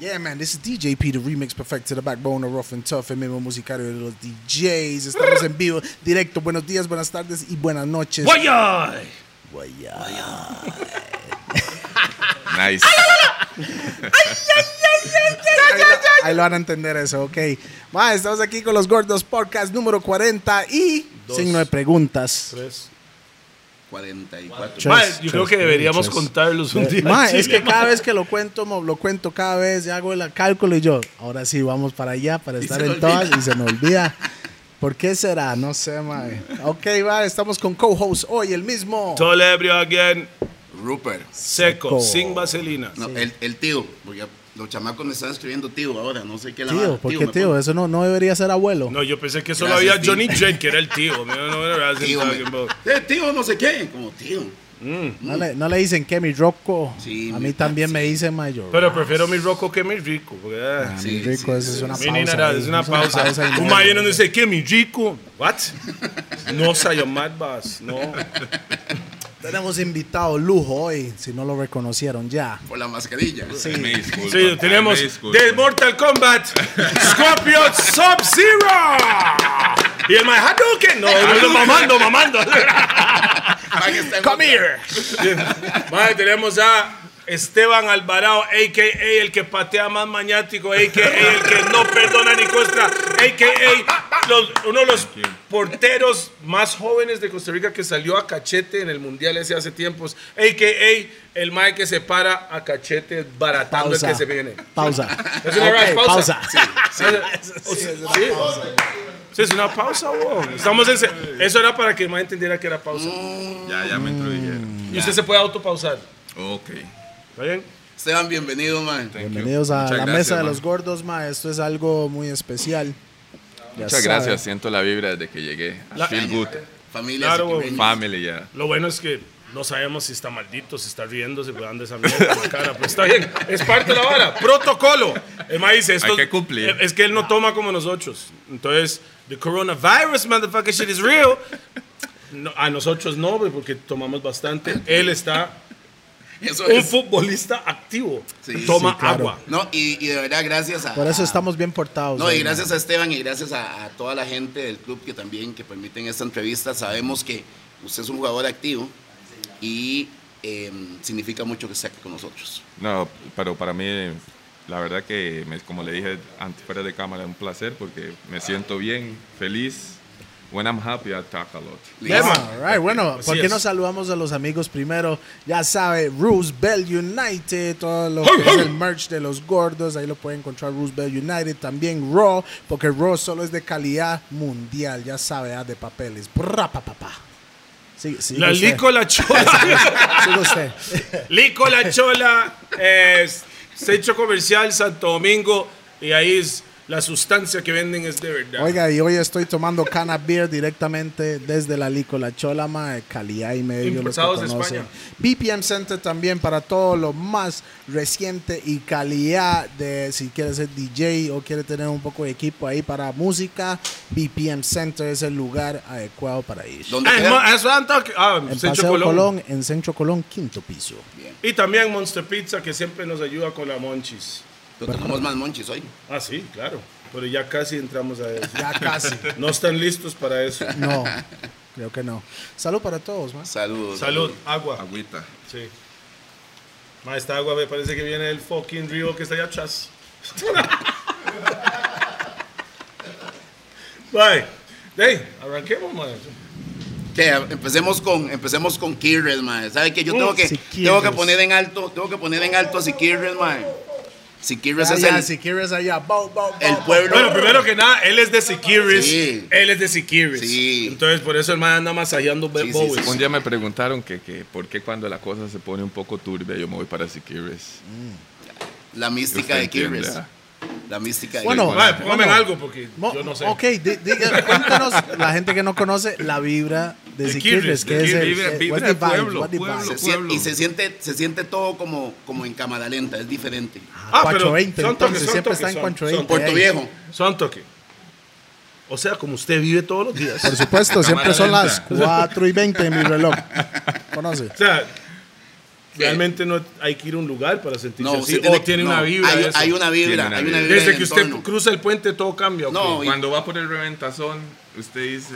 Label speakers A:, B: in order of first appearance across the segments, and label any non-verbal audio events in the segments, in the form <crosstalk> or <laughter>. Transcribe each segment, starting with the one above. A: yeah, man, this es DJ P, the remix perfecto the backbone of Rough and Tough, el mismo musicario de los DJs. Estamos en vivo, directo. Buenos días, buenas tardes y buenas noches.
B: ¡Guayay!
C: Nice.
A: Ahí lo, ahí lo van a entender eso, ok. Ma, estamos aquí con los Gordos Podcast número 40 y
D: Dos.
A: signo de preguntas.
D: Tres.
C: 44.
A: Chas,
B: Mae, yo creo
A: chas,
B: que deberíamos
A: chas.
B: contarlos un día.
A: Ma,
B: Sí,
A: es que
B: mae.
A: cada vez que lo cuento, mo- lo cuento cada vez, y hago el cálculo y yo, ahora sí, vamos para allá, para estar
C: se
A: en
C: le
A: todas,
C: olvida.
A: y se me olvida. ¿Por qué será? No sé, mae. Ok, va, estamos con co-host hoy, el mismo.
B: Tall Ebrio again,
C: Rupert.
B: seco,
A: Seco.
B: sin vaselina.
C: No, el, el tío. Porque los chamacos me están escribiendo tío ahora. No sé qué la
A: Tío,
C: vara.
A: ¿por qué
C: me
A: tío?
C: ponen.
A: Eso no, no debería ser abuelo.
B: No, yo pensé que solo
C: Gracias,
B: había
C: tío.
B: Johnny Jett, que era el tío. No, no, no, no,
C: Tío, me-
B: talking about-
C: Eh, tío, no sé qué. Como tío.
A: No, le, no le dicen que mi roco.
C: Sí,
A: a
C: mi
A: mí también me dicen mayor.
B: Pero prefiero mi roco que mi rico. porque, eh,
A: Ah,
C: Sí,
A: mi rico,
C: sí,
A: eso
C: sí,
A: es una
B: mi
A: pausa.
B: nena,
A: ahí,
B: es una pausa.
A: ahí,
B: Un
A: no.
B: mae no dice que mi rico. What? No, Sayo Mad Bass. No.
A: Tenemos invitado lujo hoy, si no lo reconocieron ya.
C: Por la mascarilla. <laughs>
A: Sí.
E: Me disculpa,
B: Sí, lo tenemos
E: me disculpa.
B: del Mortal Kombat, Scorpion Sub-Zero. Y el mae Hadouken. No, no, no, mamando, mamando.
C: Para que estén-
B: Come here. Mae, tenemos a Esteban Alvarado, a.k.a. el que patea más mañático, a.k.a. el que no perdona ni costra, a.k.a. los- uno de los porteros más jóvenes de Costa Rica que salió a cachete en el Mundial ese hace tiempos, a.k.a. el mae que se para a cachete baratando el
A: Pausa.
B: que se viene.
A: Pausa.
B: Es una
A: Ok,
B: pausa.
A: pausa.
B: Sí. Sí, es una pausa, wow. Estamos en se- Eso era para que el mae entendiera que era pausa.
E: Ya, ya me introdujeron.
B: Y usted se puede autopausar.
E: Ok.
B: ¿Está bien?
C: Esteban, bienvenido, man.
A: Bienvenidos a
E: Muchas
A: la
E: gracias,
A: mesa de
E: man.
A: los gordos, ma. Esto es algo muy especial. Ya
E: Muchas
A: saben.
E: gracias, siento la vibra desde que llegué. I
B: La-
E: feel good.
C: Familia.
B: Claro,
C: siquimeña.
E: Family, ya.
B: Lo bueno es que no sabemos si está maldito, si está riendo, si anda esa mierda en la cara. Pero está bien, es parte de la vara. Protocolo. El mae dice esto.
E: Hay que cumplir.
B: Es que él no toma como nosotros. Entonces, the coronavirus, motherfucker, shit is real. No, a nosotros no, güey, porque tomamos bastante. Él está
C: Eso
B: un
C: es.
B: futbolista activo.
C: Sí,
B: Toma
A: sí, claro.
B: agua.
C: No, y, y de verdad, gracias a.
A: Por eso
C: a-
A: estamos bien portados.
C: No, y
A: hoy, ma.
C: gracias a Esteban y gracias a, a toda la gente del club que también que permiten esta entrevista. Sabemos que usted es un jugador activo y eh, significa mucho que esté aquí con nosotros.
E: No, pero para mí, la verdad que, me- como le dije antes fuera de cámara, es un placer porque me siento bien, feliz. When I'm happy, I talk a lot.
B: Yeah, man.
A: All right, bueno,
B: Así
A: ¿por qué
B: es.
A: no saludamos a los amigos primero? Ya sabe, Roosevelt United, todo lo que
B: Hey,
A: es
B: hey.
A: el merch de los gordos, ahí lo pueden encontrar Roosevelt United, también Raw, porque Raw solo es de calidad mundial, ya sabe, ah, de papeles. Brra, pa, pa, pa. Sí, sí,
B: La
A: usted,
B: lico, la
A: <laughs>
B: chola.
A: siga usted.
B: lico, la chola. Es centro comercial Santo Domingo. Y ahí es la sustancia que venden es de verdad.
A: Oiga, y hoy estoy tomando Cana Beer directamente desde la Licola Cholama de calidad y medio. los que
B: Importados de
A: conocen.
B: España.
A: BPM Center también para todo lo más reciente y calidad de si quieres ser DJ o quieres tener un poco de equipo ahí para música, BPM Center es el lugar adecuado para ir.
C: ¿Dónde
B: Ah, en
C: queda?
B: Mo- eso han toque- ah,
A: En
B: Sancho
A: Paseo Colón.
B: Colón.
A: en Centro Colón, quinto piso.
B: Y también Monster Pizza, que siempre nos ayuda con la monchis.
C: Pero tenemos más monchis hoy.
B: Ah, sí, claro. Pero ya casi entramos a eso.
A: Ya casi.
B: No están listos para eso.
A: No, creo que no. Salud para todos, más.
C: <laughs> Saludos.
B: Salud, agua.
E: Agüita.
B: Sí. Ma, esta agua me parece que viene del fucking río que está allá atrás. <laughs> Bye. Hey, arranquemos, man.
C: Que empecemos con empecemos con Kirrell, mae. ¿Sabe que yo tengo que
A: Sí,
C: tengo que
A: Kirrell.
C: poner en alto, tengo que poner en alto a Siquirrell, mae. Siquirrell Pues es
A: Allá,
C: el,
A: si quieres allá, bo, bo, bo,
C: el
A: bo.
C: pueblo.
B: Bueno, primero que nada, él es de Sikiris.
C: Sí.
B: Él es de Sikiris.
C: Sí.
B: Entonces, por eso el man anda masajeando
C: sí,
B: Bowies.
C: sí.
E: Un día me preguntaron que, que por qué cuando la cosa se pone un poco turbia yo me voy para Siquirres.
C: la mística
E: Usted
C: de Kirrell.
E: entiende, ah.
C: La mística de
A: Bueno,
B: Ma, póngame
A: bueno.
B: algo porque
A: Mo-
B: yo no sé.
A: Ok, di- diga, cuéntanos, la gente que no conoce, la vibra de
B: De Quirres,
A: Siquirres, que
B: de
A: es el
E: Quirres,
A: eh,
E: vibra
A: what's
E: de
A: the vibe,
E: pueblo,
A: what's the vibe?
E: pueblo.
C: Se sien-
E: pueblo.
C: y se siente, se siente todo como, como en cámara lenta, es diferente.
B: Ah, pero
A: 420,
B: son toques,
A: entonces
B: son
A: siempre
B: toques,
A: está en
B: son-
A: 420.
B: son
C: Puerto
A: ahí.
C: Viejo.
B: Son toque. O sea, como usted vive todos los
C: <laughs>
B: días.
A: Por supuesto, siempre
E: Cámara
A: son
E: lenta.
A: las 4 y 20 en mi reloj. ¿Conoce?
B: O sea, Realmente no hay que ir a un lugar para sentirse
C: No,
B: así.
C: usted
B: O
C: tiene que-
B: tiene
C: no,
B: una vibra.
C: Hay,
B: eso.
C: hay una vibra,
E: Tiene una
C: hay una
E: vibra.
C: vibra.
B: Desde
C: del
B: que usted
C: entorno.
B: cruza el puente todo cambia. ¿o
C: No,
B: qué?
C: y-
E: Cuando va por el reventazón, usted dice,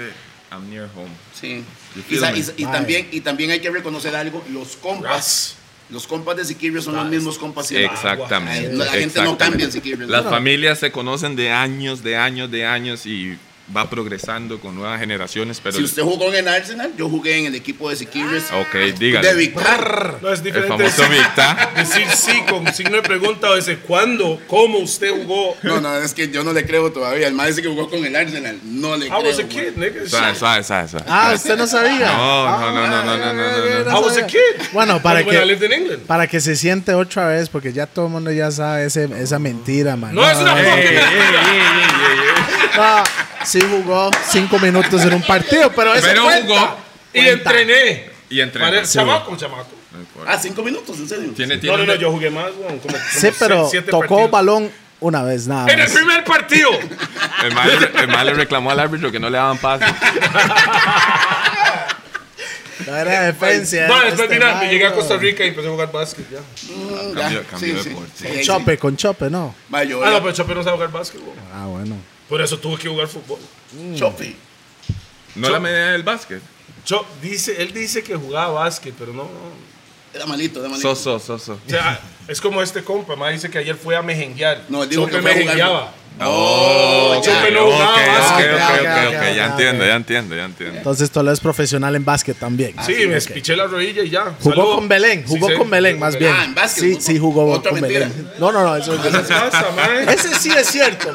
E: I'm near home.
C: Sí.
E: You
C: Y,
E: feel
C: sa-
E: me?
C: y sa- y
A: Mae.
C: también, y también hay que reconocer algo, los compas. Los compas de Siquibrio son los mismos compas siempre.
E: Exactamente.
C: Ay, Eh, no, la gente no
E: exactamente.
C: cambia en Siquibres,
E: Las
C: ¿no?
E: familias se conocen de años, de años, de años y va progresando con nuevas generaciones, pero...
C: Si usted jugó en el Arsenal, yo jugué en el equipo de Siquibres.
E: Ah, Ok,
C: De
E: dígale.
C: Vicar.
B: No es
E: El
B: diferente
E: famoso
B: decir,
E: Victa.
C: <laughs>
B: decir sí con signo de pregunta o decir cuándo, cómo usted
C: <laughs>
B: jugó.
C: No, no, es que yo no le creo todavía. El maestro que jugó con el Arsenal, no le
B: I was a
C: creo.
B: kid,
C: güey.
B: nigga.
E: Sabe,
B: Shit.
E: sabe, sabe, sabe.
A: Ah, usted no sabía. Ah,
E: No, no, no, no, no, no, no, no,
B: I
E: no.
B: was a kid.
A: Bueno, para
B: When I
A: que,
B: lived in England.
A: para que se siente otra vez, porque ya todo el mundo ya sabe ese- esa mentira, man.
B: No, es una
E: Ey, ey,
B: fucking-
C: Eh,
E: ey, ey, ey, ey.
A: No, sí jugó cinco minutos en un partido, pero eso
E: Pero
A: cuenta.
E: jugó
B: Y entrené.
E: y
B: Para
E: entrenó.
B: el chamaco, chamaco.
C: Ah, cinco minutos, en serio.
E: Tiene, tiene
B: No, no,
E: un-
B: no, yo jugué más, weón, como- como
A: Sí,
B: se-
A: pero
B: siete
A: tocó
B: partidos.
A: balón una vez, nada
B: En el
A: más.
B: primer
A: <laughs>
B: partido.
E: El mal, el mal le reclamó al árbitro que no le daban pases.
A: No era defensa.
B: No,
A: era
B: después
A: este
B: vine a- me
A: man,
B: llegué a
A: no.
B: Costa Rica y empecé a jugar básquet ya.
C: Mm,
E: Cambio-
C: ya,
E: cambio de deporte.
C: ahí sí.
A: Chope, con chope, no.
C: Ma, yo
B: Ah,
C: era
B: no, pero Chapé no sabe jugar básquet, weón.
A: Ah, bueno.
B: Por eso tuve que jugar fútbol.
C: Chope.
E: No la medida del básquet.
B: Cho- dice, él dice que jugaba básquet, pero no, no.
C: Era malito, era malito.
E: Soso, soso.
B: O <laughs> sea, es como este compa, ma dice que ayer fue a mejenguear.
C: No, él dijo
B: Chope
C: que fue a jugar.
B: mejengueaba.
C: Oh,
E: Ok,
B: yo
C: ya.
B: me lo
E: ok,
B: jugaba
E: ok,
B: básquet.
E: ok,
A: Ah, ya,
E: ok,
A: ya,
E: ok,
A: ya,
E: ya
A: ya,
E: entiendo,
A: ya.
E: ya entiendo, ya entiendo.
A: Entonces Toledo es profesional en básquet también.
B: Ah, Sí, me espiché la rodilla y ya.
A: Jugó
B: Saludo.
A: con Belén, jugó
B: Sí, sí.
A: con Belén más bien.
C: Ah, en básquet
A: sí,
C: jugó.
A: sí jugó
C: Otra
A: con
C: mentira.
A: Belén. No, no, no, eso
B: <laughs> ¿Qué pasa, ma?
A: Ese sí es cierto.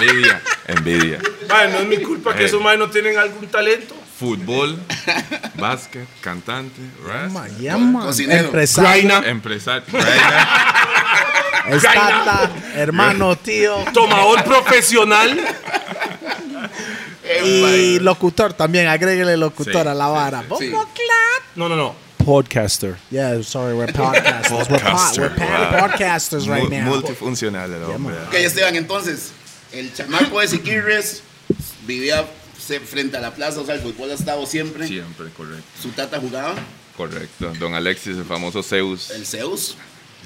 E: Envidia, envidia.
B: Ma, no es mi culpa que
E: Ey.
B: esos maes no tienen algún talento.
E: Fútbol, básquet, cantante, rap,
A: Llama, llama.
C: Cocinero.
A: Empresario,
E: empresario. right?
A: es tata, hermano, tío
B: Tomador profesional.
C: Eh,
A: y
E: Mm.
C: ma,
A: locutor también. Agréguele locutor
E: Sí,
A: a la vara.
C: sí.
A: Bongo clap.
B: No, no, no.
A: Yeah, sorry, we're podcasters. we're po- we're pan-
E: Wow.
A: podcasters right
E: Mu-
A: now.
E: Multifuncional el hombre.
C: Ok, Esteban, entonces, el chamaco de Siquirres vivía se- frente a la plaza, o sea, el fútbol ha estado siempre.
E: Ah, Siempre, correcto.
C: Su tata jugaba,
E: Correcto. Don Alexis, el famoso Zeus,
C: el Zeus.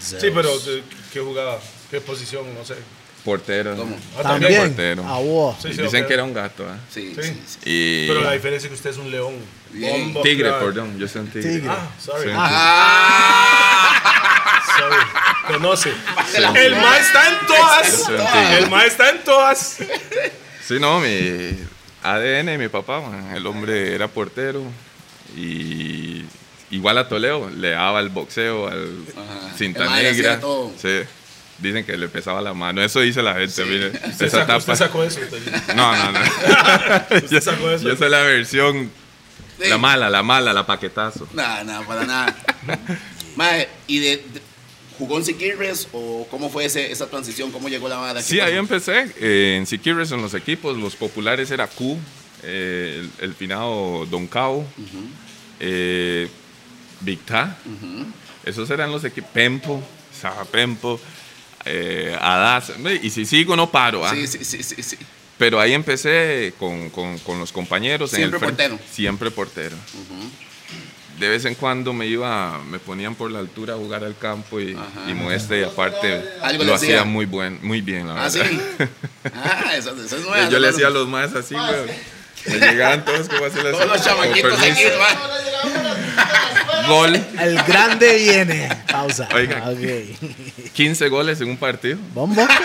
B: Sí, pero eh, ¿qué jugaba? ¿Qué posición? No sé.
E: portero.
C: ¿Cómo?
B: Ah,
A: También.
E: portero.
A: A vos.
B: Sí, sí,
E: Dicen
B: ok.
E: que era un gato, ¿ah?
C: Sí,
B: Sí.
C: sí, sí.
E: Y
B: Pero la diferencia es que usted es un león.
C: Bien.
B: Bomba,
E: tigre,
B: claro.
E: perdón, yo soy un tigre.
A: Tigre.
B: Ah, sorry.
E: Sí. Ah,
C: Ah,
B: Sorry. Conoce.
E: Sí.
B: El más está en
E: Yo
B: todas.
E: soy un tigre.
B: El más está en todas.
E: Sí, no, mi ADN, mi papá, man, el hombre era portero y igual a Toledo, le daba al boxeo, al
C: Ajá.
E: cinta
C: El mae le hacía
E: negra.
C: todo.
E: Sí. Dicen que le pesaba la mano, eso dice la gente, mire,
B: Usted
E: esa
B: sacó, usted
E: tapa.
B: sacó eso. usted.
E: No,
B: <laughs>
E: no, no. yo,
B: sacó eso.
E: yo soy la versión,
C: Sí.
E: la mala, la mala, la paquetazo.
C: Nada, nada, para
B: <laughs>
C: nada. Mae, ¿y de, de- jugó en Siquirres o cómo fue ese- esa transición? ¿Cómo llegó la vara? ¿Qué
E: Sí, ahí
C: pasó?
E: empecé. eh, en Siquirres, en los equipos, los populares era Q, eh, el, el finado Don Cabo, eh, Victá. Esos eran los equipos. Pempo, Zapempo, eh, Adaz. me- Y si sigo, no paro. ¿ah?
C: Sí, sí, sí, sí, sí.
E: Pero ahí empecé con, con- con los compañeros.
C: Siempre
E: frente-
C: portero.
E: Siempre portero. De vez en cuando me iba, me ponían por la altura a jugar al campo y,
C: Ajá.
E: y Modeste, y aparte,
C: Algo le
E: lo hacía
C: hacía.
E: muy, buen, muy bien, la
C: Ah, sí.
E: <laughs> verdad.
C: Ah, eso, eso es
E: Yo,
C: nuevo.
E: yo le hacía a los más así,
B: Ah,
E: güey. Me llegaban todos como así. les-
C: Todos los chamaquitos
E: Con
C: aquí,
E: permiso.
C: mae.
E: Gol,
A: El grande viene. Pausa.
E: Oiga.
A: Ok.
E: 15 goles en un partido.
A: Bombo clap.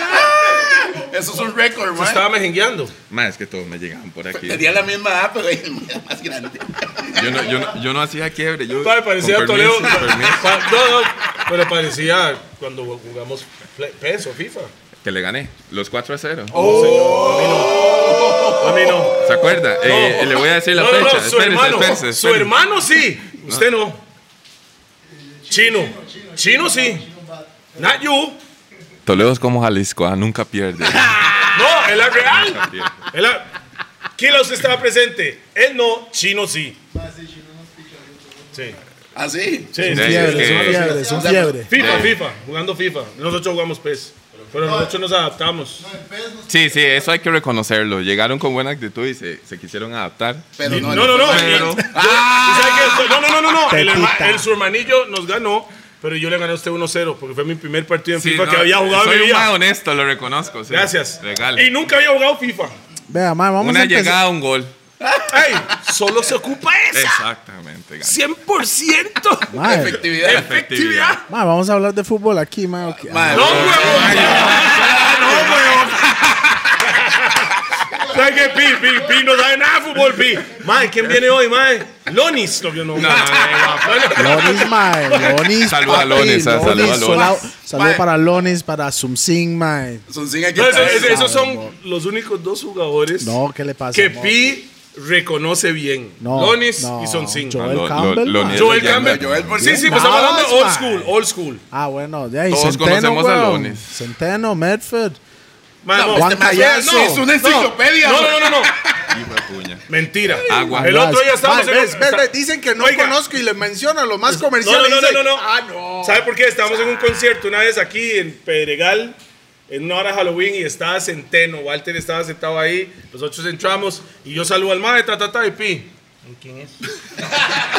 C: Eso es un récord,
B: Se
C: mae.
B: estaba mejengueando.
E: Más es que todos me llegaban por aquí.
C: Tenía la misma edad, pero el mae era <laughs> más grande.
E: Yo no, yo no, yo no hacía quiebre. Yo,
B: Pa- parecía
E: con
B: Toledo.
E: permiso, con permiso,
B: pa- no, no, pero parecía cuando jugamos play- PES o FIFA.
E: que le gané los 4 a 0.
B: Oh, A mí no.
E: ¿Se acuerda? Eh, le voy a decir la
B: No, no,
E: fecha.
B: no, su
E: Espérese,
B: hermano.
E: espérese,
B: Su
E: espérese.
B: hermano sí. Usted no. Chino. Chino sí. Not you.
E: Toledo es como Jalisco, ah, nunca pierde.
B: No, es la real.
E: pierde.
B: Es la... Kila, usted estaba presente. Él no, Chino sí. Sí.
C: Ah, sí.
B: Sí, sí.
E: Sí,
A: Fiebre,
E: es
A: es un
E: que-
A: fiebre, es un fiebre.
B: FIFA,
E: Eh.
B: FIFA, jugando FIFA. Nosotros jugamos PES. Pero nosotros nos adaptamos.
E: Sí, sí, eso hay que reconocerlo. Llegaron con buena actitud y se, se quisieron adaptar.
C: Pero
B: Y-
C: no,
B: no, no, no.
E: Pero-
B: y- ¿Y sabe qué?
E: Ah.
B: No, no, no, no, no. El, herma-
A: Pepita.
B: el su hermanillo nos ganó, pero yo le gané a usted 1-0 porque fue mi primer partido en
E: Sí,
B: FIFA que
E: no,
B: había jugado en
E: soy
B: mi
E: un mae
B: vida.
E: honesto, lo reconozco. sí.
B: Gracias.
E: Legal.
B: Y nunca había jugado FIFA.
A: Vea, mae, vamos
E: Una
A: a empezar.
E: llegada, un gol.
B: ¡Ey! Solo se ocupa esa.
E: Exactamente. gan-
B: 100%
A: Mae,
B: Eh,
C: efectividad.
E: Efectividad.
A: mae, vamos a hablar de fútbol aquí, mae. ok.
C: Mae,
B: ¡No, huevón! ¡No, huevón! ¿Sabes qué, Pi? Pi? Pi no sabe nada de fútbol, Pi. Mae, ¿quién viene hoy, mae? Lonis. Lo que no.
E: No, no, no, no.
A: Lonis, mae. Lonis.
E: Saluda a
A: papi,
E: Lonis, ah, saluda a Lonis.
A: Saludo, saludo
C: Mae.
A: para Lonis, para Sumsing, mae.
C: Son sin aquí.
B: No, eso-
C: está-
B: eso- esos son los únicos dos jugadores
A: No, ¿qué le pasa?
B: que
A: mo?
B: Pi reconoce bien.
A: No,
B: Lonis
A: no,
B: y Sonsin.
A: Joel
E: Ah, Lo- lo-
A: Campbell,
E: lo
A: mae.
E: niego.
B: Joel
E: Leyenda.
B: Campbell.
C: Joel por
B: Sí, sí, pues estamos
A: Nada
B: hablando
A: más,
B: old
A: mae.
B: school, old school.
A: Ah, bueno, de ahí.
E: Todos
A: Centeno,
E: conocemos a
A: weón.
E: Lonis.
A: Centeno, Medford.
B: Mae,
C: No,
B: no,
A: Juan
C: este mae
A: Payaso.
C: es una enciclopedia.
B: No, no, no, no. no.
E: Hijo de puña.
B: Mentira.
E: Agua.
B: El otro día estábamos
A: Mae,
B: en
A: ves,
B: un-
A: ves, ves, dicen que no
B: Oiga.
A: conozco y le menciona lo más comercial.
B: No, no,
A: y
B: no,
A: dice,
B: no, no, no.
A: Ah, no. Ah.
B: ¿Sabe por qué? Estábamos en un concierto una vez aquí en Pedregal, en una hora de Halloween, y estaba Centeno. Walter estaba sentado ahí. Nosotros entramos y yo saludo al madre, ta, ta, ta, y pi. ¿Quién es?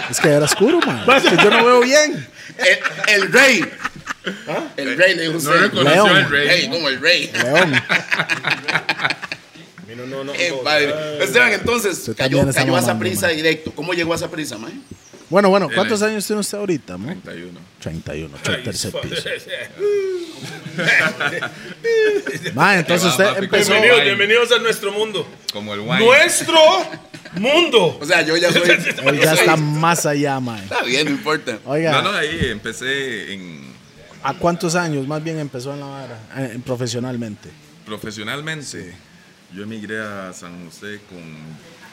A: Es que era oscuro,
B: <laughs>
A: man. Es que yo no veo bien.
C: El, Eh, el rey. El rey, le dijo
E: No
C: usted.
E: reconoció
A: León.
E: al rey.
C: Rey, como el rey.
A: León.
B: No, no, no.
C: <laughs> Eh, padre. Esteban, entonces,
A: Usted
C: cayó,
A: también está
C: cayó a esa
A: mamando,
C: prisa
A: mae.
C: directo. ¿Cómo llegó a esa prisa, mae?
A: Bueno, bueno, ¿cuántos años tiene usted ahorita, man?
E: 31.
A: 31, tercer piso.
B: <laughs> Bienvenidos,
A: Man, entonces
E: Te va,
A: usted
E: papi,
A: empezó.
E: conmigo.
B: bienvenidos a nuestro mundo.
E: Como el
B: <laughs>
E: wine.
B: Nuestro mundo.
C: O sea, yo ya soy.
A: Él ya está más allá, man.
C: Está bien, no importa.
E: No,
A: Oiga,
E: no, ahí empecé en
A: ¿a cuántos años más bien empezó en la vara? eh, en- profesionalmente.
E: profesionalmente. Yo emigré a San José con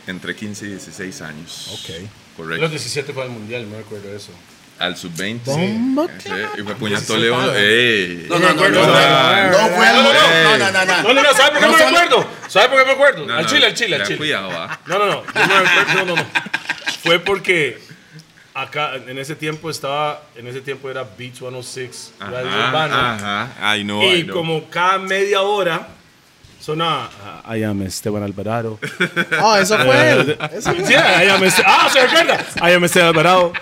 E: entre 15 y 16 años.
A: Ok.
E: Correcto.
B: 17 fue el mundial, me acuerdo de eso.
E: Al sub-20.
A: Bomba,
E: Ese- Y fue puñato León. ¡Ey!
C: No, no, no. No, no,
E: Ah,
C: no fue algo. No,
E: ey.
C: no, no,
B: No,
C: no.
B: no, no, ¿sabe por qué
C: No
B: me
C: son-
B: acuerdo? ¿Sabe por qué me acuerdo?
E: No,
B: al
E: no,
B: chile, al chile, al
E: ya
B: chile.
E: Cuidado, va.
B: No, no, no. yo no, me acuerdo, no, no, no. Fue porque acá en ese tiempo estaba, en ese tiempo era Beach 106, Radio Urbano.
E: Ajá, ah, ajá. Ay, no.
B: y
E: ay, no.
B: como cada media hora sonaba ah, I am Esteban Alvarado.
A: Oh, eso fue él. Eso
B: <laughs>
A: fue
B: Sí, I am Este- ah, se recuerda. I am Esteban Alvarado.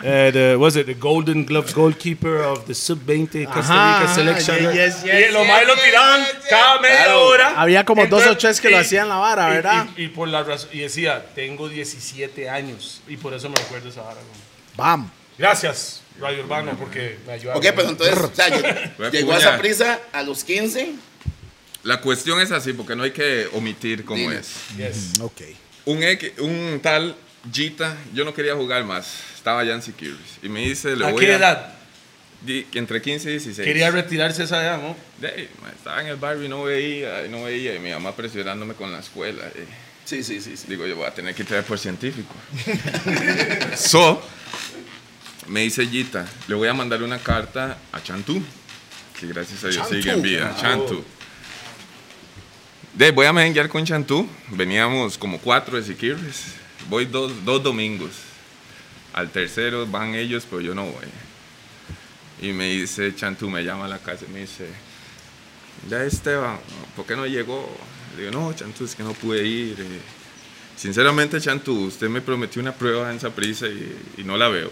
B: Uh, the, was it the Golden Glove goalkeeper of the Sub-20 Costa
A: Ajá,
B: Rica
A: ajá,
B: selection?
A: yes, yes,
B: y los más lo tiraban cada media
C: Claro.
B: hora.
A: Había como dos
B: Entonces,
A: o tres que lo hacían la vara,
B: y-
A: ¿verdad?
B: Y, y por la razón, y decía, tengo 17 años. Y por eso me recuerdo esa vara. güey.
A: Bam.
B: Gracias, Radio Urbano, porque me ayudaron.
C: Ok, pero entonces, o sea, yo-
E: Voy a
C: llegó a esa
E: puñar.
C: prisa a los 15.
E: La cuestión es así, porque no hay que omitir cómo
C: Dime.
E: es.
B: Yes.
A: Mm, Ok.
E: un, ex- un tal Gita, yo no quería jugar más. Estaba allá en Securities. Y me dice, le
B: ¿A
E: voy
B: qué edad?
E: di- que entre 15 y 16.
B: Quería retirarse esa edad, ¿no?
E: De ahí, ma, estaba en el barrio y no veía, y no veía. Y mi mamá presionándome con la escuela. eh. Y
C: Sí, sí, sí. sí.
E: digo, yo voy a tener que traer por científico. <laughs> so, me dice Gita, le voy a mandar una carta a Chantú, que gracias a Dios sigue en vida. Chantú. De, voy a merenguear con Chantú. Veníamos como cuatro de Siquirres. Voy dos, dos domingos. Al tercero van ellos, pero yo no voy. Y me dice Chantú, me llama a la casa y me dice, ya Esteban, ¿por qué no llegó? Le digo, no, Chantú, es que no pude ir. eh. Sinceramente, Chantú, usted me prometió una prueba en esa prisa y, y no la veo.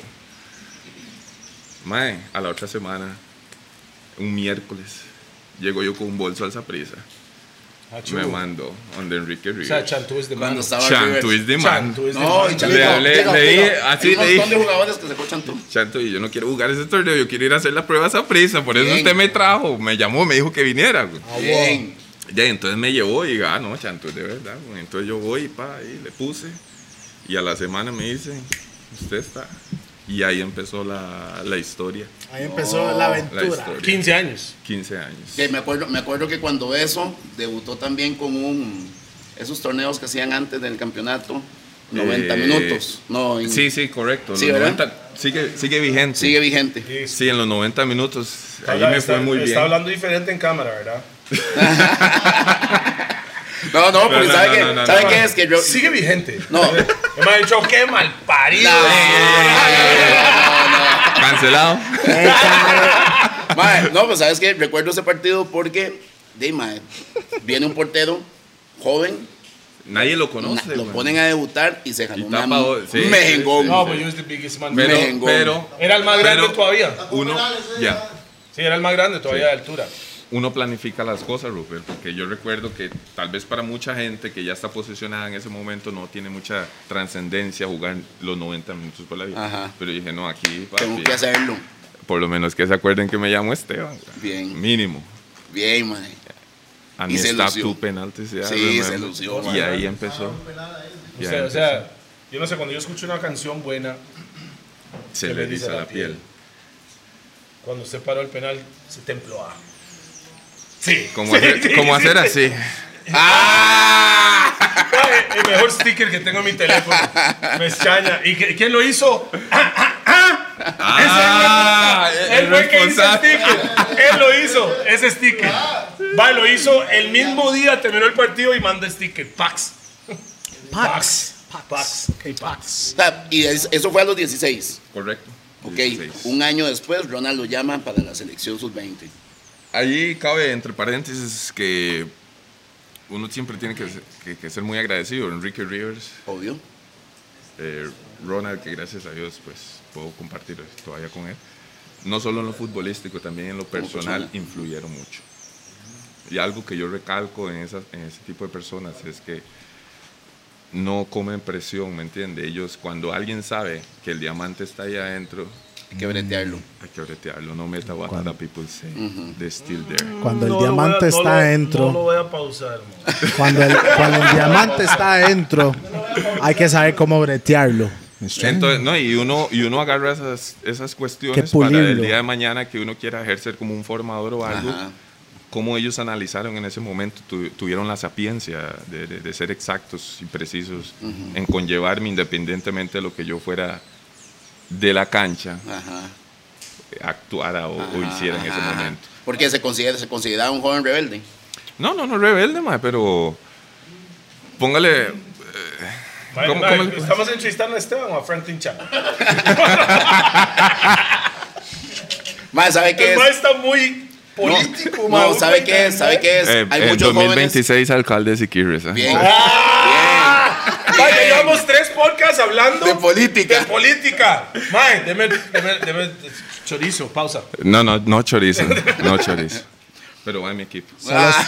E: Mae, a la otra semana, un miércoles, llego yo con un bolso a esa prisa. Me mandó donde Enrique
B: O sea,
E: Rivas.
B: Chantú es de mano.
C: Cuando estaba
E: Chantu
C: River.
E: is the man.
B: Chantú es de
C: No,
B: mano.
C: y
E: Le hablé, le dije, así
C: Hay un
E: le
C: montón de
E: dije.
C: jugadores que se escuchan tú.
E: Chanto, y yo no quiero jugar ese torneo, yo quiero ir a hacer la prueba a esa prisa. Por eso
C: Bien.
E: usted me trajo, me llamó, me dijo que viniera. güey.
C: Bien.
E: Ya, entonces me llevó y diga, ah, no, Chanto, de verdad. güey". Entonces yo voy pa, y le puse. Y a la semana me dicen, usted está. Y ahí empezó la, la historia.
A: Ahí empezó la
E: La
B: <laughs>
A: aventura.
E: historia.
B: 15 años.
E: 15 años.
C: Que me, acuerdo, me acuerdo que cuando eso debutó también con un. Esos torneos que hacían antes del campeonato. 90
E: Eh,
C: minutos. No, en-
E: Sí, sí, correcto.
C: Sí,
E: los
C: ¿verdad?
E: 90 sigue, sigue vigente.
C: Sigue vigente.
E: Sí, en los 90 minutos. Ahí
B: Habla-
E: me
B: está-
E: fue muy bien.
B: Está hablando diferente en cámara, ¿verdad?
C: No, no, porque
E: no,
C: ¿sabe
E: no,
C: qué?
E: no, no,
C: ¿Sabe
E: no.
C: qué es? Que yo.
B: Sigue vigente.
C: No.
B: <laughs> Me ha dicho, qué mal parido.
C: No, no, no, no. <laughs>
E: Cancelado.
A: Qué cabrón.
C: Mae, no, pues sabes que recuerdo ese partido porque, de, mae, viene un portero joven,
E: Nadie lo
C: na-
E: conoce.
C: lo
E: man.
C: ponen a debutar y se
E: Y
C: jaló
E: tapa
C: una-
E: dos, sí,
C: un mejengón.
E: sí,
B: No, but you was the biggest man.
E: Pero,
C: Mengón.
E: pero
B: Era el más grande
E: pero
B: todavía.
E: Uno, ya,
B: Sí, era el más grande todavía de altura.
E: uno planifica las cosas, Rupert, porque yo recuerdo que tal vez para mucha gente que ya está posicionada en ese momento no tiene mucha trascendencia jugar los 90 minutos por la vida.
C: Ajá.
E: Pero dije, no, aquí, papi,
C: Tengo que hacerlo.
E: por lo menos que se acuerden que me llamo Esteban.
C: Bien.
E: Mínimo.
C: Bien, mae.
E: A
C: Y
E: mí
C: se
E: está
C: lució.
E: tu penalti. Sí,
C: Sí, se lució,
E: Y
C: man.
E: ahí empezó.
B: Ah, O
E: Y ahí
B: sea, o
E: empezó.
B: sea, yo no sé, cuando yo escucho una canción buena,
E: se le eriza la piel.
B: cuando usted paró el penal, se templó a. <laughs> Sí.
E: Como hacer, como hacer
C: <laughs>
E: así.
C: Ah.
B: Mae, El mejor sticker que tengo en mi teléfono. Me extraña. ¿Y qué- quién lo hizo?
E: Ah,
B: Él fue el que hizo el sticker. Él lo hizo, ese sticker. Va, lo hizo el mismo día, terminó el partido y manda sticker. Pax.
A: Pax.
B: Pax. Ok, Pax.
C: O sea, y es- eso fue a los 16.
E: Correcto.
C: Ok,
E: 16.
C: un año después Ronald lo llama para la selección sub-20.
E: Ahí cabe entre paréntesis que uno siempre tiene que ser, que- que ser muy agradecido. Enrique Rivers,
C: Obvio.
E: eh, Ronald, que gracias a Dios pues puedo compartir todavía con él. No solo en lo futbolístico, también en lo personal
C: persona.
E: influyeron mucho. Y algo que yo recalco en, esas, en ese tipo de personas es que no comen presión, ¿me entiende? Ellos cuando alguien sabe que el diamante está ahí adentro,
C: Hay que bretearlo.
E: hay que bretearlo, no meta what other people say, they're still there.
A: Cuando el
B: No lo voy
A: diamante
B: a- no
A: está
B: lo-
A: adentro,
B: No lo voy a pausar, man.
A: cuando, el, cuando el diamante está adentro, hay que saber cómo bretearlo.
E: Entonces, no, y uno, y uno agarra esas, esas cuestiones
A: Que
E: para el
A: pulirlo.
E: día de mañana que uno quiera ejercer como un formador o algo.
C: Ajá.
E: Cómo ellos analizaron en ese momento, tu- tuvieron la sapiencia de, de- de ser exactos y precisos en conllevarme independientemente de lo que yo fuera de la cancha,
C: Ajá.
E: actuara o, o hiciera en ese
C: Ajá.
E: momento.
C: Porque se considera, se consideraba un joven rebelde.
E: No, no, no rebelde, ma, pero póngale,
B: Mae,
E: ¿Cómo-
B: mae,
E: cómo le-
B: ¿Estamos entrevistando a Esteban o a Franklin Chan?
C: Más, ¿sabe qué
B: El
C: es?
B: mae está muy político,
C: no,
B: mae,
C: no,
B: muy
C: ¿sabe qué es?
B: político.
C: ¿Sabe qué es?
E: eh,
C: Hay
E: eh,
C: muchos jóvenes.
E: 2026 alcalde de Siquirres. ¿eh?
C: Bien.
B: Mae, ya llevamos tres podcasts hablando
C: De
B: de,
E: <laughs>
C: política.
B: política. Mae, deme, deme- deme chorizo, pausa.
E: No, no, no chorizo, no chorizo. Pero va mi equipo.
A: Solo,
C: Ah.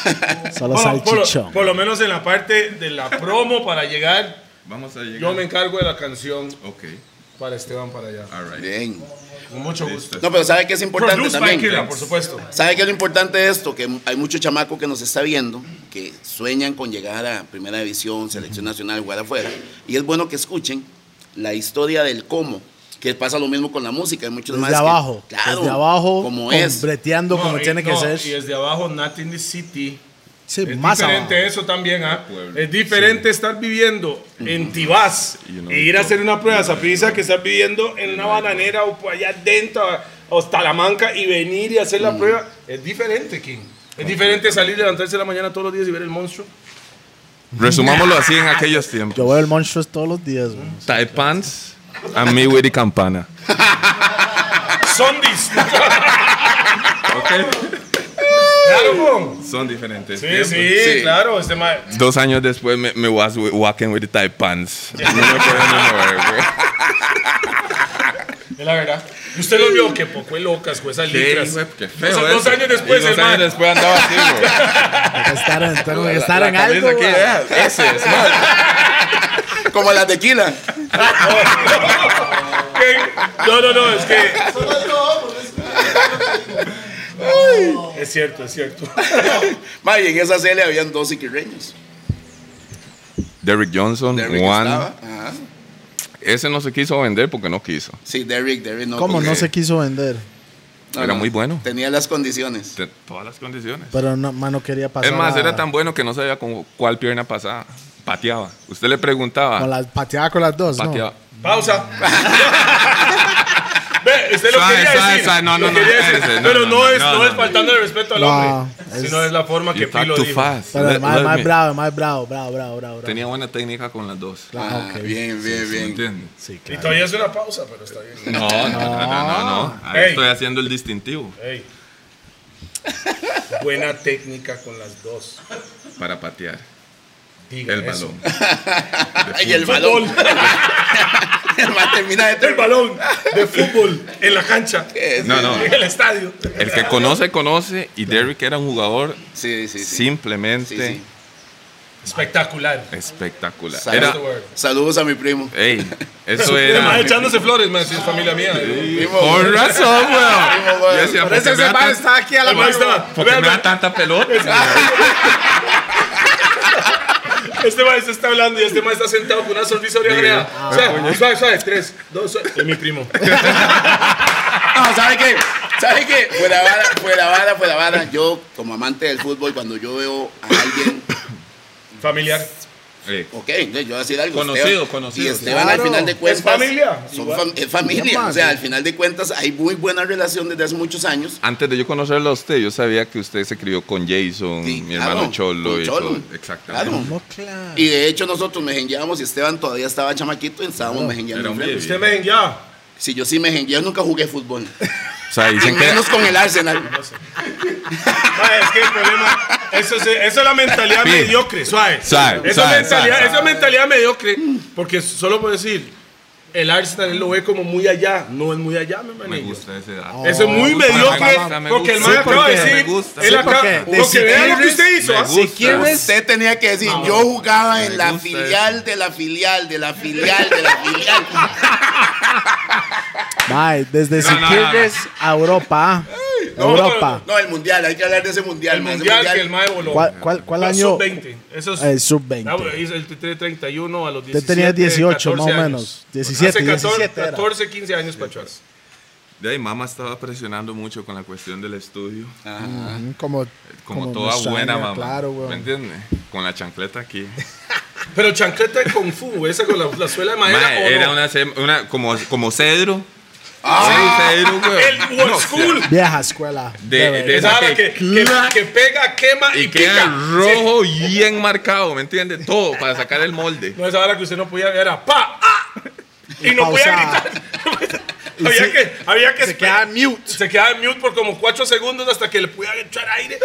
A: solo
B: Por lo- por, lo-
A: salchichón.
B: por lo menos en la parte de la promo para llegar,
E: Vamos a llegar.
B: yo me encargo de la canción
E: Ok,
B: para Esteban para allá.
E: all
C: <laughs>
E: right.
C: Bien.
B: Ah, Con mucho gusto.
C: No, pero ¿sabe qué es importante
B: Produced by
C: también?
B: Killa, por supuesto.
C: ¿Sabe qué es lo importante de esto? Que hay muchos chamacos que nos está viendo que sueñan con llegar a Primera División, Selección Nacional, jugar afuera. Y es bueno que escuchen la historia del cómo, que pasa lo mismo con la música. Hay muchos más
A: Desde
C: que-
A: abajo.
C: claro,
A: desde abajo.
C: Como
A: con-
C: es.
A: Breteando como
B: No, y-
A: tiene que
B: no,
A: ser.
B: Y desde abajo, Not in the City.
A: sí,
B: Es
A: más abajo.
B: diferente eso también, ¿ah?
E: Pueblo.
B: Es diferente estar viviendo en Tibás
E: Y uno
B: e ir a
E: todo.
B: hacer una prueba sapisa que estar viviendo en una bananera o por allá adentro o Talamanca y venir y hacer la prueba. Es diferente, King. Mm. Es diferente salir, levantarse en la mañana todos los días y ver el monstruo.
E: Resumámoslo así en aquellos tiempos.
A: Yo veo el Monstruos todos los días. man.
E: Tie pants a mi with the campana.
B: Zombies. <laughs>
E: Ok.
B: claro, mon.
E: Son diferentes.
B: Sí,
E: tiempos.
B: sí,
C: Sí.
B: claro. Este ma-
E: Dos años después me, me was wi- walking with the tie pants. No me puedo ni mover, güey.
B: es la verdad. Y Usted lo vio que poco es locas con esas
E: <laughs> Qué,
B: litras.
E: hijo de- qué feo.
B: Dos- dos
E: eso.
B: años después,
E: Y dos
B: el man.
E: años después andaba así, güey.
A: Hay que estar en, tengo que
E: La-
A: estar
E: la
A: en
E: camisa
A: algo.
E: aquí,
A: man.
E: vea, ese es, man.
C: Como la tequila.
B: ¿Qué? No, no, no, es que. Ay, Es cierto, es cierto.
C: Ma, y en esa serie habían dos iquirreños.
E: Derrick Johnson,
C: Derrick
E: Juan.
C: estaba. Ajá.
E: Ese no se quiso vender porque no quiso.
C: Sí, Derrick, Derrick no.
A: ¿Cómo
C: porque-
A: no se quiso vender?
C: no,
E: Era
C: no,
E: muy bueno.
C: Tenía las condiciones.
E: De todas las condiciones.
A: Pero no, man, no quería pasar.
E: Es más,
A: a-
E: era tan bueno que no sabía con cuál pierna pasaba. Pateaba. Usted le preguntaba.
A: Con las, pateaba con las dos,
E: pateaba.
A: ¿no?
B: Pausa.
E: <laughs>
B: Ve, usted lo
E: Suave,
B: quería
E: suave,
B: decir.
E: suave,
B: lo
E: no, no, no,
B: quería decir,
E: espérese, no,
B: Pero
E: no,
B: no,
E: no,
B: es,
E: no,
B: no es
E: no.
B: faltando el respeto al
A: No,
B: hombre.
A: es-
B: sino es la forma que
E: You talk
B: Pilo
E: too
B: dijo.
E: fast.
A: Pero
E: Let-
A: el más,
E: let me-
A: más bravo, el más bravo, bravo, bravo, bravo. bravo.
E: Tenía buena técnica con las dos.
A: Ah,
C: Ah,
A: ok.
C: Bien, bien,
E: ¿Me
C: bien.
E: entiende?
A: Sí,
B: Y
A: claro.
B: todavía es una pausa, pero está bien.
E: No, no, no, no, no, no. Ahí
B: Ey.
E: estoy haciendo el distintivo.
B: Ey, Buena técnica con las dos.
E: para patear
B: Diga
E: el
B: eso.
E: balón.
C: Y el balón. <laughs> el balón termina de
B: El balón de fútbol en la cancha.
E: No, no. Eh.
B: En el estadio.
E: El que conoce, conoce. Y Derrick era un jugador
C: Sí, sí, sí.
E: simplemente
C: Sí, sí.
B: Espectacular.
E: espectacular.
C: Salud.
A: este
E: Era,
C: Saludos a mi primo.
E: ey, Ah.
A: <laughs>
E: eso
B: Mira, Este ma,
E: era.
B: echándose flores, man, si es familia mía. Este
E: Con razón, weón. Yo decía, ¿por qué me da tan-
A: aquí a
B: El man estaba-
E: ¿por qué
B: vea,
E: me da
B: ma,
E: tanta pelota?
B: Este maestro está hablando y este maestro está sentado con una sonrisa oreja. oreja.
E: Ah,
B: O sea, suave, suave, tres, dos, suave. Es mi primo.
C: No, ¿sabe qué? ¿Sabe qué? Fuera vara, fuera vara, fuera vara. Yo, como amante del fútbol, cuando yo veo a alguien,
B: Familiar.
E: Ey,
C: ok, yo voy a decir algo.
E: Conocido,
C: Esteban-
E: conocido,
C: Y Esteban,
A: claro.
C: al final de
A: Es
C: cuentas.
B: familia,
C: son
B: igual.
C: fam- es familia.
A: Llama,
C: O sea,
A: sí.
C: al final de cuentas, hay muy buena relación desde hace muchos años.
E: Antes de yo conocerlo a usted, yo sabía que usted se crió con Jason,
C: Sí,
E: mi
C: claro,
E: hermano Cholo.
C: con
E: Y
C: Cholo.
E: todo. Exactamente.
C: Claro. Y de hecho, nosotros me jengueábamos y Esteban todavía estaba chamaquito y estábamos me
E: Era un
C: enfrente.
E: baby.
B: Usted me ven Este ya.
C: Si yo sí me jengué, yo nunca jugué fútbol.
E: O sea,
C: Y
E: dicen que
C: menos con el Arsenal.
B: Ma, es que el problema. Eso es, eso es la mentalidad
E: Bien.
B: mediocre, suave.
E: Suave,
B: Esa
E: suave,
B: mentalidad,
E: suave.
B: esa mentalidad mediocre. Porque solo por decir, el Arsenal él lo ve como muy allá. No es muy allá, mi
E: me
B: hermanillo.
E: gusta ese dato.
B: Eso es muy
E: Oh, Me gusta,
B: mediocre.
E: me gusta, me
B: Porque el man
E: gusta. Sí,
B: acaba de
E: porque
B: decir.
E: me gusta.
B: Él
E: Sí,
B: acaba.
A: porque
B: Lo que vean lo que usted hizo.
E: Me
B: ¿ah?
E: gusta.
C: Usted tenía que decir, yo jugaba en
E: Me
C: la
E: gusta
C: filial de la filial, de la filial, de la filial.
A: Mae, desde
E: No, no, no,
A: Siquirres a Europa. ¿ah?
B: No,
A: Europa.
C: No, el mundial, hay que hablar de ese mundial.
B: El
C: ma, ese
B: mundial que el mae voló.
A: ¿Cuál, cuál, cuál
B: Fue
A: año?
B: Sub-20. Eso es.
A: El sub-20.
B: Ah, bueno, hizo el t- 31 a los 17.
A: Yo tenía
B: 14
A: 18, más o
B: años.
A: menos. 17,
B: Hace
A: 17 era.
B: 14, 15 años, Pachuas.
E: De ahí, mamá estaba presionando mucho con la cuestión del estudio.
A: Mm, Como,
E: Como,
A: como
E: toda
A: nuestra
E: buena
A: área,
E: mamá.
A: Claro,
E: ¿Me
A: weón.
E: entiendes? Con la chancleta aquí.
B: Pero chancleta de Kung Fu, esa con la, la suela de madera.
E: Ma,
B: ¿o
E: era
B: no?
E: una, sem- una como, como cedro. Sí, cedro, weón.
B: El old
E: No,
B: school.
A: Vieja escuela.
E: De-
A: de verdad.
E: de-
B: Esa
E: Esa
B: vara que,
E: que
B: que,
A: clac.
B: que pega, quema y,
E: Y queda
B: pica.
E: rojo bien marcado, ¿me entiendes? Todo para sacar el molde.
B: No, esa vara que usted no podía ver era pa, ah, y, no
A: pausada.
B: podía
E: <laughs>
B: gritar. había,
A: se-
B: que, había que
A: se
B: esperar.
A: quedaba mute.
B: Se quedaba en mute por como cuatro segundos hasta que le pudiera echar aire.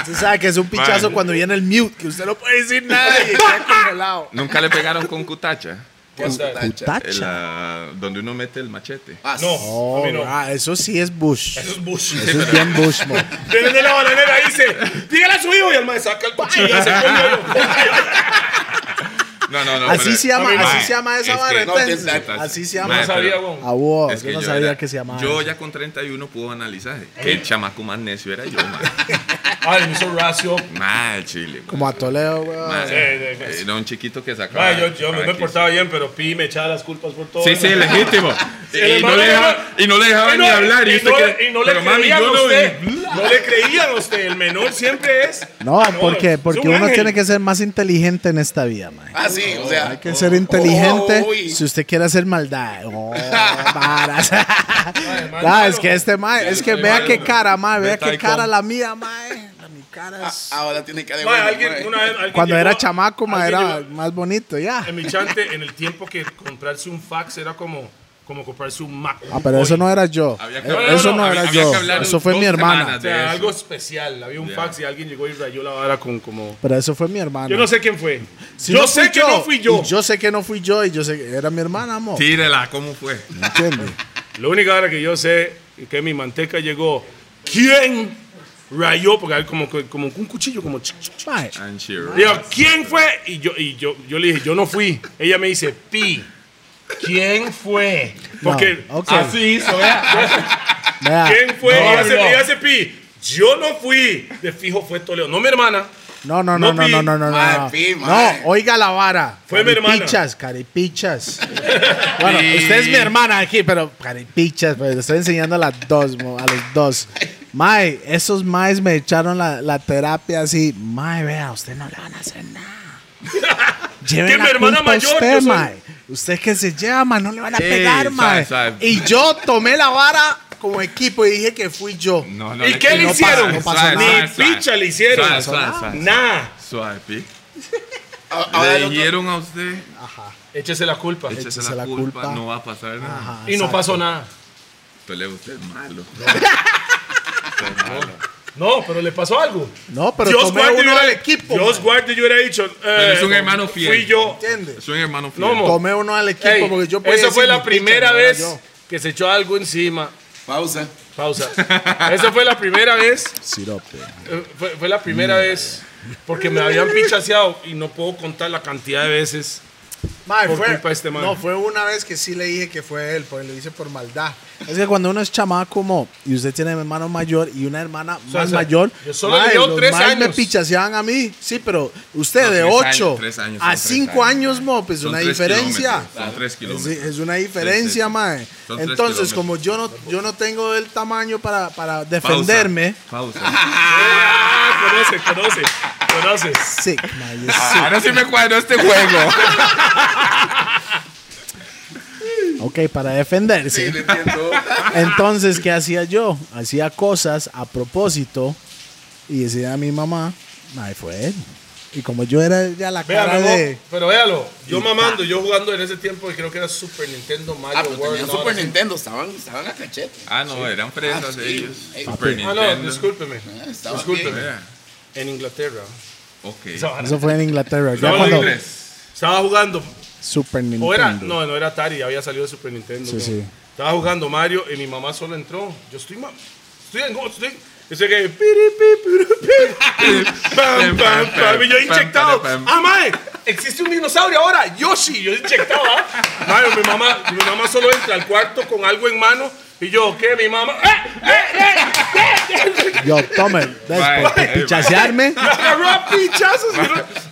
A: Usted sabe que es un pichazo
E: Mae.
A: cuando viene el mute, que usted no puede decir nada y
E: <laughs>
A: está congelado.
E: Nunca le pegaron con cutacha.
B: What's that?
E: En
A: Tacha.
E: la- donde uno mete el machete.
C: Ah,
B: No,
A: Oh,
B: a mí no.
A: ah, eso sí es Bush.
B: Eso es Bush.
A: Eso es bien Bush, mo.
B: <laughs> Viene de la bananera y dice, dígale a su hijo. Y el maestro saca el
E: <laughs>
B: cuchillo y hace coño.
E: No, no, no.
A: Así
E: pero-
A: se llama,
B: a mí,
A: así
E: mae,
A: se llama esa
E: es
A: vara.
E: que-
C: no,
A: entonces.
C: es- es-
A: Así se
B: No
A: llama.
E: Mae,
B: sabía,
E: pero-
B: weón.
A: A vos,
E: Es
A: yo
E: que
A: no
E: yo
A: sabía
E: era-
A: que se llamaba.
E: Yo
A: eso.
E: ya con 31 puedo analizar. Que el chamaco más necio era yo, man.
A: <laughs>
B: Ay, me hizo racio.
E: Mal chile, man.
A: Como a Toledo, weón.
E: Mal.
B: Sí, sí, sí.
E: Era un chiquito que sacaba.
B: Ay, yo, yo me, me
E: aquí.
B: portaba bien, pero Pi me echaba las culpas por todo.
E: Sí,
B: <laughs>
E: sí, legítimo.
B: Sí,
E: Y,
B: el
E: y no
B: hermano
E: le
B: era-
E: dejaba, y no le dejaban
B: Y no-
E: ni hablar. Y,
B: y
E: usted
B: no,
E: que-
B: y no le
E: pero mami,
B: creían
E: yo
B: a
E: no.
B: usted. No le creían a usted. El menor siempre es.
A: No,
B: Ah,
A: porque,
B: es
A: porque
B: un
A: uno
B: ángel.
A: tiene que ser más inteligente en esta vida, mae.
C: Ah, sí, o sea.
A: Hay que ser inteligente
C: oh, uy.
A: si usted quiere hacer maldad. Oh, varas. <laughs>
B: mae,
A: No,
B: malo.
A: es que este mae, es que
E: soy
A: vea
E: malo.
A: qué cara, mae, vea
E: Vete
A: qué
E: ahí
A: cara
E: con-
A: la mía, mae. La mi cara es-
C: Ahora tiene que
E: Este
B: Ma,
C: devolver.
B: alguien, una vez, alguien
A: Cuando
B: llegó-
A: era chamaco, mae,
B: alguien
A: era
B: llegó- Em,
A: más bonito, ya.
B: En mi chante, en el tiempo que comprarse un fax era como, como comprarse un Mac.
A: Ah, pero eso no era yo.
E: Había que-
A: Eh,
E: No, no,
A: Eso
E: no,
A: no
E: había-
A: era
E: había
A: yo.
E: que hablar
A: Eso fue
E: dos
A: mi hermana.
E: semanas.
B: O sea,
E: de eso.
B: algo especial. Había un fax y alguien llegó y rayó la vara con como.
A: Pero eso fue mi hermana.
B: Yo no sé quién fue.
A: Ah, Si
B: yo
A: no fui
B: sé que no fui yo.
A: y Yo sé que no fui yo y yo sé que era mi hermana, amor.
E: Tírela, ¿cómo fue?
A: ¿Me entiendes?
B: Lo único ahora que yo sé es que mi manteca llegó. ¿Quién rayó? Porque hay como, que- como un cuchillo, como. chic, chic, chic.
A: Mae,
E: And she wrote.
B: Digo, ¿quién fue? Y yo, y yo, yo le dije, yo no fui. Ella me dice, Pi, ¿quién fue? Porque
A: No, ok.
B: así hizo,
A: <laughs>
B: ¿verdad?
A: vea,
B: ¿Quién fue?
A: no,
B: y hace, y hace Pi. Yo no fui. De fijo fue Toledo. No mi hermana.
A: No, no,
B: No,
A: no, no,
B: pi-
A: no, no, no,
C: Mae,
A: no.
C: pi, mae.
A: No, oiga la vara.
B: Fue mi hermana. <laughs>
A: Caripichas, caripichas. bueno, usted es mi hermana aquí, pero caripichas, pero le estoy enseñando a las dos, mo- a los dos. Mae, esos maes me echaron la, la terapia así. Mae, vea, usted no le van a hacer nada.
B: <laughs>
A: Lleven
B: Que mi
A: la
B: hermana
A: culpa a
B: mayor,
A: usted,
B: yo soy-
A: mae. Usted que se lleva, mae, no le van a
E: Sí,
A: pegar,
E: sabe,
A: mae.
E: sabe.
A: Y yo tomé la vara como equipo y dije que fui yo.
E: No, no
B: ¿Y qué le
E: no pasa,
B: hicieron?
E: no
A: Ni
E: pasa nada.
B: picha le hicieron.
E: Suave,
B: No
E: suave, suave.
B: Nada.
E: Suave, pi.
C: Ahora el
E: le
C: otro-
E: dijeron a usted,
B: Échese la culpa.
E: échese
A: Échese
E: la,
A: la
E: culpa,
A: culpa.
E: no va a pasar nada.
A: Ajá,
B: Y no
A: exacto.
B: pasó nada.
E: Toledo, usted es malo.
B: No, pero le pasó algo.
A: No, pero
B: Dios
A: tomé
B: guarde, yo
A: uno
B: hubiera-
A: al equipo.
B: Dios
A: man.
B: guarde, yo hubiera dicho. eh,
E: es un hermano fiel.
B: Fui yo.
A: ¿Entiendes?
E: Soy un hermano fiel.
B: Lomo.
A: Tomé uno al equipo
B: Ey,
A: porque yo podía
B: esa fue
A: decir,
B: la
A: "Mi
B: primera
A: picha,
B: vez
A: no era yo".
B: que se echó algo encima.
C: Pausa.
B: Pausa. esa fue la primera vez.
A: Sirope.
B: eh, Fue, fue la
C: Mm.
B: primera vez. Porque me habían pichaseado y no puedo contar la cantidad de veces.
A: Mae,
B: Por
A: fue,
B: culpa de este man.
A: No, fue una vez que sí le dije que fue él, porque le hice por maldad. Es que cuando uno es chamaco como, y usted tiene un hermano mayor y una hermana
B: sea,
A: más
B: o sea,
A: mayor,
B: yo solo le
A: mae,
B: llevo
A: los
B: tres
A: maes me
B: años.
A: pichasean a mí. Sí, pero usted
E: No,
A: de
E: tres años,
A: 8
E: tres años, son
A: a
E: tres
A: 5
E: años.
A: años, mo, pues
E: Son
A: una
E: tres
A: diferencia.
E: kilómetros, Son tres
A: Es,
E: kilómetros.
A: es una diferencia,
E: Sí, sí.
A: mae.
E: Son tres
A: Entonces,
E: kilómetros.
A: como yo no, yo no tengo el tamaño para, para
E: Pausa,
A: defenderme, <laughs>
E: Pausa.
B: Ah, conoce, conoce, conoce.
A: sick, mae, you're
E: Ah,
A: sick.
E: Ahora sí me cuadro este juego.
A: <laughs> Ok, para defenderse.
C: Ah,
A: Entonces, ¿qué hacía yo? Hacía cosas a propósito y decía a mi mamá, ay, fue él. Y como yo era ya la
B: Vea, mi
A: cara
B: amor,
A: de...
B: pero véalo, yo mamando, yo jugando en ese tiempo, creo que era Super Nintendo, Mario
C: Ah, pero
B: World.
C: tenían
B: no,
C: Super
B: ahora sí.
C: Nintendo, estaban, estaban a cachete.
E: Ah, no, eran
C: Ah,
E: fresas
C: sí.
E: ellos.
C: Ey,
E: Super
B: Ah,
E: Nintendo.
B: no, discúlpeme.
C: Eh, estaba
B: Discúlpeme.
E: Vea,
B: En Inglaterra.
E: Ok.
A: Eso fue en Inglaterra. Ya
B: No,
A: cuando...
E: Tres.
B: Estaba jugando,
A: Super Nintendo.
B: o era, no, no era Atari, había salido de Super Nintendo.
A: Sí,
B: ¿no?
A: sí.
B: Estaba jugando Mario y mi mamá solo entró. Yo estoy, ma estoy en go- estoy. Dice que. piri, pi, piri, <laughs> pi, Pam, pam, pam. Y yo inyectado.
E: Pam, pam, pam.
B: Ah, mae, existe un dinosaurio ahora. Yoshi. Yo inyectado. ¿ah? Mae, mi mamá, mi mamá solo entra al cuarto con algo en mano. Y yo, ¿qué? Mi mamá. <laughs> ¡Eh!
A: Yo, tome, después
E: Bye,
A: de
E: bye.
A: pichasearme.
B: Me agarró a pinchazos. Y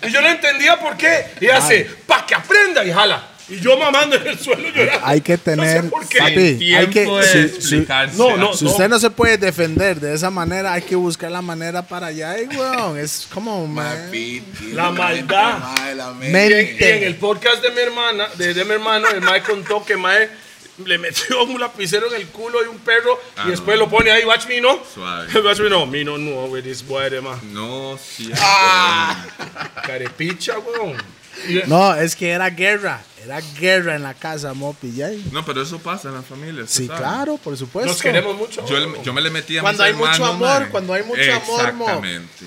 B: yo, y yo no entendía por qué. Y hace, pa' que aprenda. Y jala. Y yo mamando en el suelo llorando.
A: Hay que tener...
B: No sé por qué.
A: papi, hay que...
E: Tiempo de
A: si- si-
E: explicarse.
B: No, no.
A: si usted no se puede defender de esa manera, hay que buscar la manera para allá. Ey, weón, es como, man.
B: La maldad.
A: Mente.
B: Y en el podcast de mi hermana, de, de mi hermano, el Mae contó que Mae le metió un lapicero en el culo de un perro y
E: Ah, no.
B: después lo pone ahí, watch me no.
E: Suave.
B: <laughs> Watch me no. Me no no with this boy de ma.
E: No, sí.
A: Ah.
B: Carepicha, weón. Y-
A: No, es que era guerra. Era guerra en la casa, Mopi. ya.
E: No, pero eso pasa en las familias.
A: Sí,
E: ¿sabes?
A: claro, por supuesto.
B: Nos queremos mucho.
E: Yo, le- yo me le metí a
A: Cuando
E: mis
A: hay mucho
E: hermanos,
A: amor,
E: mae.
A: cuando hay mucho amor, mo.
E: Exactamente.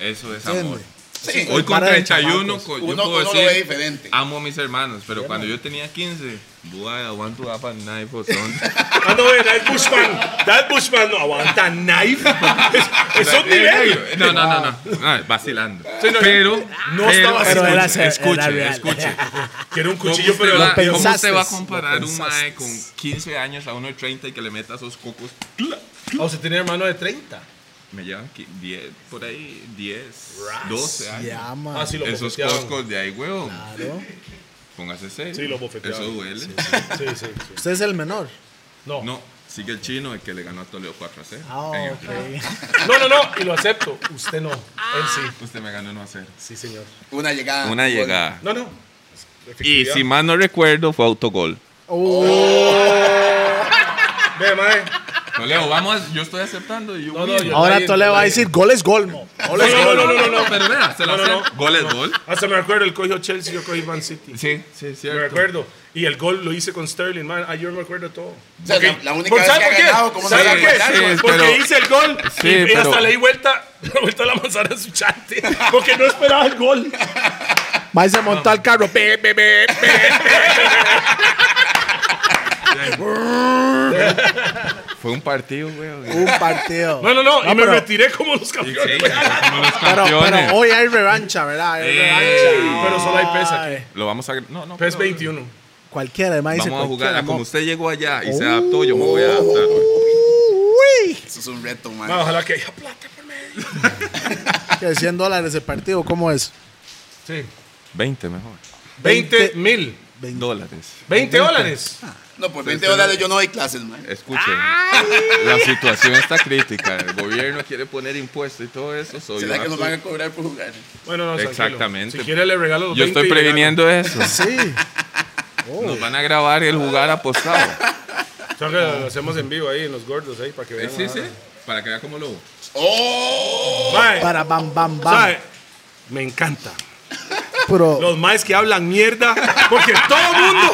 E: Eso es amor.
A: ¿Entiende?
C: Sí,
E: Hoy con
A: Para de
E: 31,
A: chamacos.
E: co- yo
C: uno,
E: puedo
C: uno lo ve
E: decir,
C: diferente.
E: amo a mis hermanos, pero cuando yo tenía 15, boy, I want to have a knife
B: <laughs>
E: or something.
B: Ah, no, eh, that Bushman. That Bushman no aguanta knife. Es, es un nivel.
E: No, no, no, no, no, vacilando.
B: no,
E: pero,
B: no está
E: pero,
B: vacilando.
A: Pero era
E: escuche,
A: ser- era
E: escuche,
A: real.
B: <laughs>
E: escuche.
B: Quiero un
E: ¿Cómo,
B: cuchillo,
E: usted
B: pero
E: va,
A: lo
B: la-
E: cómo
A: pensaste,
E: usted va a
A: lo
E: comparar un
A: pensaste.
E: mae con 15 años a uno de 30 y que le meta esos cocos?
B: O se tiene hermano de 30.
E: Me llevan aquí 10, por ahí 10, 12 años.
A: <laughs> Ya, man.
B: Ah, sí, lo
E: Esos
B: bofeteaban.
E: cocos de ahí, huevo.
A: Claro.
E: Póngase serio.
B: Sí, lo bofeteaban.
E: Eso duele.
B: Sí, sí, sí.
A: Usted es el menor.
B: No.
E: No, sigue el chino, el que le ganó a Toledo 4 a 0.
A: Ah,
E: En el-
A: <laughs> ok.
B: No, no, no. Y lo acepto. Usted no.
E: Ah.
B: Él sí. Ah,
E: Usted me ganó 1 a 0.
B: Sí, señor.
C: Una llegada.
E: Una llegada.
B: No, no.
E: Y si mal no recuerdo, fue autogol.
A: Uh,
B: Ve, mae.
E: Toledo, vamos, yo estoy aceptando. y you
B: No, no,
E: win.
B: yo-
A: Ahora Tole va a decir, gol es gol, mo.
E: Gol es
B: No, no,
E: gol.
B: no, no, no, no.
E: pero vea, se lo
B: No, no,
E: acepto. Gol es gol.
B: Hasta me recuerdo, él cogió Chelsea, yo cogí Man City.
E: Sí, sí,
B: Me
E: cierto.
B: recuerdo. Y el gol lo hice con Sterling, man. Ah, yo me recuerdo todo.
C: O sea,
B: Porque-
C: la, la única
B: ¿Por
C: vez
B: ¿Sabe
C: que
B: por
C: ha
B: qué?
C: ganado, ¿cómo
B: ¿Sabe
C: no
B: por
C: se va
B: qué?
C: a acordar,
E: Sí,
C: güey?
E: es-
B: Porque
E: pero-
B: hice el gol
E: Sí,
B: y, y hasta
E: pero-
B: le di vuelta, <laughs> vuelta a la manzana a su chante. Porque no esperaba el gol.
A: Mae se montó al carro. pe, pe, pe, pe.
E: Fue un partido, güey.
B: <laughs>
A: Un partido.
B: No, no, no. y me
A: pero,
B: retiré como los campeones.
A: pero, pero hoy hay revancha, ¿verdad? Hay
E: Ey.
A: revancha.
B: Pero solo hay pesa
A: Ay.
B: aquí.
E: Lo vamos a. No, no.
B: PES
E: pero-
B: 21.
A: Cualquiera, el mae dice
E: Vamos a jugar.
A: cualquiera,
E: a Como
A: mo.
E: usted llegó allá y
B: Uh.
E: se adaptó, yo me voy a adaptar. güey.
A: Uy.
C: Eso es un reto, man.
B: Ah, ojalá que haya plata por medio.
A: Que 100 dólares el partido, ¿cómo es?
B: Sí.
E: 20 mejor.
B: 20 mil.
E: Dólares.
B: 20 dólares.
E: Ah.
C: No, por 20 dólares yo no doy clases, man.
E: Escuchen, la situación está crítica. El gobierno quiere poner impuestos y todo eso. Soy
C: ¿Será
E: un
C: que nos
E: absurdo.
C: van a cobrar por jugar?
B: Bueno, no, tranquilo.
E: Exactamente.
B: Si quiere le regalo los
E: Yo
B: 20
E: estoy
B: y le gano.
E: previniendo eso.
A: Sí.
E: Nos van a grabar el jugar apostado.
B: O sea, que lo hacemos en vivo ahí, en los gordos, ahí, para que vean.
E: Sí,
B: la
E: sí.
B: vara.
E: Para que vea cómo lo.
C: ¡Oh!
B: Mae,
A: Oh, Para bam, bam, bam.
B: ¿sabe? Me encanta.
A: Pero
B: Los maes que hablan mierda, porque todo mundo,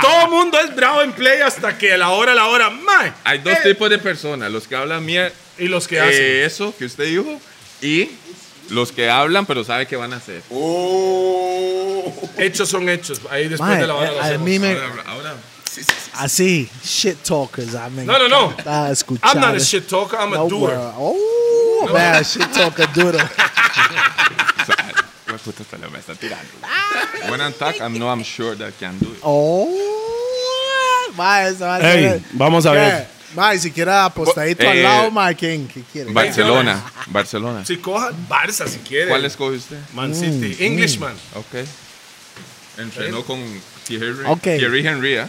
B: todo mundo es bravo en play hasta que a la hora, a la hora, mae.
E: Hay dos
B: Eh,
E: tipos de personas, los que hablan mierda,
B: Y los que hacen.
E: eso que usted dijo, y los que hablan pero sabe qué van a hacer.
C: Oh.
B: Hechos son hechos. Ahí después
A: Mae, eh,
B: de la hora lo
A: a- a
B: hacemos.
A: mí me-
E: Ahora, ahora,
A: así, shit talkers. ah, me
B: No, no, no.
A: encanta escuchar
B: I'm not a
A: eso.
B: shit talker, I'm a
A: No,
B: doer.
A: we're- Oh, man, shit talker duro.
E: o sea, la puta hasta la me está tirando. When I talk, I'm no, I'm sure that I can do it.
A: Oh, mae, eso va a
B: Ey,
A: ser-
B: vamos a
A: Eh, ¿Qué?
B: ver.
A: Mae, si quiera apostadito al
E: Eh,
A: lado, mae, ¿quién? ¿Qué quiere?
E: Barcelona, Barcelona.
B: Si cojan Barça si quieren.
E: ¿Cuál escoge usted?
B: Man City.
A: Mm,
B: Englishman.
E: Ok. Entrenó con Thierry,
A: Ok.
E: Thierry Henry. ¿eh?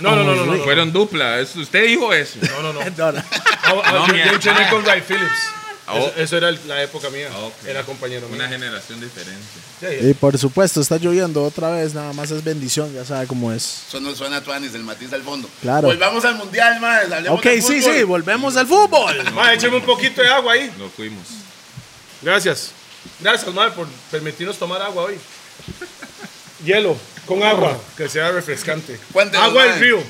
B: No, no, no, no, no.
E: Fueron dupla. eso- Usted dijo eso.
B: No,
E: <laughs>
B: no, no.
A: No, no.
B: Ah, ah,
E: No,
B: yo,
E: mía.
B: yo entrené con Ray Phillips.
E: Ah,
B: Eso,
E: oh.
B: eso era el- la época mía.
E: Ah, ok.
B: Era compañero mío.
E: Una generación diferente.
B: Yeah, yeah.
A: Y por supuesto, está lloviendo otra vez, nada más es bendición, ya sabe cómo es.
C: Eso no suena a Tuanis, el matiz al fondo.
A: Claro.
C: Volvamos al mundial, madre. hablemos
A: Ok,
C: de
A: sí,
C: fútbol.
A: sí, volvemos al fútbol.
B: Ma, écheme un poquito de agua ahí.
E: Nos fuimos.
B: Gracias. Gracias, madre, por permitirnos tomar agua
A: <laughs>
B: hoy. Hielo, con agua, que sea refrescante.
C: Cuéntenos,
B: agua del
C: mae.
B: río.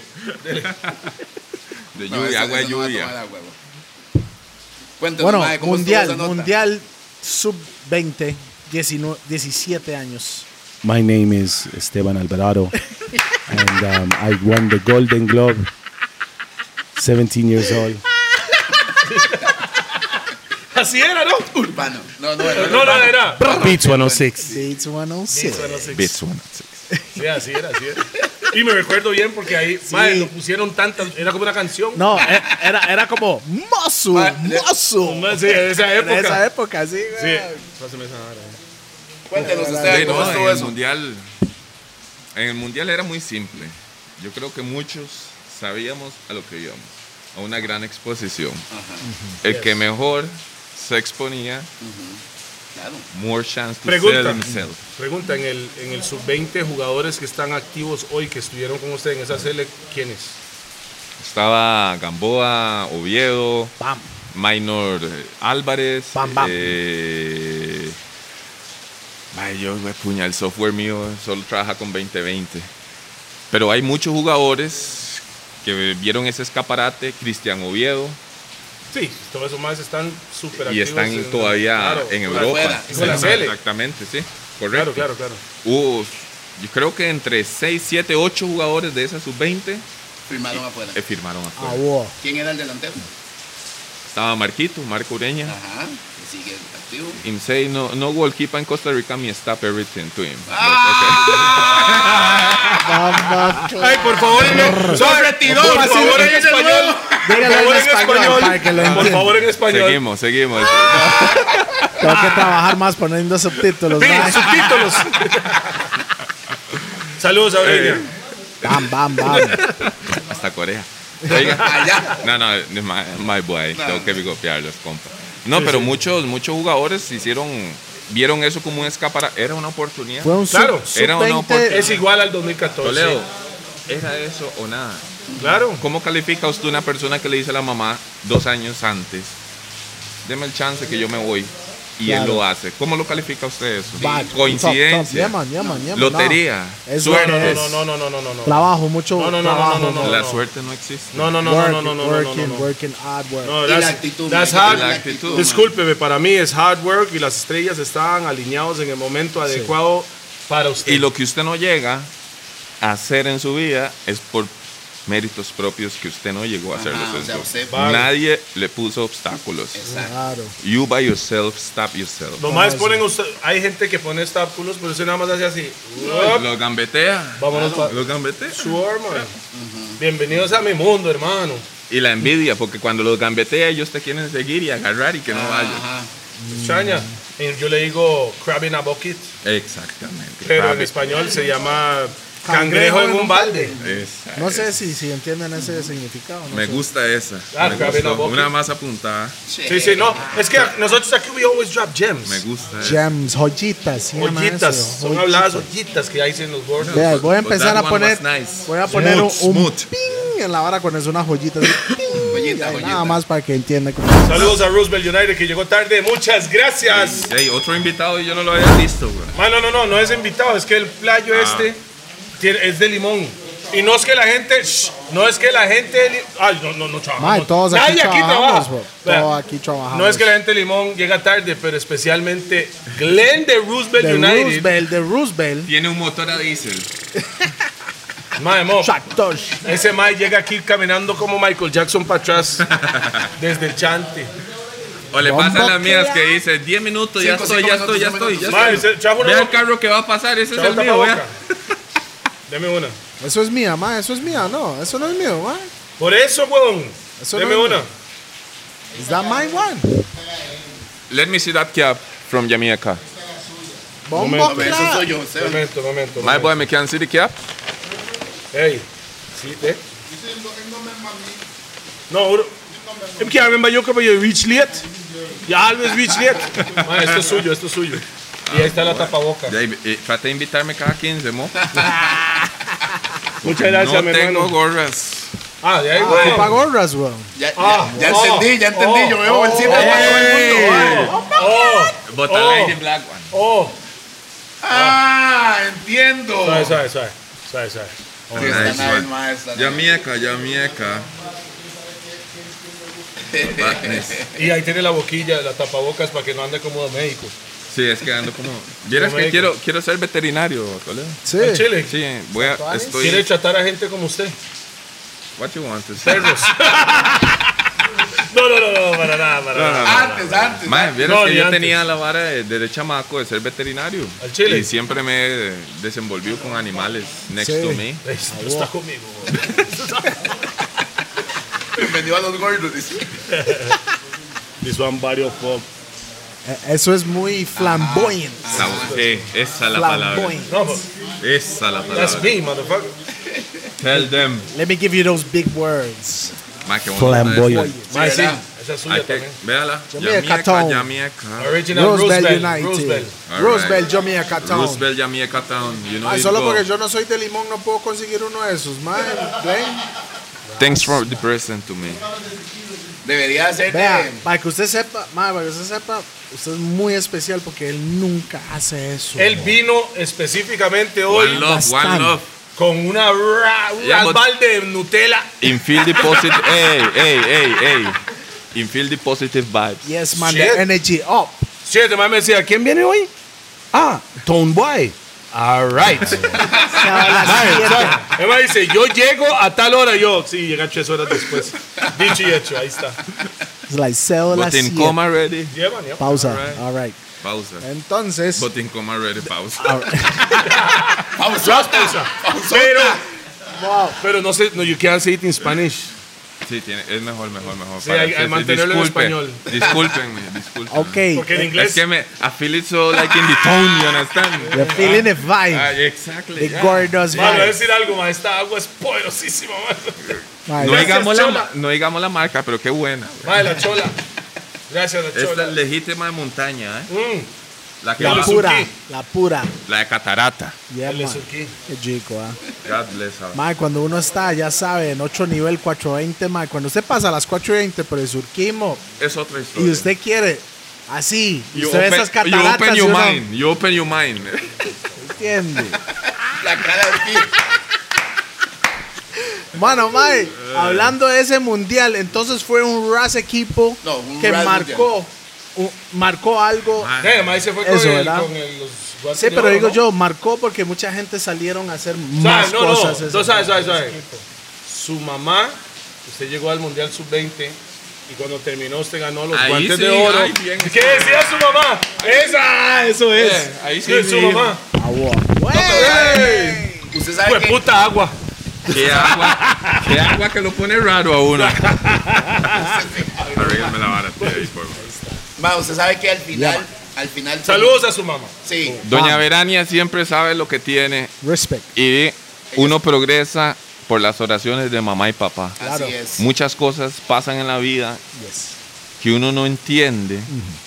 E: De
C: No,
E: lluvia,
C: eso-
E: agua de
C: eso no va a
E: lluvia.
C: tomar agua, güey. Cuéntanos,
A: Bueno,
C: madre, ¿cómo estuvo esa
A: mundial,
C: nota?
A: mundial sub-20, 19 17 años.
D: My name is Esteban Alvarado, and um, I won the Golden Globe. 17 years old.
B: Así era, ¿no?
C: Urbano. No, no, no,
B: No, no, era.
D: Beats 106.
A: Dates 106.
E: Bits one, six.
B: Sí, así era, así era. Y me recuerdo bien porque ahí, madre, lo pusieron tantas, era como una canción.
A: No, e- era, era como
B: <laughs>
A: Mozo,
C: Ma-
A: Mozo.
B: Mae, sí, de esa
A: En
B: época.
A: esa época, sí,
B: Sí.
A: güey.
B: Pásame esa vara. eh.
C: Cuéntanos, usted,
E: Sí,
C: ¿cómo
E: no, en
C: estuvo
E: el
C: eso?
E: mundial, en el mundial era muy simple. Yo creo que muchos sabíamos a lo que íbamos, a una gran exposición. El que mejor se exponía,
C: Claro.
E: more chance to
B: Pregunta.
E: sell himself.
B: Pregunta, en el, en el sub-20 jugadores que están activos hoy, que estuvieron con usted en esa sele, ¿quiénes?
E: Estaba Gamboa, Oviedo,
A: Bam.
E: Minor eh, Álvarez.
A: Bam, bam.
E: eh, ay, yo, güey, puña, el software mío solo trabaja con 2020. Pero hay muchos jugadores que vieron ese escaparate, Cristian Oviedo,
B: Sí, todos esos más están súper
E: y
B: activos.
E: están todavía
B: claro,
E: en Europa.
C: afuera,
E: Sí,
B: con la
E: no,
B: sele.
E: Exactamente, sí.
B: Claro,
E: Correcto.
B: claro, claro.
E: Hubo, yo creo que entre 6, 7, 8 jugadores de esas sub-20
C: Firmaron afuera.
E: eh, firmaron
A: Ah,
E: afuera.
B: <laughs>
A: wow.
C: ¿Quién era el delantero?
E: Estaba Marquito, Marco Ureña.
A: Ah.
C: Ajá. que Sigue activo.
E: Insane, no, no goalkeeper en Costa Rica, me stop everything to him.
A: Ah,
C: Ah,
A: Bamba,
B: Ay, por favor, en,
C: retiró,
B: por
C: así
B: favor,
C: lo
B: en
C: dice el
B: español.
C: huevo.
B: Por
A: Dígale
B: favor,
A: en
B: en
A: español para que lo
B: español. Por
A: entienda.
B: favor, en español.
E: Seguimos, seguimos.
A: Tengo que trabajar más poniendo subtítulos.
B: Sí,
A: mae.
B: subtítulos. Saludos, Aurelia.
A: Bam, bam, bam.
E: Hasta Corea. Oiga,
C: Allá.
E: no, no, my, my boy, tengo que bigopearlos, compa. No, pero muchos, muchos jugadores hicieron, vieron eso como un escaparate. Era una oportunidad.
A: Fue un sub,
B: Claro,
A: sub
E: era una
A: 20.
E: oportunidad.
B: Es igual al 2014.
E: Toledo, ¿era eso o nada?
B: Claro.
E: ¿Cómo califica usted una persona que le dice a la mamá dos años antes, deme el chance que yo me voy? Y él
A: Claro.
E: lo hace. ¿Cómo lo califica usted eso?
A: Bad. Top, top.
E: Coincidencia.
A: Yeah, man, yeah, man, yeah, man.
E: Lotería.
A: No. Es
E: suerte.
B: No, no, no, no, no, no, no, no, no.
A: Trabajo, mucho
B: No, no, no, no,
A: trabajo.
B: no, no, no.
A: man.
E: La suerte no existe.
B: No, no, no, no,
A: Working,
B: no, no, no, no,
A: working,
B: no, no.
A: working, hard work.
B: No,
C: Y la
B: that's-
C: actitud.
B: that's
C: madre,
B: hard.
C: la
E: La
C: actitud.
E: actitud.
B: Discúlpeme, para mí es hard work y las estrellas estaban alineados en el momento adecuado para usted.
E: Y lo que usted no llega a hacer en su vida es por méritos propios que usted no llegó a hacerlos
C: Ajá, o
E: en
C: sea,
E: su-
C: usted va-
E: Nadie le puso obstáculos.
C: Exacto.
A: Claro.
E: You by yourself, stop yourself.
B: Lo más ponen usted, hay gente que pone obstáculos, pero usted nada más hace así. Up.
E: Lo gambetea.
B: Vámonos pa-
E: Lo gambetea.
B: Sure, man. Bienvenidos a mi mundo, hermano.
E: Y la envidia, porque cuando los gambetea ellos te quieren seguir y agarrar y que no vayas.
C: Ajá.
B: Extraña. Y yo le digo crab in a bucket,
E: Exactamente.
B: pero en
E: papi.
B: español se llama cangrejo en un balde.
E: Esa
A: No
E: es.
A: sé si, si entienden ese significado. No
E: Me
A: sé.
E: gusta esa.
B: Ah,
E: Me
B: cabe en la
E: gustó.
B: boca.
E: Una más apuntada.
B: Sí, sí, no. Es que nosotros aquí we always drop gems.
E: Me gusta. esa.
A: Gems, joyitas. sí, llaman
B: Ollitas,
A: eso,
B: son
A: joyitas.
B: habladas ollitas que hay en los gordos.
A: Vea, voy a
E: But
A: empezar
E: that
A: a
E: one
A: poner,
E: was nice.
A: voy a poner un,
E: Smooth,
A: un
E: smooth.
A: ping en la vara cuando es una joyita. así, ping.
C: Oye, Doñita,
A: ahí,
C: doñita.
A: nada más para que entienda cómo.
B: Saludos a Roosevelt United que llegó tarde. Muchas gracias.
E: Hey, otro invitado y yo no lo había visto, bro.
B: Mano, no, no, no es invitado. Es que el playo
E: Ah.
B: este tiene- es de limón. Y no es que la gente. shh, no es que la gente. de Li- Ay, no, no, no trabajamos.
A: Mae, todos aquí
B: Nadie
A: trabajamos, bro.
B: Vea,
A: Todos aquí trabajamos.
B: No es que la gente de limón llega tarde, pero especialmente Glenn de Roosevelt
A: De
B: United.
A: Roosevelt, de Roosevelt.
E: Tiene un motor a diésel.
B: Mae, mo,
A: Tractor.
B: Ese Mae llega aquí caminando como Michael Jackson para
E: <laughs>
B: atrás desde el chante.
E: Este O le
A: Bomba
E: pasan las mías
A: crea.
E: que dice 10 minutos, ya
C: Cinco,
E: estoy,
C: cinco
E: ya estoy, ya
C: minutos,
E: estoy,
C: cinco
E: ya
B: Mae,
E: estoy.
B: se- trajo una
E: Vea el
B: boca-
E: carro que va a pasar, ese es
B: trajo
E: el mío,
B: tapaboca.
E: vea.
B: Deme una.
A: Eso es mía, ma. Eso es mía, no. Eso no es mío, ma.
B: Por eso, huevón.
A: Eso no
B: Deme
A: es-
B: una.
A: Is that my one?
E: Let me see that cab from Jamaica.
A: Bombo
C: A ver, eso soy
A: crack.
C: yo, Esteban.
B: Momento, momento.
E: My
B: momento.
E: boy, me can see the cab.
B: Hey. Sí, eh. No, bro. Em que remember you because you reach late. You always reach <laughs> late. Mae, Ah, esto es suyo, esto es suyo. Y ahí está la tapaboca.
E: De ahí, eh, Trate de invitarme cada 15, mo.
B: Muchas gracias,
E: No
B: mi
E: tengo
B: hermano.
E: gorras.
B: Ah, de ahí,
A: Que
B: huevón.
A: pagó Raswell.
C: Ya,
B: Ah,
C: ya, ya
B: oh,
C: entendí, ya entendí. yo veo por encima del barco del mundo.
B: Oh,
E: But I
B: Oh.
E: like the black one.
B: oh.
C: Ah, entiendo.
B: Suave, suave, suave. Suave, suave.
C: Sí, esta
E: Nice
C: nave
E: one.
C: es más, esta nave.
E: Jamaica, Jamaica. Badness.
B: Y ahí tiene la boquilla, la tapabocas para que no ande como médico.
E: Sí, es que ando como. Vieras que
B: Jamaica.
E: quiero, quiero ser veterinario, colega.
A: Sí.
B: En Chile.
E: Sí, voy a. Estoy.
B: Quiere tratar a gente como usted.
E: What you want to say?
B: Perros. no, no, no, no, para nada, para nada.
C: Antes, antes.
E: Mae, vieron
B: No,
E: que
B: ni
E: yo
B: antes.
E: tenía la vara de, de chamaco de ser veterinario.
B: ¿Al chile?
E: Y siempre me he desenvolvido con animales next
A: Sí.
E: to me.
B: Ey, no está conmigo.
C: Bienvenido a los gordos. dice.
B: This one body of pop.
A: Eh, Eso es muy flamboyant.
E: Sabo- Sí, eh, esa es la palabra.
A: Flamboyant.
B: No, but
E: Esa es la
B: that's
E: palabra.
B: me, motherfucker.
E: Tell them.
A: Let me give you those big words.
E: Mae, qué bonita es.
D: Flamboyant.
B: Mae, sí.
C: ¿verdad?
B: Esa es
E: Hay
B: suya
E: que,
B: también.
E: véala.
A: Jamaica
E: Jamaica,
A: Town.
E: Jamaica.
B: Original
A: Roosevelt
B: Roosevelt.
A: United.
B: Roosevelt.
E: Alright.
A: Roosevelt, Jamaica Town.
E: Roosevelt, Jamaica Town. You know
A: Ay,
E: it
A: Ah, solo
E: go.
A: porque yo no soy de limón no puedo conseguir uno de esos, man.
E: Thanks for the present to me.
C: Debería hacerte.
A: Vea, para que usted sepa, mae, para que usted sepa, usted es muy especial porque él nunca hace eso.
B: Él vino específicamente
E: One
B: hoy
E: love, one
A: Bastante.
E: love.
B: con una ra, un
E: Yeah, but-
B: balde de Nutella.
E: Infill the <laughs> positive. hey, hey, hey, hey. Infill the positive vibes.
A: Yes, man,
B: Shit.
A: the energy up.
B: Sí, este mae me decía, ¿quién viene hoy? Ah, Tone Boy. All
A: <laughs>
B: right.
A: Se va a la mierda.
B: Emma dice, yo llego a tal hora. Yo, sí, llega tres horas después. Dicho y hecho, ahí está.
A: It's like, se va a la
E: But in
A: siete.
E: coma ready.
B: Llevan, ya.
A: Pausa.
E: Alright.
A: All right.
E: Pausa.
A: Entonces,
E: But in coma ready, pausa.
C: Pausota, pausota.
B: Pero,
A: wow.
B: pero no sé, no, you can't say it in Spanish.
E: Sí, tiene, es mejor, mejor, mejor.
B: Sí, hay- hay
E: que- sí,
B: mantenerlo en
E: disculpen,
B: español.
E: Discúlpenme, discúlpenme.
A: <laughs> Ok.
B: Porque en
E: Es
B: inglés.
E: que me, I feel it so like in the tone, you understand?
A: You're feeling the
E: Ah,
A: vibe.
E: exactly.
A: The
E: yeah.
A: gordos
B: Mano, voy a
A: vibe.
B: decir algo, ma. Esta agua es poderosísima, ma.
A: Mae,
E: No digamos, la,
B: Chola.
E: ma- no digamos la marca, pero qué buena.
B: Ma, la chola. Gracias, la
E: Es la
B: chola.
E: legítima de montaña, ¿eh?
B: Mm,
E: La, que
B: La
E: va-
A: La pura.
B: Suzuki.
A: La pura.
E: la de catarata.
A: Yeah,
B: el de
A: man.
B: Surquí.
A: Qué chico, ah.
E: God bless her.
A: Mae, cuando uno está, ya sabe, en 8 nivel 420, mae, cuando usted pasa a las 420 por el surquismo
E: Es otra
A: y
E: historia.
A: usted quiere así, y
E: You
A: usted ve
E: open-
A: esas
E: you open
A: cataratas y
E: your
A: uno
E: mind. You open your
B: <laughs>
E: mind.
A: entiende.
C: La cara de aquí.
A: Mano, mae, hablando de ese mundial, entonces fue un ras equipo
C: No, un
A: que
C: ras
A: marcó u- marcó algo.
E: Mae.
B: Eh, ma, ahí se fue con,
A: Eso,
B: el,
A: ¿verdad?
B: con el- los guantes
A: Sí,
B: de
A: pero
B: oro,
A: digo
B: ¿no?
A: yo, marcó porque mucha gente salieron a hacer
B: ¿Sabe?
A: más
B: No, no,
A: cosas.
B: no.
A: ese-
B: No, sabe, sabe, sabe. Su mamá, usted llegó al Mundial Sub-20 y cuando terminó usted ganó los
E: Ahí
B: guantes
E: sí,
B: de oro.
E: ay, bien.
B: ¿Qué decía su mamá? Esa, ah, eso es.
E: Eh, ahí sí,
B: Es su
E: mi hijo.
B: mamá.
A: Ah, wow.
C: Usted
B: Fue
C: sabe que
B: puta agua.
E: Qué agua, qué agua que lo pone raro
B: <laughs>
E: a uno. Arréglame la vara, tía, ahí, por favor.
C: Ma, usted sabe que al final, al final.
B: Saludos a su mamá.
C: Sí.
A: Oh,
E: Doña Verania siempre sabe lo que tiene
A: Respect.
E: y uno progresa por las oraciones de mamá y papá.
A: Claro.
C: Así es.
E: Muchas cosas pasan en la vida
A: Yes.
E: que uno no entiende,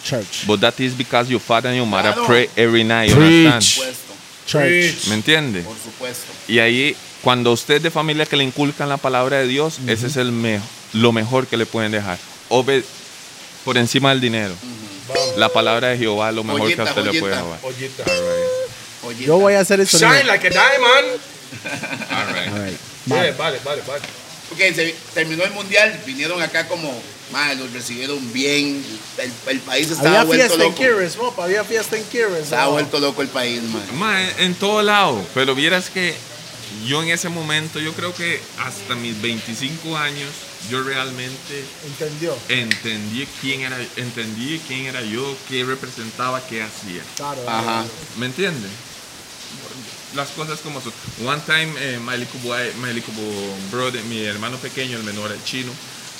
A: Church.
E: but that is because your father and your mother
C: Claro.
E: pray every night. you
A: Preach.
C: Por
E: understand?
C: supuesto,
A: Church.
E: ¿Me entiende?
C: por supuesto.
E: Y ahí, cuando usted es de familia que le inculcan la palabra de Dios, ese es el mejor lo mejor que le pueden dejar. Obe- por encima del dinero. La palabra de Jehová es lo mejor
C: Olleta,
E: que a usted le
C: olleta.
E: puede dejar.
B: Ollita.
C: Oye,
A: Yo voy a hacer el sonido.
B: Shine like a diamond.
E: All right.
A: All right.
B: Vale, vale, vale, vale.
C: Ok, se terminó el mundial, vinieron acá como, madre, los recibieron bien, el, el país estaba
A: Había
C: vuelto
A: fiesta en
C: loco.
A: Kieres, Mopa. Había fiesta en Kieres.
C: Estaba
A: mo.
C: vuelto loco el país, madre.
E: Ma, en todo lado, pero vieras que yo en ese momento, yo creo que hasta mis 25 años, yo realmente
A: Entendió.
E: entendí quién era, entendí quién era yo, qué representaba, qué hacía.
A: Claro.
C: Ajá.
E: ¿Me entiendes? Las cosas como son. One time, eh, my little boy- my little bo- brother, mi hermano pequeño, el menor, el chino,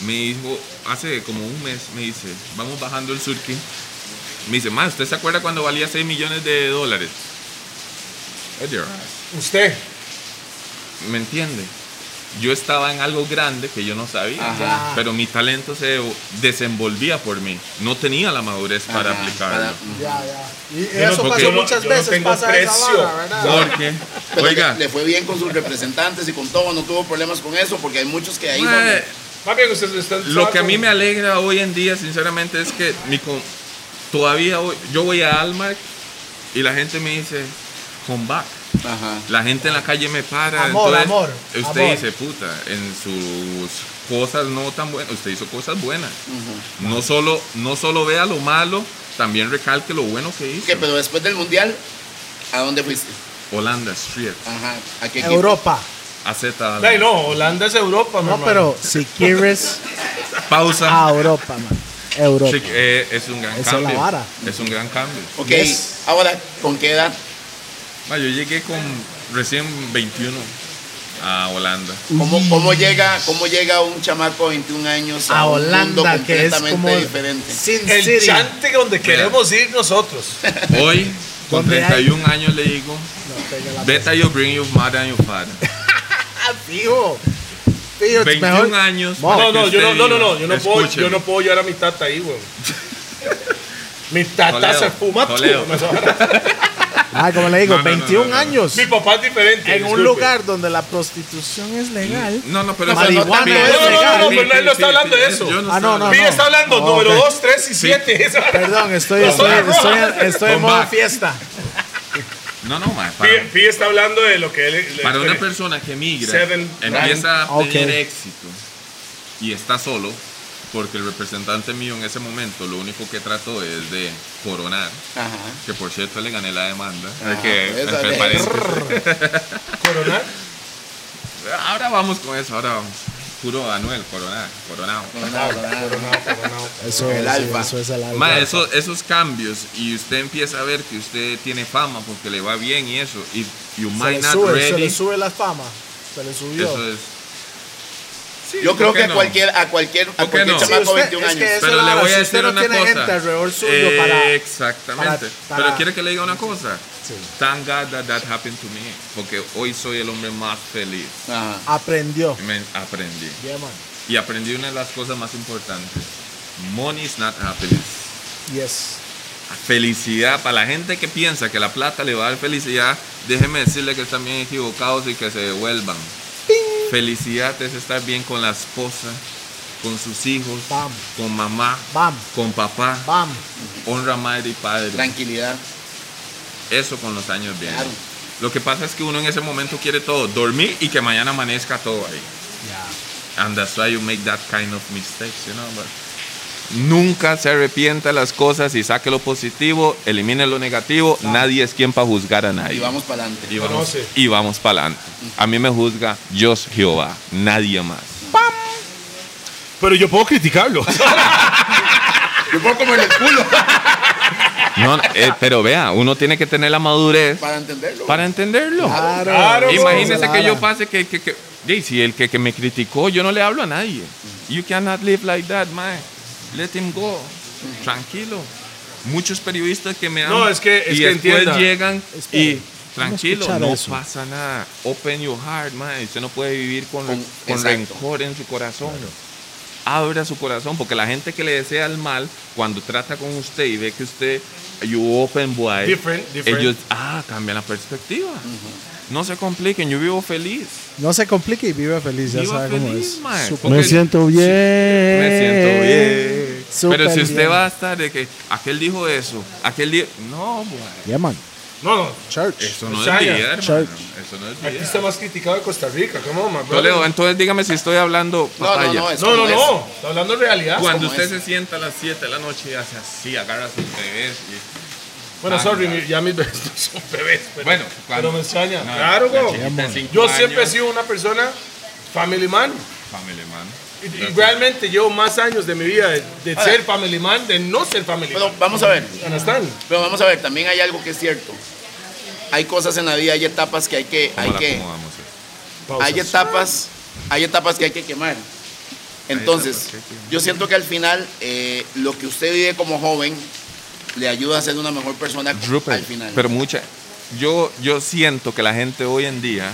E: me dijo, hace como un mes, me dice, vamos bajando el surquín. Me dice, ma, ¿usted se acuerda cuando valía 6 millones de dólares? Oye,
B: Usted.
E: ¿Me entiende? Yo estaba en algo grande que yo no sabía,
C: Ajá.
E: pero mi talento se desenvolvía por mí. No tenía la madurez para
C: Ajá,
E: aplicarlo.
C: para-
A: Ya, ya. Y
E: no,
A: eso
E: porque
A: pasó
E: yo
B: no-
A: muchas
B: yo no
A: veces.
B: tengo
A: pasa esa
B: precio.
A: vara, ¿verdad?
E: Porque,
C: Pero
E: oiga,
C: le, le fue bien con sus representantes y con todo, no tuvo problemas con eso, porque hay muchos que ahí
E: ma,
C: donde-
B: Más bien usted está
E: lo que a mí me alegra hoy en día, sinceramente, es que mi con- todavía hoy- yo voy a Almark y la gente me dice, come back.
C: Ajá.
E: La gente en la calle me para.
A: Amor,
E: entonces,
A: amor,
E: Usted
A: amor.
E: dice, puta, en sus cosas no tan buenas, usted hizo cosas buenas. no, solo, no solo vea lo malo, también recalque lo bueno que hizo.
C: Ok, pero después del mundial, ¿a dónde fuiste?
E: Holanda, Street,
C: Ajá. ¿A qué equipo?
A: Europa.
E: AZ.
B: Ay, no, Holanda es Europa, mi
A: No,
B: hermano.
A: pero si quieres
E: Pausa.
A: a Europa, man. Europa.
E: Sí, eh, es un gran
A: Ah, Esa es la
E: cambio.
A: vara.
E: Es un gran cambio.
C: Ok,
A: Yes.
C: ahora, ¿con qué edad?
E: Ma, Ah, yo llegué con recién 21 a Holanda.
C: ¿Cómo, cómo, llega, ¿Cómo llega un chamaco de 21 años a,
A: Mm. a
C: un mundo
A: Holanda, que es
C: completamente
A: como
C: diferente?
A: Sin
B: El
A: City.
B: chante donde queremos ir nosotros.
E: Hoy, con
A: ¿Dónde hay?
E: 31 años, le digo,
A: No, pega la-
E: beta you bring your mother and your father.
A: Ah, fijo. Fijo, <laughs> es
E: 21
A: mejor.
E: años.
A: Mo,
E: para
B: <laughs> No,
E: que
B: no, yo no,
E: usted
B: no, no,
E: diga,
B: no, yo no puedo,
E: escúcheme.
B: yo no puedo llevar a mi tata ahí, <laughs> weón. Mi tata
E: Toledo,
B: se fuma
E: Toledo.
B: todo.
A: Ah, como le digo,
E: No, no, no,
A: 21
E: no, no.
A: años.
B: Mi papá es diferente.
A: En un
B: disculpe.
A: lugar donde la prostitución es legal.
E: No, no, pero
A: Marihuana
E: pero-
A: es
E: pero-
A: legal. No, no, no,
B: pero él no está hablando de eso.
E: Yo no
A: Ah, no,
E: estoy hablando-
B: Mira,
A: no.
B: está hablando
A: Oh,
B: número
A: ok.
B: 2, 3 y 7.
A: Perdón, estoy, estoy,
B: no, no.
A: estoy, estoy en
E: Con
A: modo
E: back.
A: fiesta.
E: No, no, ma,
B: Pi,
E: para,
B: Pi está hablando de lo que él.
E: para
B: le-
E: una persona que migra,
B: Eh, Seven,
E: empieza a
A: Ah, Ok.
E: tener éxito y está solo, porque el representante mío en ese momento lo único que trató es de coronar,
C: Ajá.
E: que por cierto le gané la demanda.
C: Ah,
E: que,
C: pues, dale.
E: entre paréntesis.
A: <laughs>
B: Coronar.
E: ahora vamos con eso, ahora vamos. Puro Anuel, coronar, coronado.
C: Coronado, coronado.
A: Eso,
C: El
A: es-
C: alfa.
A: eso es el alfa.
E: Ma, eso- esos cambios y usted empieza a ver que usted tiene fama porque le va bien y eso y you
A: se,
E: might
A: le
E: not
A: sube, se
E: ready
A: le sube la fama. Se le subió.
E: eso es Sí,
C: Yo
E: ¿por
C: creo
E: qué
C: que a
E: no?
C: cualquier, a cualquier, a
E: ¿Por qué
C: cualquier
E: no?
A: Sí,
C: chamaco de
A: usted-
C: 21
A: es que
C: años.
A: esa
E: pero
A: es
E: le
A: la
E: voy
A: vara,
E: a
A: si usted
E: decir
A: no
E: una
A: tiene
E: cosa
A: gente alrededor suyo
E: Eh,
A: para-
E: exactamente
A: para-
E: pero quiere que le diga una cosa
A: Sí.
E: thank God that that happened to me porque hoy soy el hombre más feliz
C: Ajá.
A: Aprendió.
E: Me- aprendí
A: Yeah, man.
E: y aprendí una de las cosas más importantes money is not happiness
A: Yes.
E: felicidad. Para la gente que piensa que la plata le va a dar felicidad, déjenme decirle que están bien equivocados y que se devuelvan. Felicidad es estar bien con la esposa, con sus hijos,
A: Bam.
E: con mamá,
A: Bam.
E: con papá.
A: Bam.
E: Honra madre y padre.
C: Tranquilidad.
E: Eso con los años bien.
C: Claro.
E: Lo que pasa es que uno en ese momento quiere todo, dormir y que mañana amanezca todo ahí. And that's why you make that kind of mistakes, you know. but- nunca se arrepienta de las cosas y saque lo positivo, elimine lo negativo. Nadie es quien para juzgar a nadie.
C: Y vamos para adelante.
E: y vamos,
B: Conoce.
E: y vamos para adelante. A mí me juzga Dios Jehová, nadie más.
B: Pero yo puedo criticarlo.
C: Yo puedo comer el culo
E: No, eh, pero vea, uno tiene que tener la madurez
C: para entenderlo.
E: para entenderlo.
A: Claro.
B: Claro,
A: Eso es
E: Imagínese
A: la
E: que yo
A: vara.
E: pase que, que, que- Ey, si el que, que me criticó, yo no le hablo a nadie. You cannot live like that, man. Let him go. Tranquilo. Muchos periodistas que me han
B: No, es que- es
E: y
B: que
E: después
B: entienda.
E: llegan
A: Espere,
E: y
A: vamos a
E: tranquilo,
A: escuchar
E: no
A: eso.
E: pasa nada. Open your heart, man. Usted no puede vivir con,
C: Con-
E: con
C: exacto.
E: rencor en su corazón. Abra su corazón, porque la gente que le desea el mal, cuando trata con usted y ve que usted, you open wide,
B: Different, different.
E: ellos, ah, cambian la perspectiva. No se compliquen, yo vivo feliz.
A: No se complique y vive feliz, ya
E: Viva
A: sabe cómo
E: feliz,
A: es.
E: mae.
A: Súper-
E: Porque-
D: Me siento bien.
E: Me siento bien.
A: Súper
E: Pero si usted
A: bien.
E: va a estar de que aquel dijo eso, aquel dijo. No, boy.
D: Yeah, man.
B: <laughs> No, no.
A: Church.
E: Eso no es
B: Saya.
E: vida, hermano.
D: Church.
E: Eso no es
B: Aquí
E: vida.
B: está más criticado de Costa Rica. ¿Cómo, my brother?
E: Toledo, entonces dígame si estoy hablando
C: No, no,
E: papaya.
C: no, es
B: No,
C: como
B: no,
C: es.
B: no. Está hablando de realidad.
E: Cuando
C: como
E: usted
C: es.
E: se sienta a las 7 de la noche y hace así, agarra sus bebés. y-
B: Bueno,
E: Ah,
B: sorry,
E: claro.
B: mi- ya mis bebés <laughs> no son bebés. pues. Pero,
E: Bueno,
B: pero
E: cuando-
B: me extraña.
E: No,
B: claro,
E: la
B: güey.
E: chiquita de cinco
B: Yo siempre he
E: años,
B: sido una persona family man.
E: Family man.
B: Y, y realmente llevo más años de mi vida de, de ser family man, de no ser family
C: Pero
B: man.
C: vamos a ver,
B: ¿Understand?
C: pero vamos a ver, también hay algo que es cierto. Hay cosas en la vida, hay etapas que hay que,
E: ¿Cómo
C: hay
E: la
C: que,
E: acomodamos?
C: hay etapas, hay etapas que hay que quemar. Entonces,
E: etapas que hay que quemar.
C: yo siento que al final eh, lo que usted vive como joven le ayuda a ser una mejor persona al
E: Rupert,
C: final.
E: pero mucha. Yo, yo siento que la gente hoy en día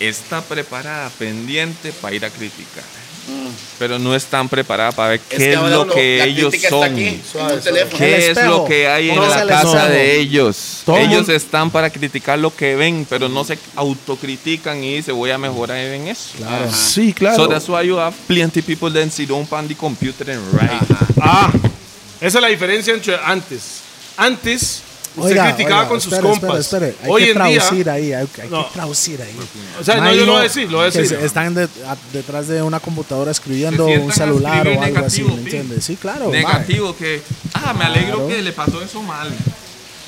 E: está preparada, pendiente para ir a criticar.
C: Mm.
E: Pero no están preparadas para ver
C: Es
E: qué es
C: ahora
E: lo
C: lo-
E: que
C: la
E: ellos
C: crítica está
E: son.
C: aquí, en
B: Suave, suave.
C: un teléfono.
A: El
E: ¿Qué es
A: espejo.
E: lo que hay en
A: Póngase
E: la
A: el
E: casa
A: espejo.
E: de ellos?
D: Todo
E: ellos
D: mundo-
E: están para criticar lo que ven, pero no se autocritican y dicen voy a mejorar en eso.
D: Claro. Sí, claro.
E: So that's why you have plenty people that sit on pan the computer and write.
B: Ah, esa es la diferencia entre antes. Antes, usted
A: Oiga,
B: criticaba
A: oiga,
B: con sus
A: espere,
B: compas.
A: espere, espere. Hay
B: Hoy
A: que
B: en día.
A: traducir ahí, hay, hay
B: No.
A: que traducir ahí.
B: O sea, no,
A: Mae,
B: yo lo voy a decir, lo voy a
A: que
B: decir.
A: se- este, están de- a- detrás de una computadora escribiendo
E: Se sientan
A: un
E: a
A: celular
E: escribir
A: o algo así,
E: negativo,
A: ¿me
E: pi.
A: entiendes? Sí, claro. mae.
E: Negativo que, ah, me alegro
A: Oh, Claro.
E: que le pasó eso mal.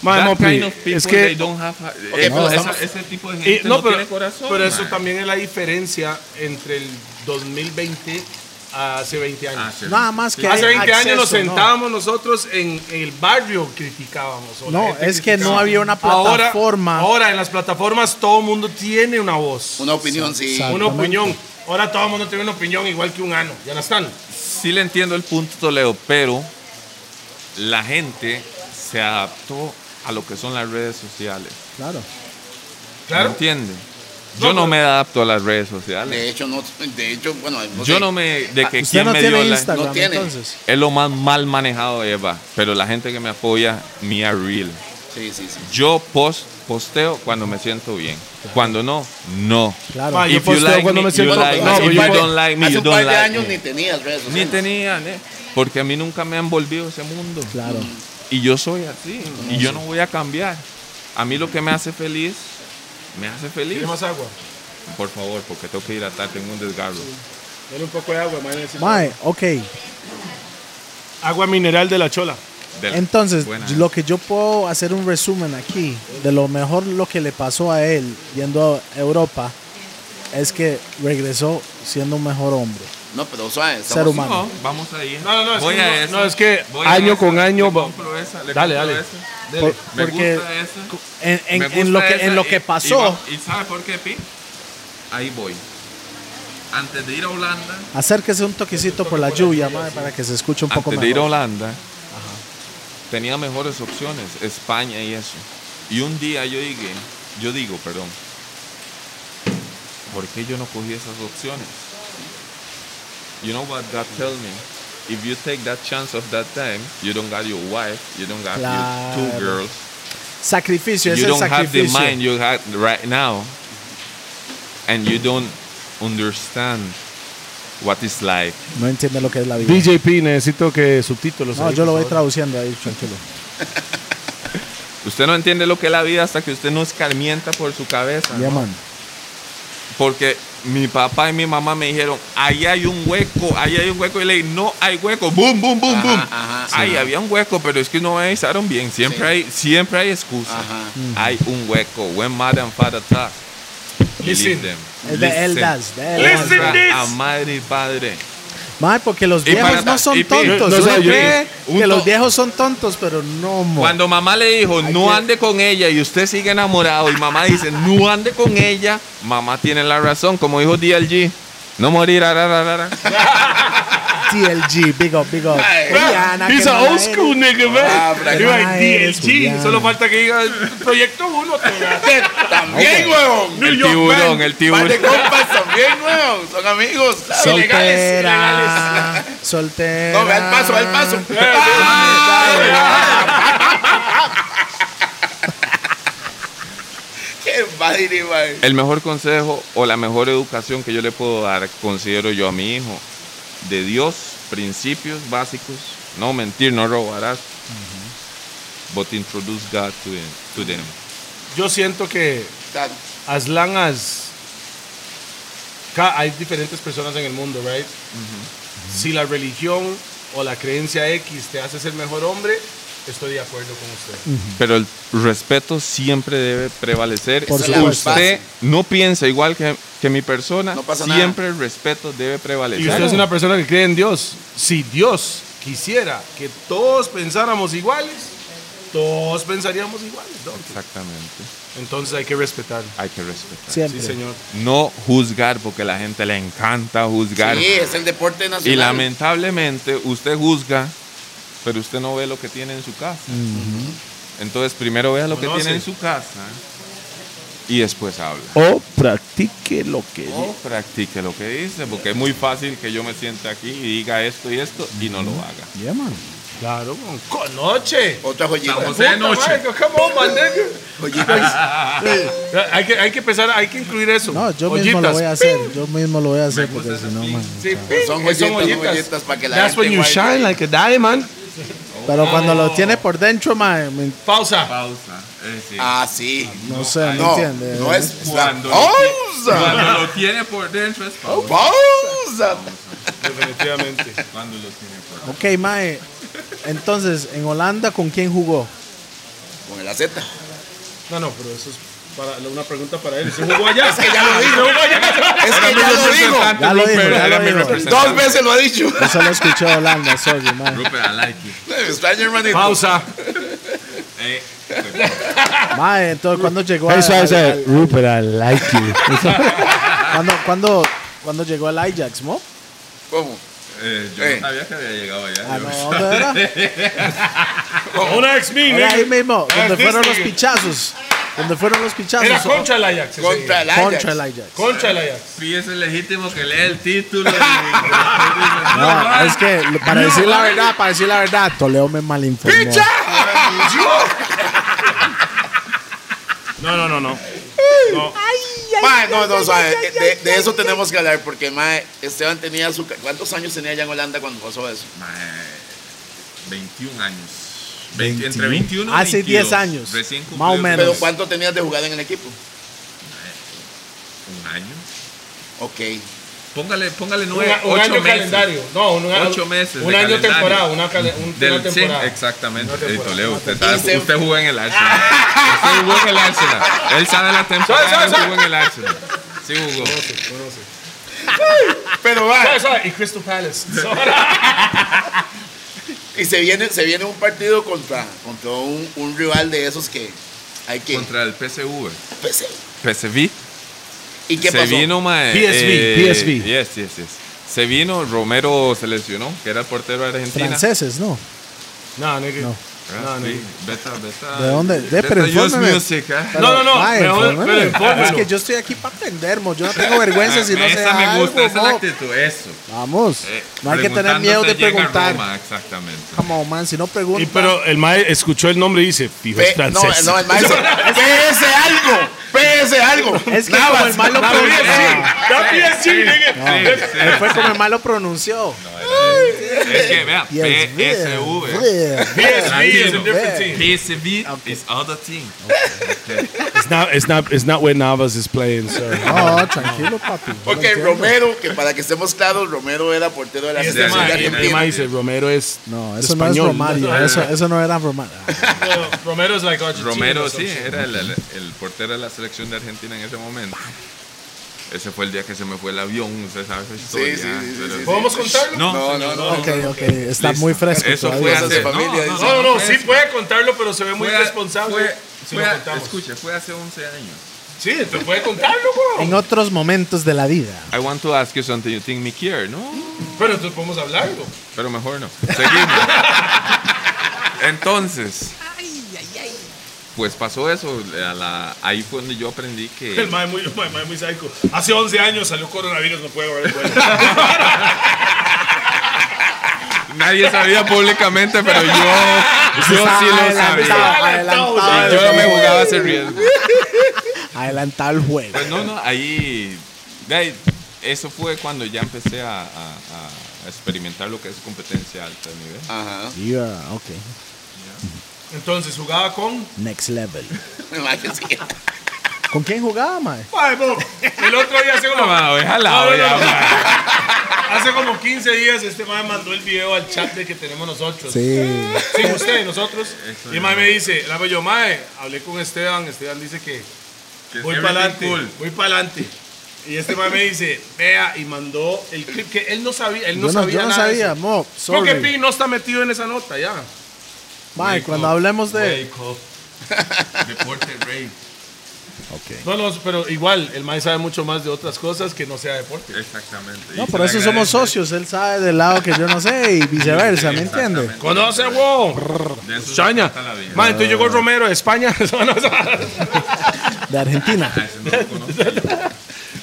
B: Mae,
E: That
B: no,
E: kind
B: pi,
E: of people,
B: es que-
E: they don't have- eh,
C: pero
E: esa-
C: estamos-
E: ese tipo de
B: Y-
E: gente no,
B: no, pero,
E: tiene corazón.
B: pero eso
E: man.
B: también es la diferencia entre el 2020 a hace 20 años.
E: Ah, sí.
A: Nada más que
B: Hace
A: hay
B: 20 años nos
A: acceso, ¿no?
B: sentábamos nosotros en el barrio, criticábamos. o la
A: No,
B: gente
A: es que no
B: criticaba.
A: había una
B: Ahora-
A: plataforma.
B: Ahora, en las plataformas todo el mundo tiene una voz,
C: Una opinión, sí.
A: Exacto.
B: una opinión. Ahora todo el mundo tiene una opinión igual que un ano. ¿Ya la están?
E: sí le entiendo el punto, Toledo, pero la gente se adaptó a lo que son las redes sociales.
A: Claro.
E: ¿Me
B: Claro.
E: entiende?
B: No,
E: Yo no
B: pero-
E: me adapto a las redes sociales.
C: De hecho, no, de hecho, bueno, no
E: Yo
C: sé.
E: no me... De que
A: Ah, Usted
E: quién
A: no
E: me
A: tiene
E: dio la-
A: Instagram,
C: No tiene.
A: entonces.
E: Es lo más mal manejado de Eva, pero la gente que me apoya, mía real.
C: Sí, sí, sí.
E: Yo post, posteo cuando me siento bien. Cuando no, no.
A: Claro.
B: Mae, yo
E: If you
B: posteo
E: like
B: cuando
E: me,
B: me siento-
E: you like
B: No,
E: me.
B: pero
E: If
B: yo
E: you
B: puedo-
E: don't like me,
C: Hace
E: you
C: un par
E: don't
C: de
E: like
C: años ni
E: me.
C: tenías redes
E: Ni
C: sociales.
E: tenían, eh, porque a mí nunca me ha envolvido ese mundo.
A: Claro.
E: Y yo soy así. Y yo no voy a cambiar. A mí lo que me hace feliz, me hace feliz.
B: ¿Tiene más agua?
E: Por favor, porque tengo que hidratar, tengo un desgarro.
B: Dale un poco de agua, mae, necesito-
A: Mae, ok.
B: Agua mineral de la chola.
E: Del-
A: Entonces,
E: Buena.
A: lo que yo puedo hacer un resumen aquí de lo mejor lo que le pasó a él yendo a Europa es que regresó siendo un mejor hombre.
C: No, pero suave.
A: Ser
C: Estamos,
A: humano.
E: No, vamos ahí.
B: No, no, no, es
E: Voy
B: que
E: a
B: no-
E: esa,
B: no, es que
E: voy a
B: año
E: esa,
B: con año
E: le
B: va-
E: compro esa, le
B: Dale,
E: compro
B: dale.
E: esa. Dele,
A: Por-
E: me
A: porque-
E: gusta esa.
A: En, en-
E: Me
A: en
E: gusta
A: lo, que,
E: esa,
A: en lo
E: y-
A: que
E: y
A: pasó,
E: va- ¿Y, sabe por qué, Pi? Ahí voy. Antes de ir a Holanda,
A: acérquese un toquecito por la lluvia, mae, para que se escuche un poco
E: antes de ir a
A: mejor.
E: Holanda, tenía mejores opciones, España y eso. Y un día yo dije, yo digo, perdón, ¿por qué yo no cogí esas opciones? You know what God tell me? If you take that chance of that time, you don't got your wife, you don't got your
A: Claro.
E: two girls,
A: Sacrificio, es
E: you
A: el
E: don't have the mind
A: sacrificio.
E: you have right now, and you don't understand what is life.
A: No entiende lo que es la vida.
B: DJP, necesito que subtítulos.
A: No,
B: ahí,
A: yo lo
B: por
A: voy
B: favor.
A: traduciendo ahí, tranquilo.
E: Usted no entiende lo que es la vida hasta que usted no escarmienta por su cabeza.
A: Yeah,
E: ¿no?
A: man.
E: Porque mi papá y mi mamá me dijeron, ahí hay un hueco, ahí hay un hueco. Y le dije, no hay hueco. Boom, boom, boom,
C: Ajá,
E: boom.
C: Ah, ajá,
E: Ahí
C: sí.
E: había un hueco, pero es que no me avisaron bien. Siempre,
C: Sí.
E: hay, siempre hay excusa.
C: Ajá.
E: Hay un hueco. When mother and father talk, believe
B: Listen.
E: them.
A: Es de
E: Listen.
A: Eldas. de
B: Listen
A: Eldas.
E: Honra
B: this.
E: A madre y padre.
A: Mae, porque los
E: Y
A: viejos
E: para-
A: no son
E: y pi-
A: tontos.
B: no
A: Uno
B: sé, yo-
A: cree
E: un
A: que los
E: to-
A: viejos son tontos, pero no, mo.
E: Cuando mamá le dijo, no
A: que-
E: ande con ella y usted sigue enamorado y mamá dice, no ande con ella, mamá tiene la razón, como dijo DLG, no morir. ara, ara, ara.
A: TLG, big up, big up.
C: Ay,
A: Juliana,
B: He's
A: qué
B: a
A: mala
B: old school
A: eres.
B: nigga, man.
C: Ah, Frank.
B: Yo iba a
A: Ah, eres
B: DLG.
A: Julián.
B: Solo falta que diga Proyecto 1.
C: También, huevón.
E: El tiburón,
C: Par
E: el
C: de
E: tiburón.
C: compas también, huevón. Son amigos. claro, ilegales, ilegales.
A: Soltera, soltera.
C: No, ve al paso, ve al paso.
B: Eh, <laughs>
C: Qué madre, mae.
E: El mejor consejo o la mejor educación que yo le puedo dar, considero yo a mi hijo, de Dios, principios básicos, no mentir, no robarás, but introduce God to, them- to them.
B: Yo siento que
C: Tan-
B: as long as ca- hay diferentes personas en el mundo, right? Si la religión o la creencia X te hace ser mejor hombre, estoy de acuerdo con usted.
E: Pero el respeto siempre debe prevalecer.
A: Por
E: Si
C: supuesto.
E: usted no piensa igual que, que mi persona,
C: No pasa nada.
E: siempre el respeto debe prevalecer.
B: Y usted es una persona que cree en Dios. Si Dios quisiera que todos pensáramos iguales, todos pensaríamos iguales. ¿no?
E: Exactamente.
B: Entonces hay que respetar.
E: Hay que respetar.
B: Sí,
A: Siempre.
B: señor.
E: No juzgar, porque a la gente le encanta juzgar.
C: Sí, es el deporte nacional.
E: Y lamentablemente usted juzga, pero usted no ve lo que tiene en su casa. Entonces primero vea lo que
B: Conoce.
E: tiene en su casa y después habla.
D: O practique lo que dice.
C: Oh.
E: O practique lo que dice, porque es muy fácil que yo me siente aquí y diga esto y esto y no lo haga.
D: Yeah, man.
B: Claro, con- con noche.
C: Otra joyita.
E: San José. De noche.
B: Puta, Michael, come on,
A: <laughs>
B: man, nigga. <laughs>
C: Joyita.
B: hay, que, hay que empezar, hay que incluir eso.
A: No, yo mismo
B: Ollitas,
A: lo voy a hacer. Yo mismo lo voy a hacer
E: Me
A: porque
E: gusta
A: si no,
E: esa
A: man.
B: Sí, Pues ping,
C: Pues Son
B: que
C: joyitas, son joyitas para que la
B: That's
C: gente
B: when you
C: guarde.
B: shine like a diamond.
A: Pero cuando lo tiene por dentro, man, me-
B: Pausa.
E: Pausa. Es decir,
C: Ah, sí.
A: no sé, ¿me
C: No,
A: entiendes?
C: no es.
E: Cuando-
C: ¡Pausa!
E: cuando lo tiene por dentro es pausa.
C: ¡Pausa!
B: Definitivamente.
E: Cuando lo tiene por
A: Ok, mae. Entonces, en Holanda, ¿con quién jugó?
C: Con el Z.
B: No, no, pero eso es para, una pregunta para él. Se jugó allá. es que ya
C: lo
B: dije. Se jugó allá.
C: Es que
E: mi
C: ya lo digo.
E: representante,
A: Ya lo dijo,
E: Rupert,
A: ya
E: era
A: lo
E: mi
A: dijo.
B: Pues
E: representante.
C: Dos veces lo ha dicho. <laughs>
A: Yo solo escuché Holanda, sorry, mae.
E: Rupert, I like you.
C: Extraño, hermanito.
B: Pausa.
E: Eh,
A: Mae, entonces, cuando llegó
D: Hey,
A: al-
D: sorry,
A: al-
D: sorry.
A: al-
D: Rupert, I like you.
A: cuando, cuando, cuando llegó al Ajax, ¿no?
C: ¿Cómo?
E: eh, yo
C: Eh.
E: no sabía que había llegado allá.
A: Ah,
E: Yo-
A: no, ¿dónde
C: <laughs>
A: era?
B: Una ex mí,
A: Era ahí mismo,
B: Ah,
A: donde
B: sí,
A: fueron
B: sí.
A: los pichazos. Donde fueron los pichazos.
B: Era contra el Ajax. ese día.
C: Contra el Ajax.
A: Contra el Ajax.
B: Contra el Ajax.
E: Sí, es el legítimo que lee el
C: <laughs>
E: título.
A: No, es que lo- para decir la verdad, para decir la verdad, Toledo me malinformó.
B: No, no, no, no.
C: Mae, no, no, sabe, de, de eso tenemos que hablar porque mae, Esteban tenía su... ca- ¿Cuántos años tenía allá en Holanda cuando pasó eso?
E: Mae, 21 años. Veinte- entre 21 y
A: Hace
E: 22.
A: 10 años.
E: Recién
A: Más o
E: cumplido
A: menos.
C: Pero ¿cuánto tenías de jugar en el equipo?
E: Un año.
C: Ok.
E: Póngale, póngale
B: Un,
E: nueve,
B: un
E: ocho
B: año
E: meses.
B: calendario. No, un,
E: Ocho meses
B: Un
E: de
B: año
E: calendario.
B: temporada. Una, cale- un- una
E: Del, sí,
B: temporada.
E: exactamente.
B: Una temporada.
E: Eh, Toledo, usted,
C: temporada.
E: sabe,
C: Y se-
E: usted jugó en el Arsenal. usted jugó en el Arsenal. Él sabe la temporada.
B: Sabe, sabe,
E: Él jugó en el Arsenal. Sí jugó.
C: Pero va.
B: Sabe, sabe, Y Crystal Palace.
C: Y se viene, se viene un partido contra, contra un, un rival de esos que hay que...
E: Contra el PSV.
C: Pues, eh,
E: PSV.
C: ¿Y qué
E: se
C: pasó?
E: vino mae, eh,
B: PSV, PSV.
E: yes, yes, yes. Se vino, Romero se lesionó, que era el portero de Argentina.
A: Franceses, ¿no?
B: No, nigga.
A: No.
E: Ah,
B: No,
E: sí,
B: nigga.
E: Beta, beta.
A: ¿De dónde? De-
E: Beta
A: pero
E: Youth
A: infórmeme.
E: Music, ah.
A: Pero,
B: No, no, no,
A: mae,
B: mejor-
A: infórmeme.
B: pero infórmelo.
A: Es que yo estoy aquí para aprender, mo. Yo no tengo vergüenza si no sé
E: Ah, Esa me gusta,
A: algo,
E: esa es la
A: mo.
E: actitud, eso.
A: Vamos.
E: Eh,
A: No hay que tener
E: preguntando
A: miedo
E: se
A: de
E: llega a
A: preguntar.
E: Roma, exactamente.
A: Come on, man, si no pregunta.
B: Y pero el mae escuchó el nombre y dice, fijo, es
C: Pe- no,
B: francés.
C: no, el maestro.
E: <laughs>
C: PS algo. PS algo.
A: Es que
C: Navas,
A: como el mae lo
C: Navas,
A: pronunció.
C: sí.
B: Da PSG, nigga.
E: Sí, sí.
A: Él fue como el malo pronunció.
E: Es que vea,
A: Yes,
E: PSV.
A: yeah, yeah.
B: PSG is a
E: Tranquilo.
B: different
A: Ve.
B: team.
E: PSV is other team.
B: It's not, it's not, it's not where Navas is playing, sir.
A: No, tranquilo, papi. Yo
C: Ok,
A: lo entiendo.
C: Romero, que para que estemos claros, Romero era portero de la
A: Este
E: Ese
B: Este
C: selección de
E: este mae,
B: El mae
C: Argentina.
B: dice, Romero es
A: No, eso
B: español.
A: no es Romario. Eso, eso no era Romario.
B: Romero es like "Oh, Argentina.
E: Romero sí, era el, el- el portero de la selección de Argentina en ese momento. Ese fue el día que se me fue el avión, usted sabe esa historia.
C: sí, sí, sí,
E: pero-
C: sí, sí.
B: ¿Podemos contarlo?
E: No,
C: No, no, no.
A: Ok, ok. Está
E: Listo.
A: muy fresco
E: Eso fue
A: todavía.
C: Cosas
E: hace,
C: de familia,
E: no,
C: dice.
B: No, no, no, sí
E: fue-
B: puede contarlo, pero se ve muy
E: fue-
B: responsable.
E: Fue,
B: si
E: fue-
B: lo contamos.
E: escuche, fue hace 11 años.
B: Sí, te puede contarlo,
A: En
B: bro.
A: otros momentos de la vida.
E: I want to ask you something you think me care, ¿no?
B: Pero entonces podemos hablarlo.
E: Pero mejor no. Seguimos. <laughs> Entonces. Pues pasó eso. a la- ahí fue donde yo aprendí
B: El
E: que.
B: mae muy, el mae muy psycho. Hace 11 años salió coronavirus, no puede haber el vuelo.
E: Nadie sabía públicamente,
B: <laughs>
E: pero yo. Yo
A: Estaba
E: sí lo
A: adelantado,
E: sabía.
B: sabía.
A: adelantado.
E: Y yo no me jugaba ese riesgo.
A: adelantar el juego.
E: Pues no, no, ahí, de ahí, Eso fue cuando ya empecé a, a- a experimentar lo que es competencia alta de nivel.
C: Ajá. <laughs>
A: Yeah, ok.
B: Entonces jugaba con.
A: Next level.
C: Imagínense que-
A: ¿Con quién jugaba, mae?
B: Mae, bo, El otro día hace
E: No,
B: como, "Ah,
E: ma, déjala,
B: No, no,
E: vea,
B: no.
E: ma.
B: hace como 15 días este mae mandó el video al chat de que tenemos nosotros.
A: Sí.
B: Sí, usted y nosotros. y el mae me dice, la yo, mae, hablé con Esteban, Esteban dice que
E: Que
B: voy
E: everything
B: para adelante,
E: cool.
B: voy para adelante. Y este mae me dice, vea, y mandó el clip que él no sabía, él no
A: yo no,
B: sabía
A: yo no
B: nada de
A: sabía,
B: eso.
A: mo.
B: Porque
A: Sorry.
B: Pi no está metido en esa nota ya.
A: Mae, cuando hablemos de.
B: <laughs>
E: Wake up. Deporte rey.
B: No, no, pero igual, el mae sabe mucho más de otras cosas que no sea deporte.
E: Exactamente.
A: No, por eso somos socios. Él sabe del lado que yo no sé y viceversa, ¿me entiendes?
B: Conoce, wow. Chaña. Mae, entonces llegó Romero de
E: <laughs>
B: España. <laughs> Eso no sabe.
A: De Argentina.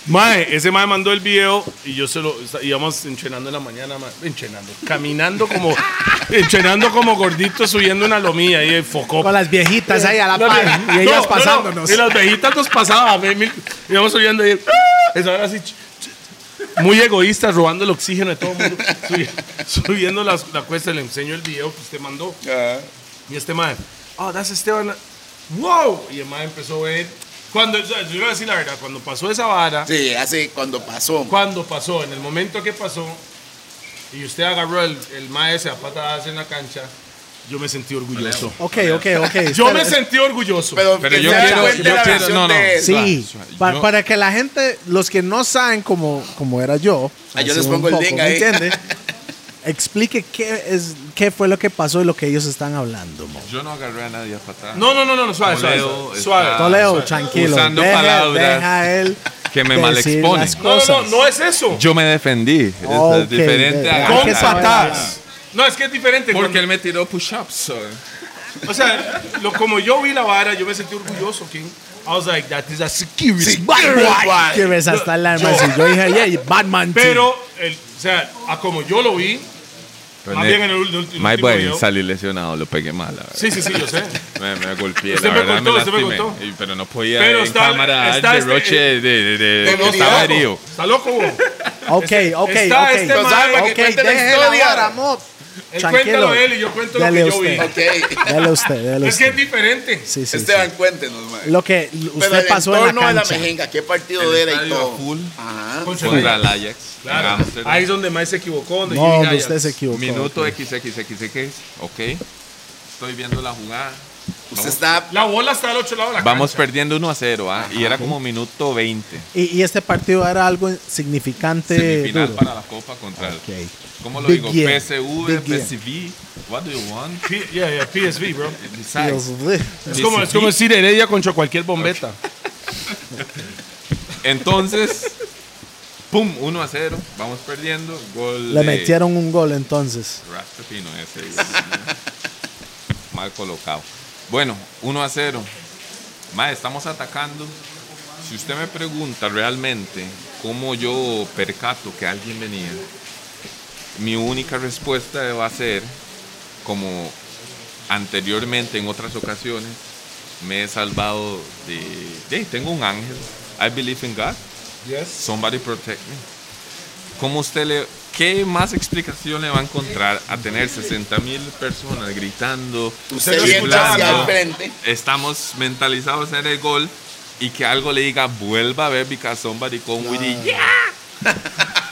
B: Mae, ese mae mandó el video y yo se lo está- íbamos entrenando en la mañana, mae, entrenando, caminando como
A: <laughs>
B: entrenando como gordito subiendo una lomilla y focó.
A: Con las viejitas ahí a la par y ellas pasándonos.
B: y las viejitas nos pasaban, ve, mil- íbamos subiendo y ¡ah! eso era así ch- ch- muy egoístas robando el oxígeno de todo el mundo, subi- subiendo las- la cuesta, le enseño el video que usted mandó.
C: Ajá.
B: Y este mae, oh, that's Esteban. Wow, y el mae empezó a ver cuando yo le voy a decir la verdad, cuando pasó esa vara
C: Sí, hace cuando pasó.
B: cuando pasó, en el momento que pasó, y usted agarró el, el maestro a patadas en la cancha, yo me sentí orgulloso.
A: Ok, ok, ok.
B: Yo me
A: espera.
B: sentí orgulloso.
C: Pero,
E: Pero
C: que
E: yo
C: se
E: quiero-
C: cuente
E: yo
C: la
E: quiero-
C: versión
E: no, no.
C: de él.
A: Sí,
E: Suave, suave.
A: pa-
E: Yo-
A: para que la gente, los que no saben como, como era yo,
C: Ah, yo
A: así
C: les
A: un
C: pongo el link
A: ¿me
C: ahí.
A: entiende? Explique qué, es, qué fue lo que pasó y lo que ellos están hablando. mo.
E: Yo no agarré a nadie a patada.
B: no, no, no, no, no, suave, suave.
E: Toledo está-
B: suave.
A: Toledo,
B: suave.
A: tranquilo.
E: Usando
A: deja,
E: palabras
A: deja él
E: que me
A: decir
E: malexponen.
A: las
B: No, no, no,
A: cosas.
B: no es eso.
E: Yo me defendí.
A: Ok,
E: es diferente
A: ve,
E: a
A: hay
B: Con
A: que
E: ganar.
A: saber
B: patadas. No, es que es diferente.
E: Porque
B: cuando-
E: él me tiró push-ups. so.
B: o sea, lo, como yo vi la vara, yo me sentí orgulloso, King. I was like, that is a security.
A: Que ves hasta el arma.
B: Yo-
A: Si yo dije, yeah, Batman.
B: Pero, el, o sea, a como yo lo vi,
E: Pero
B: más
E: ne-
B: bien en el ul- último
E: My boy,
B: video.
E: salí lesionado, lo pegué mal. la verdad.
B: Sí, sí, sí, yo sé.
E: Me, me golpeé,
B: Usted
E: la
B: me
E: verdad
B: contó,
E: me
B: usted me
E: lastimé.
B: contó.
E: Y- pero no podía
B: Pero
E: en
B: está-
E: cámara
B: está
E: el
B: este-
E: derroche de, de, de,
C: de
E: que
C: Está
E: estaba
C: loco.
E: herido.
B: Está loco, vos.
A: Ok, ok,
B: Está
A: ok.
B: este
C: Pues, ah, para que
A: Ok,
C: cuente la
A: déjela
C: historia.
A: ahora, mo.
B: Él
A: Tranquilo.
B: cuéntalo él y yo cuento lo
A: Dale
B: que yo vi.
A: usted.
C: <laughs> Ok.
A: Dele usted, dele
B: Es que
A: usted.
B: es diferente.
A: Sí, sí, sí.
C: Esteban, cuéntenos, mae.
A: Lo que
C: Pero
A: usted
C: el
A: pasó en
C: entorno de
A: la
C: la
A: cancha.
C: mejenga, qué partido
E: El
C: era y
E: estadio
C: todo.
E: a full.
C: Ajá.
B: Con
E: Contra
B: Sevilla.
E: el Ajax.
B: Claro.
E: en Ámsterdam.
B: Ahí es donde más se equivocó. Donde
A: No,
B: yo
A: hombre,
B: vi
A: usted
B: Ajax.
A: se equivocó.
E: Minuto XXXX. Ok. Estoy viendo la jugada.
C: Usted está.
B: La bola está al otro lado de la
E: Vamos
B: cancha.
E: perdiendo 1 a 0. ah, Y era como minuto 20.
A: Y, y este partido era algo significante.
E: Semifinal
A: este duro.
E: para la Copa contra el.
A: Ok.
E: ¿Cómo lo
A: Big
E: digo?
A: year.
E: PSV,
A: Big year.
E: PSV. What do you want?
B: P- yeah, yeah, PSV, bro.
E: Besides.
A: Dios,
B: Es como, es como decir Heredia contra cualquier bombeta.
E: Entonces, pum, 1 a 0. Vamos perdiendo. Gol.
A: Le
E: de
A: metieron un gol entonces.
E: Rastropino ese. Mal colocado. Bueno, 1 a 0. Mae, estamos atacando. Si usted me pregunta realmente cómo yo percato que alguien venía, mi única respuesta va a ser, como anteriormente en otras ocasiones, me he salvado de, "Hey, tengo un ángel, I believe in God,
B: Yes.
E: Somebody protect me. ¿Cómo usted le.? ¿Qué más explicación le va a encontrar a tener 60 mil personas gritando?
C: Usted
B: no
C: viendo
E: circulando?
C: hacia el frente.
E: Estamos mentalizados en el gol y que algo le diga, vuelva a ver because somebody come with it". Yeah.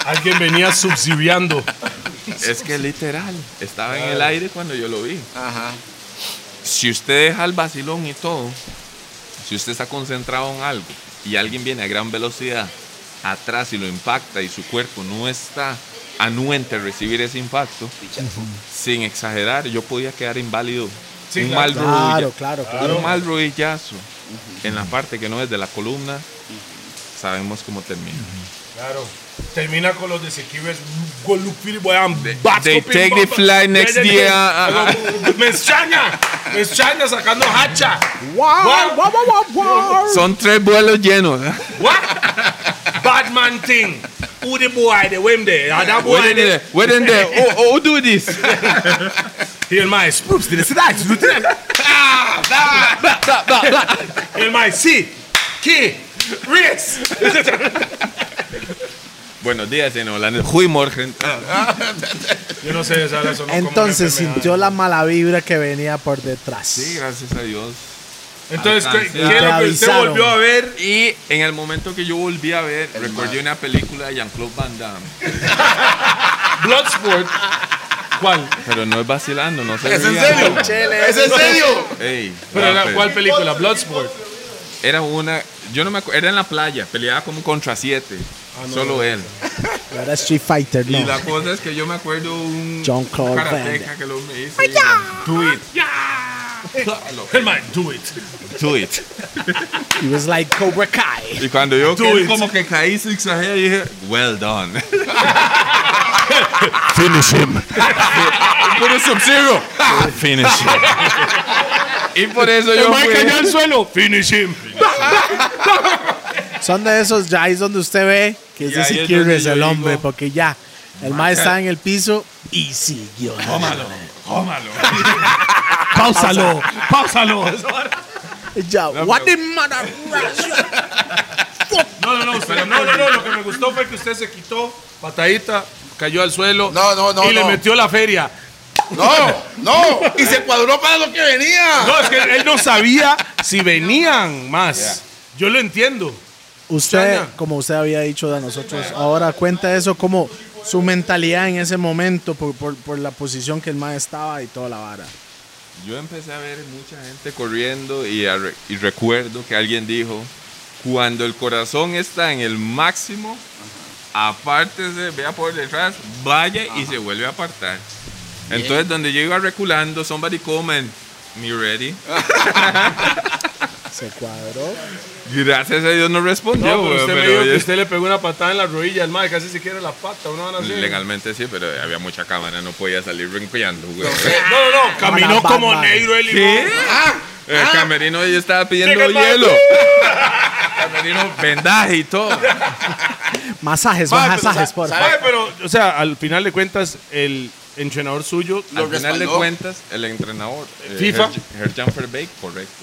B: Alguien venía subsidiando.
E: Es que literal, estaba en el aire cuando yo lo vi.
C: Ajá.
E: Si usted deja el vacilón y todo, si usted está concentrado en algo y alguien viene a gran velocidad atrás y lo impacta y su cuerpo no está anuente a recibir ese impacto, sin exagerar, yo podía quedar inválido.
B: Sí,
E: un,
B: claro.
E: mal
A: Claro,
E: rodilla-
A: claro,
E: un
A: claro.
E: mal rodillazo en la parte que no es de la columna, sabemos cómo termina.
B: Claro. Termina con los desequilibrios. Go look, Philip, boy, I'm back
E: they
B: up in
E: take the
B: Bamba.
E: fly next
B: Yeah, yeah,
E: year.
B: yeah. <laughs> Me extraña. Me extraña sacando hacha.
A: Wow,
B: Wow.
A: wow, wow, wow, wow.
E: Son tres vuelos llenos. ¿eh?
B: What? Batman thing. Who the boy? The way him there. Ah, that boy
E: Wait in
B: there.
E: there, wait in there. Oh, <laughs> oh, do this.
B: Hear my spoops.
C: <laughs>
B: Did it see that? Did it see that?
E: Blah, blah, blah.
B: Hear my see. aquí. Ries.
E: Buenos días en holandés. Goedemorgen.
B: Yo no sé, esa hora sonó como una
A: Entonces
B: enfermedad.
A: sintió la mala vibra que venía por detrás.
E: Sí, gracias a Dios.
B: Entonces, ¿qué,
E: Alcancé.
B: qué es lo que usted
A: Avisaron.
B: volvió a ver?
E: Y en el momento que yo volví a ver, recordé una película de Jean-Claude Van Damme.
B: Bloodsport. ¿Cuál?
E: Pero no es vacilando, no sé.
C: ¿Es en serio?
A: Chele.
C: ¿Es en serio?
B: Pero
C: Ah,
B: era, ¿Cuál película? Bloodsport.
E: Era una, yo no me acuerdo, era en la playa, peleaba como contra siete, solo él.
A: Era Street Fighter,
E: Y
A: no.
E: la cosa es que yo me acuerdo un
A: John Claude Van
E: karateca
A: Damme.
E: que lo me hizo. y era, Do it. Claro,
B: Come on, do it.
E: Do it.
A: He was like Cobra Kai.
E: Y cuando yo
B: Do
E: que-
B: it.
E: como que caí zigzagué, dije, well done. <laughs> Finish him. Puro sub-zero. Finish him.
A: <laughs>
E: Y por eso yo fui-
B: al suelo. Finish him.
A: Son de esos, ya ahí es donde usted ve que
E: Y ahí
A: ese sí
E: es
A: que
E: donde
A: es
E: yo
A: el
E: digo,
A: hombre, porque ya, el maestro está en el piso y siguió.
E: Tómalo, tómalo.
B: Pásalo. Pásalo.
A: Ya, what the matter?
B: No, no, no, pero no, no, no. Lo que me gustó fue que usted se quitó patadita, cayó al suelo.
C: No, no, no,
B: Y le
C: no.
B: metió la feria.
C: No, no. Y se cuadró para lo que venía.
B: No, es que él no sabía si venían más. Yo lo entiendo.
A: Usted,
B: Chana.
A: como usted había dicho de nosotros, ahora cuenta eso como su mentalidad en ese momento por, por- por la posición que el maestro estaba y toda la vara.
E: Yo empecé a ver mucha gente corriendo y, a re- y recuerdo que alguien dijo, cuando el corazón está en el máximo, apártese, vea por detrás, vaya y se vuelve a apartar. Entonces donde yo iba reculando, somebody comment, me ready.
A: Se cuadró.
E: Gracias a Dios no respondió,
B: No, pues, pero
E: weón,
B: usted me
E: pero
B: dijo que
E: oye,
B: usted le pegó una patada en la rodilla al madre, casi se quiere la pata, una van a hacer.
E: legalmente sí, pero había mucha cámara, no podía salir rinqueando, güey.
B: Eh, No, no, no, caminó
A: Batman.
B: como negro el
E: ¿Qué?
B: limón.
E: El camerino yo estaba pidiendo
B: Ah. Llega el
E: hielo. <laughs> camerino vendaje y todo.
A: Masajes,
B: Mae, pero
A: masajes,
B: sa-
A: por
B: sabe,
A: favor.
B: pero, o sea, al final de cuentas, el entrenador suyo
C: Lo
E: Al final de
C: respaldó.
E: cuentas, el entrenador eh,
B: FIFA.
E: Her- Herjan Verbeek, correcto,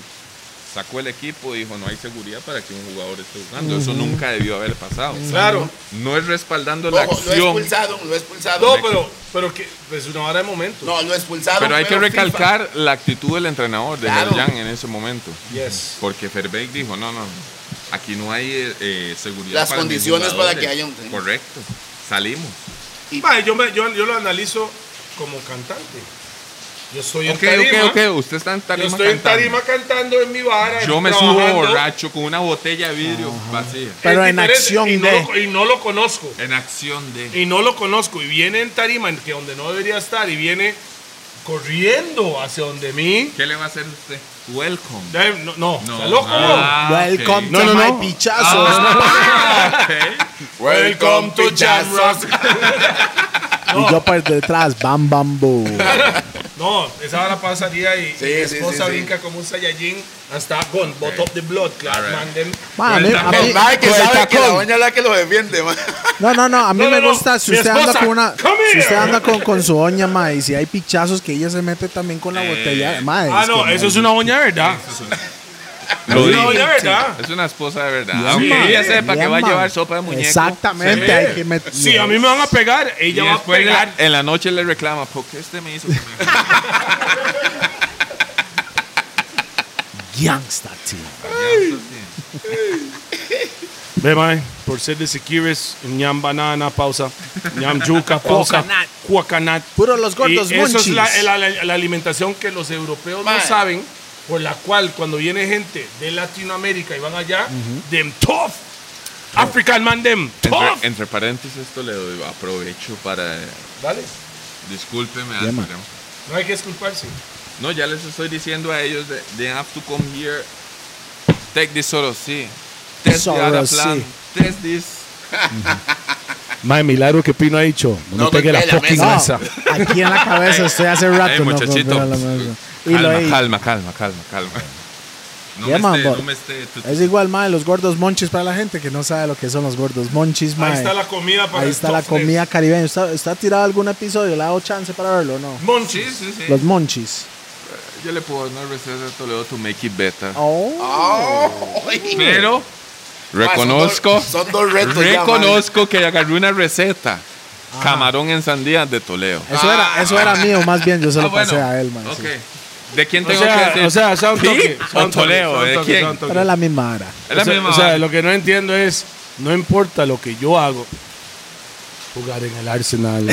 E: sacó el equipo y dijo no hay seguridad para que un jugador esté jugando. Eso nunca debió haber pasado.
B: Claro.
E: No es respaldando la
C: Ojo, lo
E: acción,
C: expulsaron, lo expulsaron.
B: No, pero, pero que, pues una hora de momento.
C: No, lo expulsaron.
E: pero hay que
C: pero FIFA.
E: recalcar la actitud del entrenador de
C: Claro.
E: Herjan en ese momento,
B: Yes.
E: porque Verbeek dijo no no, aquí no hay eh, eh, seguridad.
C: Las
E: mis
C: condiciones para
E: jugadores".
C: que haya un-
E: Correcto. Salimos.
B: Mae, yo, me- yo, yo lo analizo como cantante. Yo soy
E: Ok,
B: en tarima.
E: ok, ok. Usted está en
B: Yo
E: tarima.
B: estoy en
E: cantando.
B: tarima cantando en mi vara.
E: Yo me subo
B: trabajando.
E: borracho con una botella de vidrio vacía.
B: Es
A: Pero en
B: diferente,
A: acción
B: y no,
A: de-
B: lo, y no lo conozco.
E: En acción de.
B: Y no lo conozco. Y viene en tarima, en que donde no debería estar, y viene corriendo hacia donde mí.
E: ¿Qué le va a hacer usted? Welcome.
B: Ya, No, no,
E: No.
B: está loco.
E: Ah,
A: Welcome
E: ok.
A: to
B: No, no,
A: my
B: no.
A: pichazo.
E: Ah,
C: <laughs>
E: ok.
B: Welcome to Jam Rock.
A: Y yo por detrás, bam, bam, boom.
B: No, esa hora pasaría y,
C: Sí,
B: y mi
C: sí,
B: esposa
C: sí, sí.
B: brinca como un Saiyajin hasta con bot up the blood, claro,
E: Alright.
B: man, them-
A: Ma, a mí- a mí-
C: Mae, que
A: Con el
C: sabe que la
A: tacón.
C: doña es la que lo defiende, mae.
A: No, no, no, a mí
B: No, no,
A: me
B: no.
A: gusta si
B: Mi
A: usted anda
B: esposa,
A: con una
B: come
A: si usted
B: here.
A: anda con, con su doña, ma, y si hay pichazos que ella se mete también con la botella, ma,
B: Ah,
A: es
B: no,
A: que
B: eso es una doña, ¿verdad? es
E: Lo
B: una
E: dije.
B: doña, ¿verdad?
E: Es una esposa de verdad.
A: Ya,
E: Aunque
A: man.
E: ella sepa
A: Ya,
E: que va a
A: man.
E: llevar sopa de muñeco.
A: Exactamente,
E: se ve.
A: hay que meter.
B: Sí, a mí me van a pegar,
E: Y
B: ella va a
E: después en la-
B: pegar.
E: en la noche le reclama, ¿por qué este me hizo comer?"
A: Gangsta, tío.
B: Ve, mae, por ser de Siquires, ñam banana, pausa, ñam yuca, pausa,
A: Cuacanat.
B: cuacanat.
A: Puro los gordos
B: Y eso es
A: munchies.
B: la, la- la- la alimentación que los europeos
C: Mae.
B: no saben, por la cual cuando viene gente de Latinoamérica y van allá, them tough, African man them tough.
E: entre, entre paréntesis, esto le doy, aprovecho para.
B: Dale,
E: Discúlpeme,
A: Ya, man.
E: Alfredo.
B: no hay que disculparse.
E: No, ya les estoy diciendo a ellos, de- they have to come here, take this sort of sea, test the other
A: Sorosí.
E: plan, test this.
B: Mae, milagro que Pino ha dicho,
C: No me pegue la golpee la fucking
A: No, aquí en la cabeza estoy hace rato.
E: Ey,
A: no,
E: muchachito.
A: no, no, no, no. Y lo
E: Calma,
A: ahí.
E: calma, calma, calma, calma. <laughs> No
A: Yeah,
E: me
A: man,
E: esté,
A: but-
E: no me esté. tú-
A: Es igual, ma, los gordos monchis para la gente que no sabe lo que son los gordos monchis, ma.
B: Ahí está la comida para
A: Ahí
B: el
A: está la
B: toughness.
A: comida caribeña. ¿Está, está tirado algún episodio? ¿Le ha dado chance para verlo o no?
B: Monchis.
E: Sí, sí, sí.
A: Los monchis.
E: Yo le puedo dar una receta de Toledo to make it better.
A: Oh,
E: Pero reconozco,
C: Ah, son dos- son dos retos ya,
E: reconozco que agarré una receta. Camarón en sandía de Toledo.
A: eso era, eso era mío, más bien yo se
E: Ah,
A: lo
E: bueno.
A: pasé a él, man. sí.
E: Ok. ¿De quién
B: O
E: tengo que
B: sea,
E: decir?
B: o sea, son
E: ¿Pi
B: toque.
E: o
B: son toque,
E: Toledo?
B: son
E: ¿De
B: toque,
E: quién?
B: son toque.
A: Pero era la misma hora.
E: Es la
B: O sea,
E: misma
B: o sea,
E: vara.
B: lo que no entiendo es, no importa lo que yo hago, jugar en el Arsenal,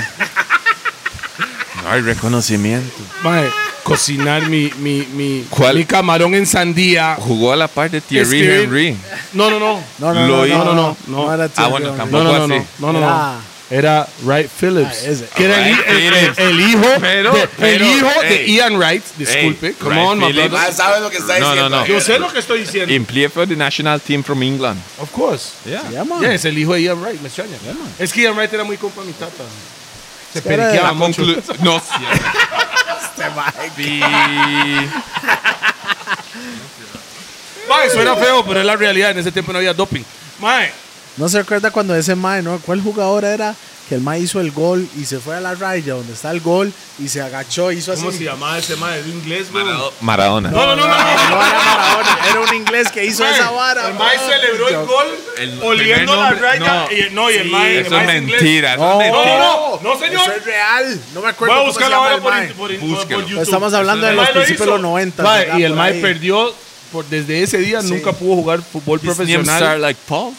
E: No hay reconocimiento.
B: mae, cocinar mi, mi, mi,
E: ¿Cuál?
B: mi camarón en sandía.
E: Jugó a la par de Thierry
B: Escribir-
E: Henry.
B: No, no, no.
A: No, no, no,
E: Lo
A: no,
E: hizo.
A: no, no,
B: No.
A: no era
E: Ah,
A: Thierry
E: bueno,
A: Henry.
E: tampoco
B: No, no, no,
E: así.
B: no, no, no,
A: Era-
B: no. Era Wright Phillips.
A: Ah, ese.
B: que era el,
E: Wright
B: el- el-
E: Phillips.
B: el hijo,
E: Pero-
B: de,
E: pero,
B: el hijo de
E: ey.
B: Ian Wright. Disculpe.
E: Ey,
B: Come
E: Wright
B: on, my
E: Phillips.
B: brother.
C: Ah, sabe lo que está
E: No, no,
C: diciendo.
E: no.
B: Yo sé lo que estoy diciendo.
E: In play for the national team from England.
B: Of course.
E: Yeah.
A: Yeah, man.
B: Ah, Ya, es el hijo de Ian Wright, me extraña. es que Ian Wright era muy compa de mi tata. Se
A: Era-
E: La
B: periqueaba mucho.
E: conclu- no, cierto.
A: Este
E: Y-
B: Mae, suena feo, pero es la realidad. En ese tiempo no había doping. Mae,
A: No se recuerda cuando ese Mae, ¿no? ¿Cuál jugador era? Que el Mae hizo el gol y se fue a la raya donde está el gol y se agachó, hizo así.
B: ¿cómo se llamaba ese mae? ¿Es inglés, güey?
E: Marado- Maradona.
B: No, no, no, no. no.
A: No era Maradona, era un inglés que hizo esa vara.
B: El mae
A: man.
B: celebró el gol
E: El
B: oliendo la
E: primer nombre-
B: raya.
E: no.
B: y, no, y el mae. el
E: Eso
B: mae
E: es
B: inglés.
E: mentira. eso
A: No.
E: es
B: No,
E: mentira.
B: no, no, no,
A: Eso
B: señor.
A: es real. No me
B: Voy
A: acuerdo.
B: a
A: cómo
B: buscar
A: se
B: la
A: llama
B: vara
A: el
B: por,
A: mae.
B: in- por, in- por
E: Búsquelo.
B: YouTube.
A: Pues Estamos hablando de
E: El
A: los
B: Mae lo
A: principios de
B: hizo.
A: los 90.
B: Mae,
A: ¿verdad?
B: y el
A: Por
B: mae
A: ahí.
B: perdió. Por, desde ese día
A: Sí.
B: nunca pudo jugar fútbol
E: His name
B: profesional.
E: start like Paul.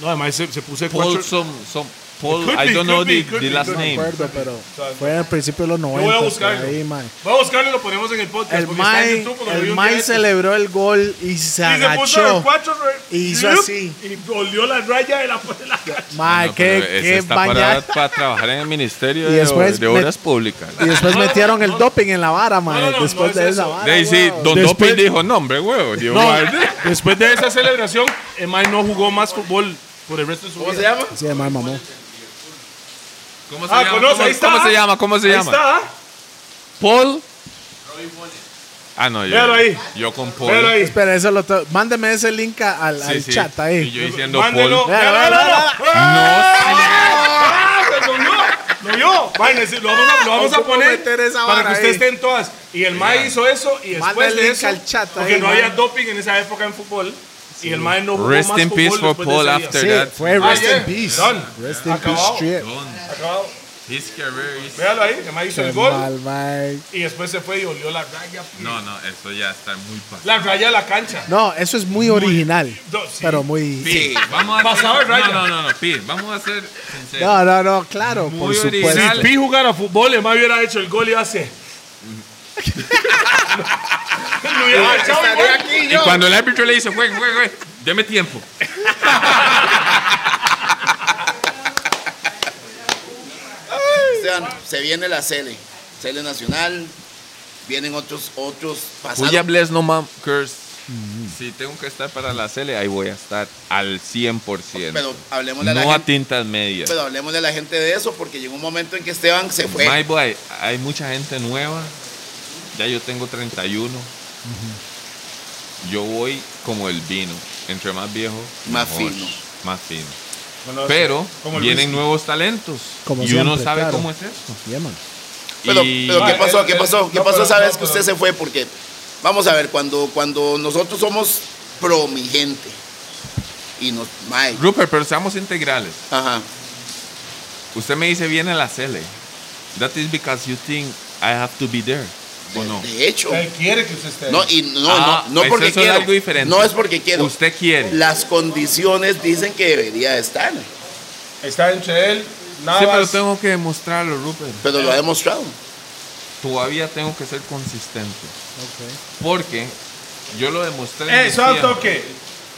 B: No, además se, se puso
E: Paul
B: cuatro-
E: some some Paul.
B: Could
E: I
B: be, could
E: don't know
B: be,
E: the,
B: could
E: the
B: be,
E: last
B: could
A: No me
E: name.
A: acuerdo, pero fue en el principio de los 90. por
B: buscarlo.
A: ahí, mae.
B: Voy a buscarlo y lo ponemos en el podcast.
A: El
B: porque está en
A: Mae,
B: YouTube, porque lo vi
A: el
B: un
A: mae
B: día antes.
A: celebró el gol y se
B: Y se puso
A: agachó.
B: de cuatro. re-
A: Y hizo
B: yup,
A: así.
B: Y olió la raya de la, <laughs> de la cancha.
A: Mae,
E: No,
A: qué,
E: pero ese
A: qué
E: está
A: bañada.
E: para, para trabajar en el Ministerio
A: Y
E: de,
A: después
E: de
A: me-
E: Obras Públicas.
A: Y después metieron el doping en la vara, mae.
B: no, no,
A: después
B: no
A: de
B: es
A: esa
B: eso.
A: vara.
E: De ahí sí,
A: weón.
E: Don
B: Después-
E: Doping dijo, no, hombre, huevo. Dios
B: No,
E: guarde".
B: después de esa celebración, el Mae no jugó más fútbol por el resto de su
C: ¿Cómo se
B: vida.
C: llama?
A: Sí, mae, mamó.
E: ¿Cómo se
B: Ah,
E: llama?
B: conoce,
E: ¿Cómo-
B: ahí está.
E: ¿Cómo se llama? ¿Cómo se
B: Ahí
E: llama?
B: está.
E: Paul. Ah, no, yo,
B: Véalo ahí.
E: yo con Paul.
B: Pero ahí.
A: Espera, eso lo to- Mándeme ese link a- al,
E: Sí,
A: al
E: sí.
A: chat
E: Y
A: ahí.
E: yo diciendo
B: Mándelo.
E: Paul.
A: Vea, vea,
B: no,
A: vea,
B: no. ¡Ah! Lo vio. Lo vio. Mae, sí, lo vamos a, lo vamos a
A: ¿Cómo
B: poner
A: meter esa
B: para
A: vara
B: que usted
A: ahí?
B: esté en todas. Y el Mae hizo eso y
A: Manda
B: después
A: el
B: de
A: link
B: eso,
A: al chat
B: porque
A: ahí,
B: no
A: mae.
B: había doping en esa época en fútbol. Y el Mae no jugó
E: Rest
B: más
E: in
B: fútbol
E: peace for
B: después de
E: Paul
B: ese día.
E: after
A: Sí,
E: that.
A: fue
B: Ah,
A: Rest
B: yeah.
A: in Peace.
B: Done.
A: Rest in
B: Acabado.
A: Peace Street.
B: Acabado.
E: His career is-
B: Véalo ahí, el Mae hizo
A: Qué
B: el gol.
A: mal, mae.
B: Y después se fue y olió la raya.
E: No, no, eso ya está muy pasado.
B: La raya de la cancha.
A: No, eso es muy original.
B: No, sí.
A: Pero muy.
E: Pi, vamos a
B: Pasado el rayo.
E: No, no, no, no, Pi, vamos a ser sinceros.
A: No, no, no, claro, por
E: Muy
A: supuesto.
E: original.
B: Si Pi jugara fútbol, el más hubiera hecho el gol y hace. no hubiera
E: Ah,
C: Ah,
B: echado el gol.
E: Y cuando el árbitro le dice, juegue, juegue, juegue, deme tiempo.
C: Esteban, se viene la Cele. Cele Nacional. Vienen otros, otros pasados.
E: Julia Bless no mam curse.
C: Mm-hmm.
E: Si tengo que estar para la Cele, ahí voy a estar al 100%.
C: Pero hablemos de la
E: no a
C: gente.
E: tintas medias.
C: Pero hablemos de la gente de eso, porque llegó un momento en que Esteban se fue.
E: My boy, hay mucha gente nueva. Ya yo tengo 31. Yo voy como el vino. Entre más viejo,
C: Mm-hmm. Más
E: mejor,
C: fino.
E: Más fino.
B: Bueno,
E: Pero
B: como el
E: vienen
B: whisky.
E: nuevos talentos.
A: Como
E: y uno
A: siempre,
E: sabe
A: claro.
E: cómo es esto.
A: Yeah, man.
C: Pero,
E: Y-
C: pero ¿qué
B: Ah,
C: pasó?
B: él-
C: ¿Qué
B: él-
C: pasó? ¿Qué
B: no,
C: pasó
B: pero-
C: esa
B: no,
C: vez que
B: pero-
C: usted se fue? Porque, vamos a ver, cuando, cuando nosotros somos pro mi gente y nos. Mae.
E: Rupert, pero seamos integrales.
C: Ajá.
E: Usted me dice viene la Cele. That is because you think I have to be there. ¿O no?
C: De hecho.
B: Él quiere que usted esté. ahí.
C: No, y no,
E: Ah,
C: no, no
E: eso
C: porque
E: es
C: quiero.
E: algo diferente.
C: No es porque quiero.
E: Usted quiere.
C: Las condiciones dicen que debería estar,
B: Está entre él,
E: Sí, pero
B: Navas.
E: tengo que demostrarlo, Rupert.
C: pero lo ha demostrado.
E: Todavía tengo que ser consistente. Porque yo lo demostré. en
B: Eh,
E: mis
B: solo un
E: tiempos.
B: toque.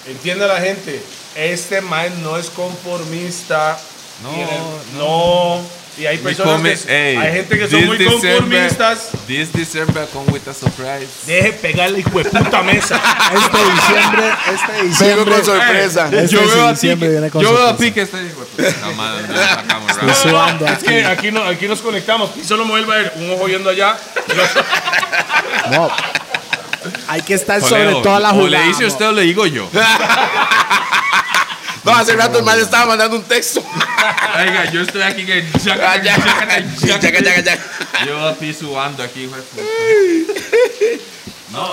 B: Entienda la gente. Este man no es conformista.
E: No,
B: Y el- no. Y hay
E: We
B: personas
E: come-
B: que.
E: hey,
B: hay gente que son
E: this
B: muy
E: December-
B: conformistas.
E: This December I come with a surprise.
B: Deje pegar la hijo de puta mesa. <laughs>
A: Este diciembre, este diciembre.
C: sorpresa.
A: Este
E: yo veo a ti.
A: diciembre viene con
E: Yo veo a
A: sorpresa.
E: ti que está hijo de puta. No, man, no, sacamos
A: Estoy
E: raro.
A: sudando
B: Es que
A: aquí.
B: aquí, no, aquí nos conectamos. Y solo me vuelve a ver un ojo yendo allá. y el otro-
A: No. Hay que estar sobre
E: Toledo,
A: toda la
E: o
A: jugada.
E: le dice usted o le digo yo.
C: No, hace rato el man estaba mandando un texto.
E: Oiga, yo estoy aquí que
C: Ah, ya. Ya, ya, ya, ya.
E: Yo aquí subando aquí, hijo de puta. No.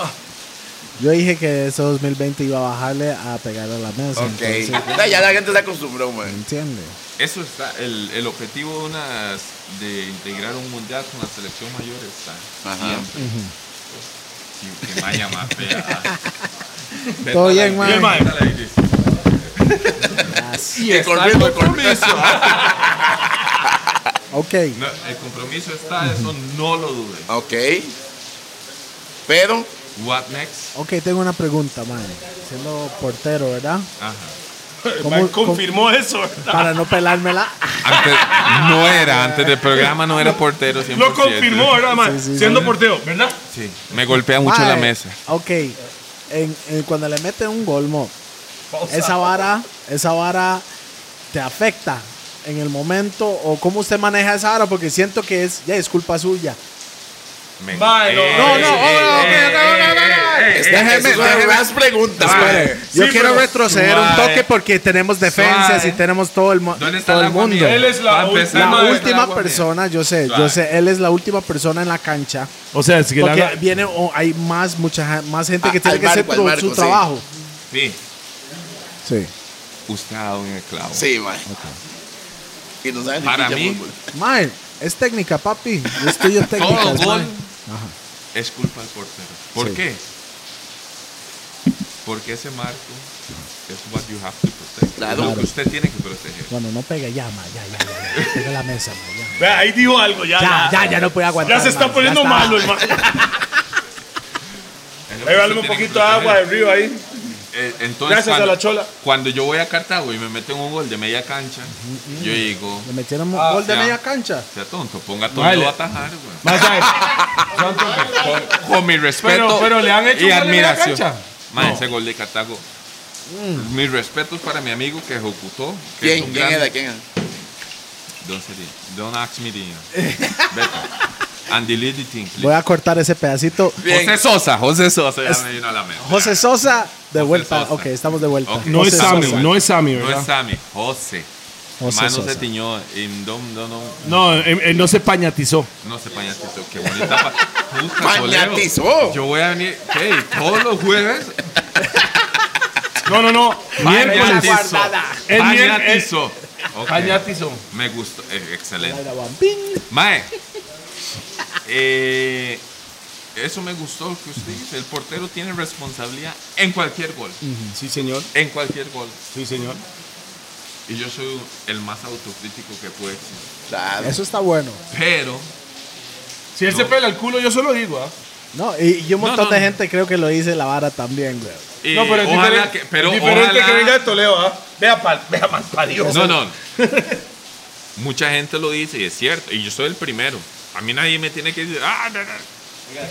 A: Yo dije que ese 2020 iba a bajarle a pegar a la mesa.
C: Ok.
A: entonces,
C: Ya, ya la gente se acostumbró, man.
A: ¿Entiende?
E: Eso está, el, el objetivo de, unas, de integrar un mundial con la selección mayor está
C: Ajá.
E: siempre. Sí, que vaya más fea. <laughs> Vete
A: Todo
E: al
A: bien,
E: aire,
A: man.
E: vete al aire.
A: Yes.
E: Y está el
C: corriendo,
E: compromiso.
A: Ok.
E: No, el compromiso está, eso no lo dudes.
C: Ok. Pero,
E: What next?
A: Ok, tengo una pregunta, man. Siendo portero, ¿verdad?
E: Ajá.
A: ¿Cómo-
B: Man,
A: cómo-
B: confirmó eso. ¿verdad?
A: Para no pelármela.
E: Antes, no era, antes del programa no era portero. 100%.
B: Lo confirmó, ¿verdad, man?
A: Sí, sí,
B: Siendo
A: sí.
B: portero, ¿verdad?
E: Sí, me golpea mucho
A: Mae,
E: la mesa.
A: Ok. En- en cuando le meten un gol, mo, esa vara, esa vara te afecta en el momento o cómo usted maneja esa vara porque siento que es ya es culpa suya.
E: Me-
B: Mae, no, no, no,
A: ok, no, no, no, no.
E: eh, eh,
C: este,
A: Déjeme,
C: esas son
A: déjeme. eh.
C: las preguntas,
E: Vale.
C: madre.
A: Yo
B: Sí,
A: quiero
B: pero-
A: retroceder un
E: Suave.
A: toque porque tenemos defensas
E: Suave.
A: y tenemos todo el, mo-
E: ¿Dónde está
A: todo
E: el
A: el
E: agua
A: mundo.
E: mía?
B: Él es la
E: Va a empezar
B: última-
A: La
E: a beber
A: última
E: agua mía.
A: persona, yo sé, yo
E: Suave.
A: sé, él es la última persona en la cancha.
F: O sea, es que la
A: Porque
F: haga-
A: viene, o hay más, mucha ja- más
E: Ah,
A: gente que
C: A-
A: tiene
C: al
A: que hacer
C: barco, al
A: su-
C: barco,
A: su
C: sí.
A: trabajo.
E: Sí,
A: Sí.
E: usted ha dado en el clavo.
C: Sí, man. Y no saben ni
E: Para
C: picha
E: mí,
C: fútbol.
A: Mae, es técnica, papi. Yo
E: <laughs>
A: estudio
E: Todo
A: técnicas,
E: gol
A: mae.
E: es culpa del portero. ¿Por qué? Porque ese marco es what you have to protect.
C: Claro.
E: Lo que usted tiene que proteger.
A: Bueno, no pega, ya, mae, ya, ya, ya.
E: <laughs>
A: ya. Pega la mesa, mae, ya.
B: Vea, ahí dijo algo, ya.
A: Ya, ya, ya no puede aguantar.
B: Ya se está
A: mae,
B: poniendo
A: ya
B: malo, hermano.
E: Es
B: Ahí
E: lo que usted
B: vale un
E: tiene que
B: poquito de agua de
E: proteger.
B: río ahí.
E: Eh, entonces,
B: Gracias a
E: cuando,
B: la chola.
E: Cuando yo voy a Cartago y me meten un gol de media cancha, yo digo,
A: Le metieron un gol de
E: Ah, ya.
A: media cancha.
E: sea tonto, ponga todo a atajar, güey. Con, con mi respeto
F: Pero- pero le han hecho
E: y
F: un gol en media
E: admiración.
F: cancha.
E: Mae, ese gol de Cartago. Mis respetos para mi amigo que ejecutó. Que es
C: ¿Quién?
E: un
C: ¿Quién
E: gran-
C: era? ¿Quién era?
E: Don't say it. Don't ask me the Beto. And delete the thing, please.
A: Voy a cortar ese pedacito.
E: José Sosa, José Sosa, ya me vino a la mente.
A: José Sosa, de vuelta.
E: Sosa.
A: Ok, estamos de vuelta.
E: Ok.
F: No
A: José
F: es Sammy,
A: Sosa.
F: no es Sammy,
E: No es
F: ¿verdad?
E: Sammy, José.
A: José
E: Mano
A: Sosa.
E: se tiñó. y dom- no, no,
F: No, él, él no se pañatizó.
E: No se pañatizó, qué bonita. pa- Puta,
C: Pañatizó.
E: Toledo. Yo voy a venir, hey, todos los jueves.
F: No, no, no. Miércoles.
E: Pañatizó.
F: El mier-
E: Pañatizó. Ok,
F: Pañatizó.
E: Me gustó, eh, excelente.
A: Era Bambín.
E: Mae, eh, eso me gustó que usted dice. El portero tiene responsabilidad en cualquier gol.
F: Sí, señor.
E: En cualquier gol.
F: Sí, señor.
E: Y yo soy el más autocrítico que puede existir.
C: Claro.
A: Eso está bueno.
E: Pero,
F: Si él se pela el culo, yo se lo digo, ¿ah?
A: No, y, y un
E: No,
A: montón
E: no,
A: de
E: no.
A: gente creo que lo dice la vara también, güey.
E: eh,
B: No, pero es
E: ojalá
B: diferente,
E: que. Pero
B: diferente
E: ojalá-
B: que venga de Toledo, ¿ah? Vea, pa- vea más para Dios.
E: No, no. Mucha gente lo dice y es cierto. Y yo soy el primero. A mí nadie me tiene que decir, ah, no, no".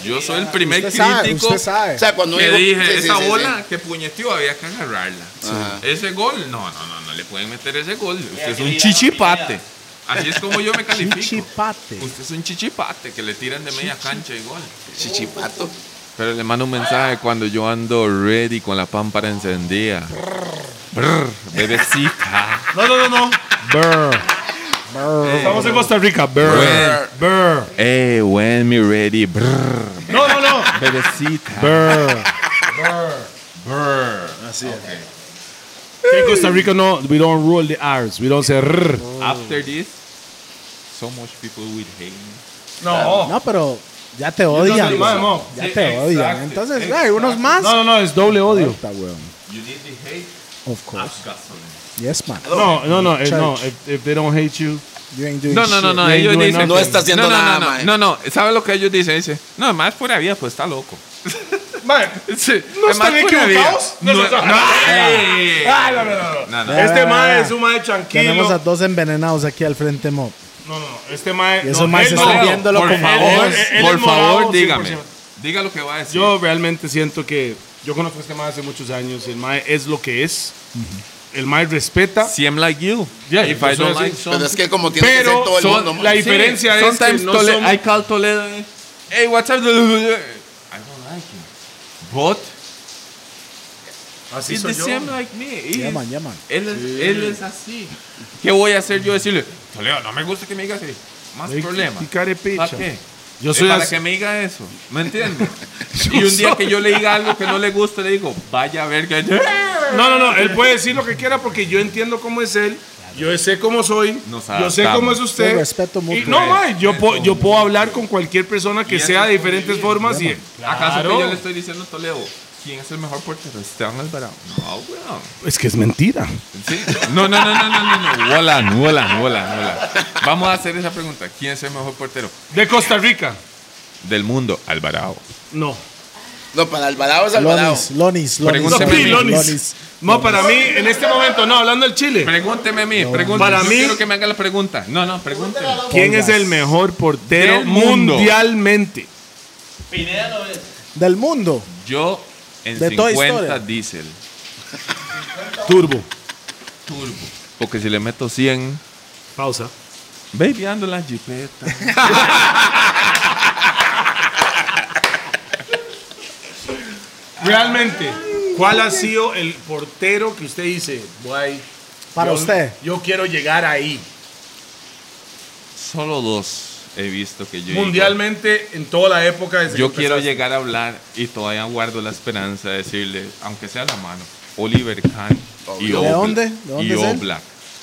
E: Yo soy el primer
A: Usted sabe,
E: crítico
A: usted sabe.
C: O sea, cuando
E: que
C: digo-
E: dije,
C: sí, sí,
E: esa
C: sí, sí.
E: bola que puñeteó había que agarrarla.
C: Ajá.
E: Ese gol, no, no, no, no le pueden meter ese gol. Usted es un chichipate. Así es como yo me califico.
A: Chichipate.
E: Usted es un chichipate que le tiran de media cancha y gol.
C: Chichipato.
E: Pero le mando un mensaje cuando yo ando ready con la pámpara encendida. Brr, bebecita.
F: No, no, no, no. Brr. Estamos en Costa Rica. Brr. Brr.
E: Hey, Eh, when me ready. Brr.
F: No, no, no.
E: Bebecita.
F: Brr.
A: Así es.
F: En Costa Rica no, we don't rule the R's. We don't say rrr.
E: After this, so much people will hate me.
B: No.
A: No, pero ya te odian.
F: Entonces,
A: güey.
F: mae, mo.
A: ya te odian. Entonces, güey, unos más.
F: No, no, no, es doble odio.
A: Puta, güey.
E: You need the hate,
A: Of course.
E: I've got some.
A: Yes, man.
F: No, no, no, eh, no. If, if they don't hate you,
A: You ain't doing
E: No, no, no,
A: shit.
E: no,
F: you ain't
E: ellos
F: doing
E: dicen.
F: nothing.
C: No está haciendo
E: no, no,
C: nada,
E: no,
C: mae.
E: no, no, no, ¿sabe lo que ellos dicen? Dicen, no, más pura vida, pues está loco.
B: Man,
F: Eh,
E: Sí,
B: ¿No
E: es más
B: están
E: pura vida.
B: equivocados?
E: No,
B: No,
E: no,
B: no, no.
E: ey,
B: Ay, no, no, no, no.
E: ah, no, no.
B: Este mae es un mae tranquilo.
A: Tenemos a dos envenenados aquí al frente, mo.
B: No, no, este mae.
A: Y esos
B: no,
A: maes
B: él
A: están
B: no.
A: viendo- viéndolo
E: por
A: como a
E: favor,
A: vos.
B: Él- él
E: por
B: es morado,
E: favor, dígame.
B: 100%.
E: Diga lo que va a decir.
F: Yo realmente siento que yo conozco a este mae hace muchos años y el mae es lo que es. El mae respeta.
E: Si I'm like you.
F: Yeah,
E: if
F: yo
E: I
F: soy
E: don't
F: así.
E: like
C: Pero
E: something.
C: es que como tiene que
F: Pero
C: ser todo el
F: son-
C: mundo, man.
F: la diferencia es que
E: Sometimes
F: no
E: Toledo,
F: son-
E: I call Toledo. eh, <laughs> Hey, what's up? I don't like him. But
B: Así
E: It's
B: soy
E: the
B: yo.
E: same like me. He's-
A: Yeah, man, yeah, man.
E: Él, es, él es así. ¿Qué voy a hacer yo decirle? Toledo, no me gusta que me digas así. Más
B: Ey,
E: problema.
B: y carepicha.
E: ¿Para qué?
B: Yo
E: Eh,
B: soy
E: para
B: as-
E: que me diga eso.
B: <laughs>
E: ¿Me entiendes? y un día que yo le diga algo que no le gusta, le digo, vaya a ver que...
B: No, no, no, él puede decir lo que quiera porque yo entiendo cómo es él, yo sé cómo soy,
E: Nos
B: yo sé
E: adaptamos.
B: cómo es usted.
A: Yo respeto mucho.
B: Y no, mae, yo, po- yo puedo hablar con cualquier persona que
E: Y
B: sea
E: eso
B: de diferentes formas y...
E: ¿Acaso que
B: Claro.
E: yo le estoy diciendo a Toledo? ¿Quién es el mejor portero? Esteban Alvarado. No, weón.
F: Es que es mentira.
E: Sí. No, no, no, no, no, no, no. Wolan, Wolan, Wolan, Wolan. Vamos a hacer esa pregunta. ¿Quién es el mejor portero
B: De Costa Rica.
E: del mundo? Alvarado.
B: No.
C: No, para Alvarado es Alvarado.
A: Lonis, Lonis, Lonis.
E: Pregúntame.
A: Lonis,
E: Sí,
B: Lonis.
A: Lonis.
B: No, para mí, en este momento, no, hablando del Chile.
E: Pregúnteme a mí, pregúnteme.
B: Para
E: Yo
B: mí-
E: quiero que me haga la pregunta. No, no, pregúnteme.
B: ¿Quién es el mejor portero mundialmente?
A: Del mundo.
E: Yo en
A: De Toy
E: 50
A: Story.
E: diésel.
B: Turbo.
E: Porque si le meto 100,
B: Pausa.
E: baby ando en la jipeta.
B: Realmente, ¿cuál ha sido el portero que usted dice, guay?
A: Para
B: yo-
A: usted.
B: Yo quiero llegar ahí.
E: Solo dos he visto que yo. digo,
B: Mundialmente, en toda la época. desde
E: Yo
B: que
E: quiero
B: empezaste.
E: llegar a hablar y todavía guardo la esperanza de decirle, aunque sea la mano, Oliver Kahn y
A: ¿De
E: Oblak.
A: dónde? ¿De dónde
E: y
A: es él?
E: Oblak.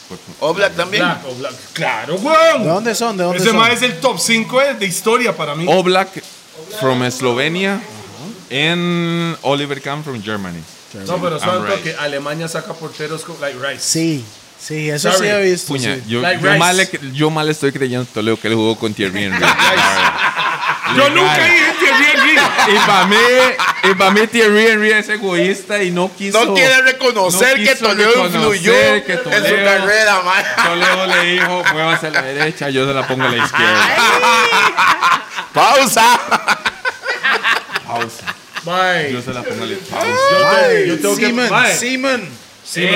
E: Porque-
C: Oblak también.
B: Black, o Black. Claro,
A: ¿De
B: weón.
A: dónde son? ¿De dónde
B: Ese
A: son? Oh.
B: más es el top 5 de, de historia para mí.
E: Oblak from Eslovenia and Oliver Kahn from Germany.
B: no, pero
E: I'm
B: santo
E: right.
B: que Alemania saca porteros como like Rice.
A: Sí, sí, eso
B: Sorry.
A: sí he visto.
E: Puña,
A: sí.
E: yo,
B: Like
E: yo
B: Rice.
E: mal, le- yo mal estoy creyendo a Toledo que él jugó con
B: <laughs>
E: Thierry Henry.
B: Yo nunca dije Thierry Henry.
E: Y para mí, y pa' mí Thierry Henry es egoísta y no quiso.
C: No quiere reconocer
E: no
C: que
E: quiso
C: Toledo
E: reconocer
C: influyó
E: que
C: en su
E: Toledo-
C: carrera, man.
E: Toledo le dijo, muévase a la derecha, yo se la pongo a la izquierda.
C: Pausa.
E: Pausa.
B: Mae,
E: Yo
B: Yo
E: se la pongo a la izquierda.
B: tengo-
A: Ay,
B: yo tengo que.
A: Seaman,
B: Mae,
A: Seaman.
B: sí,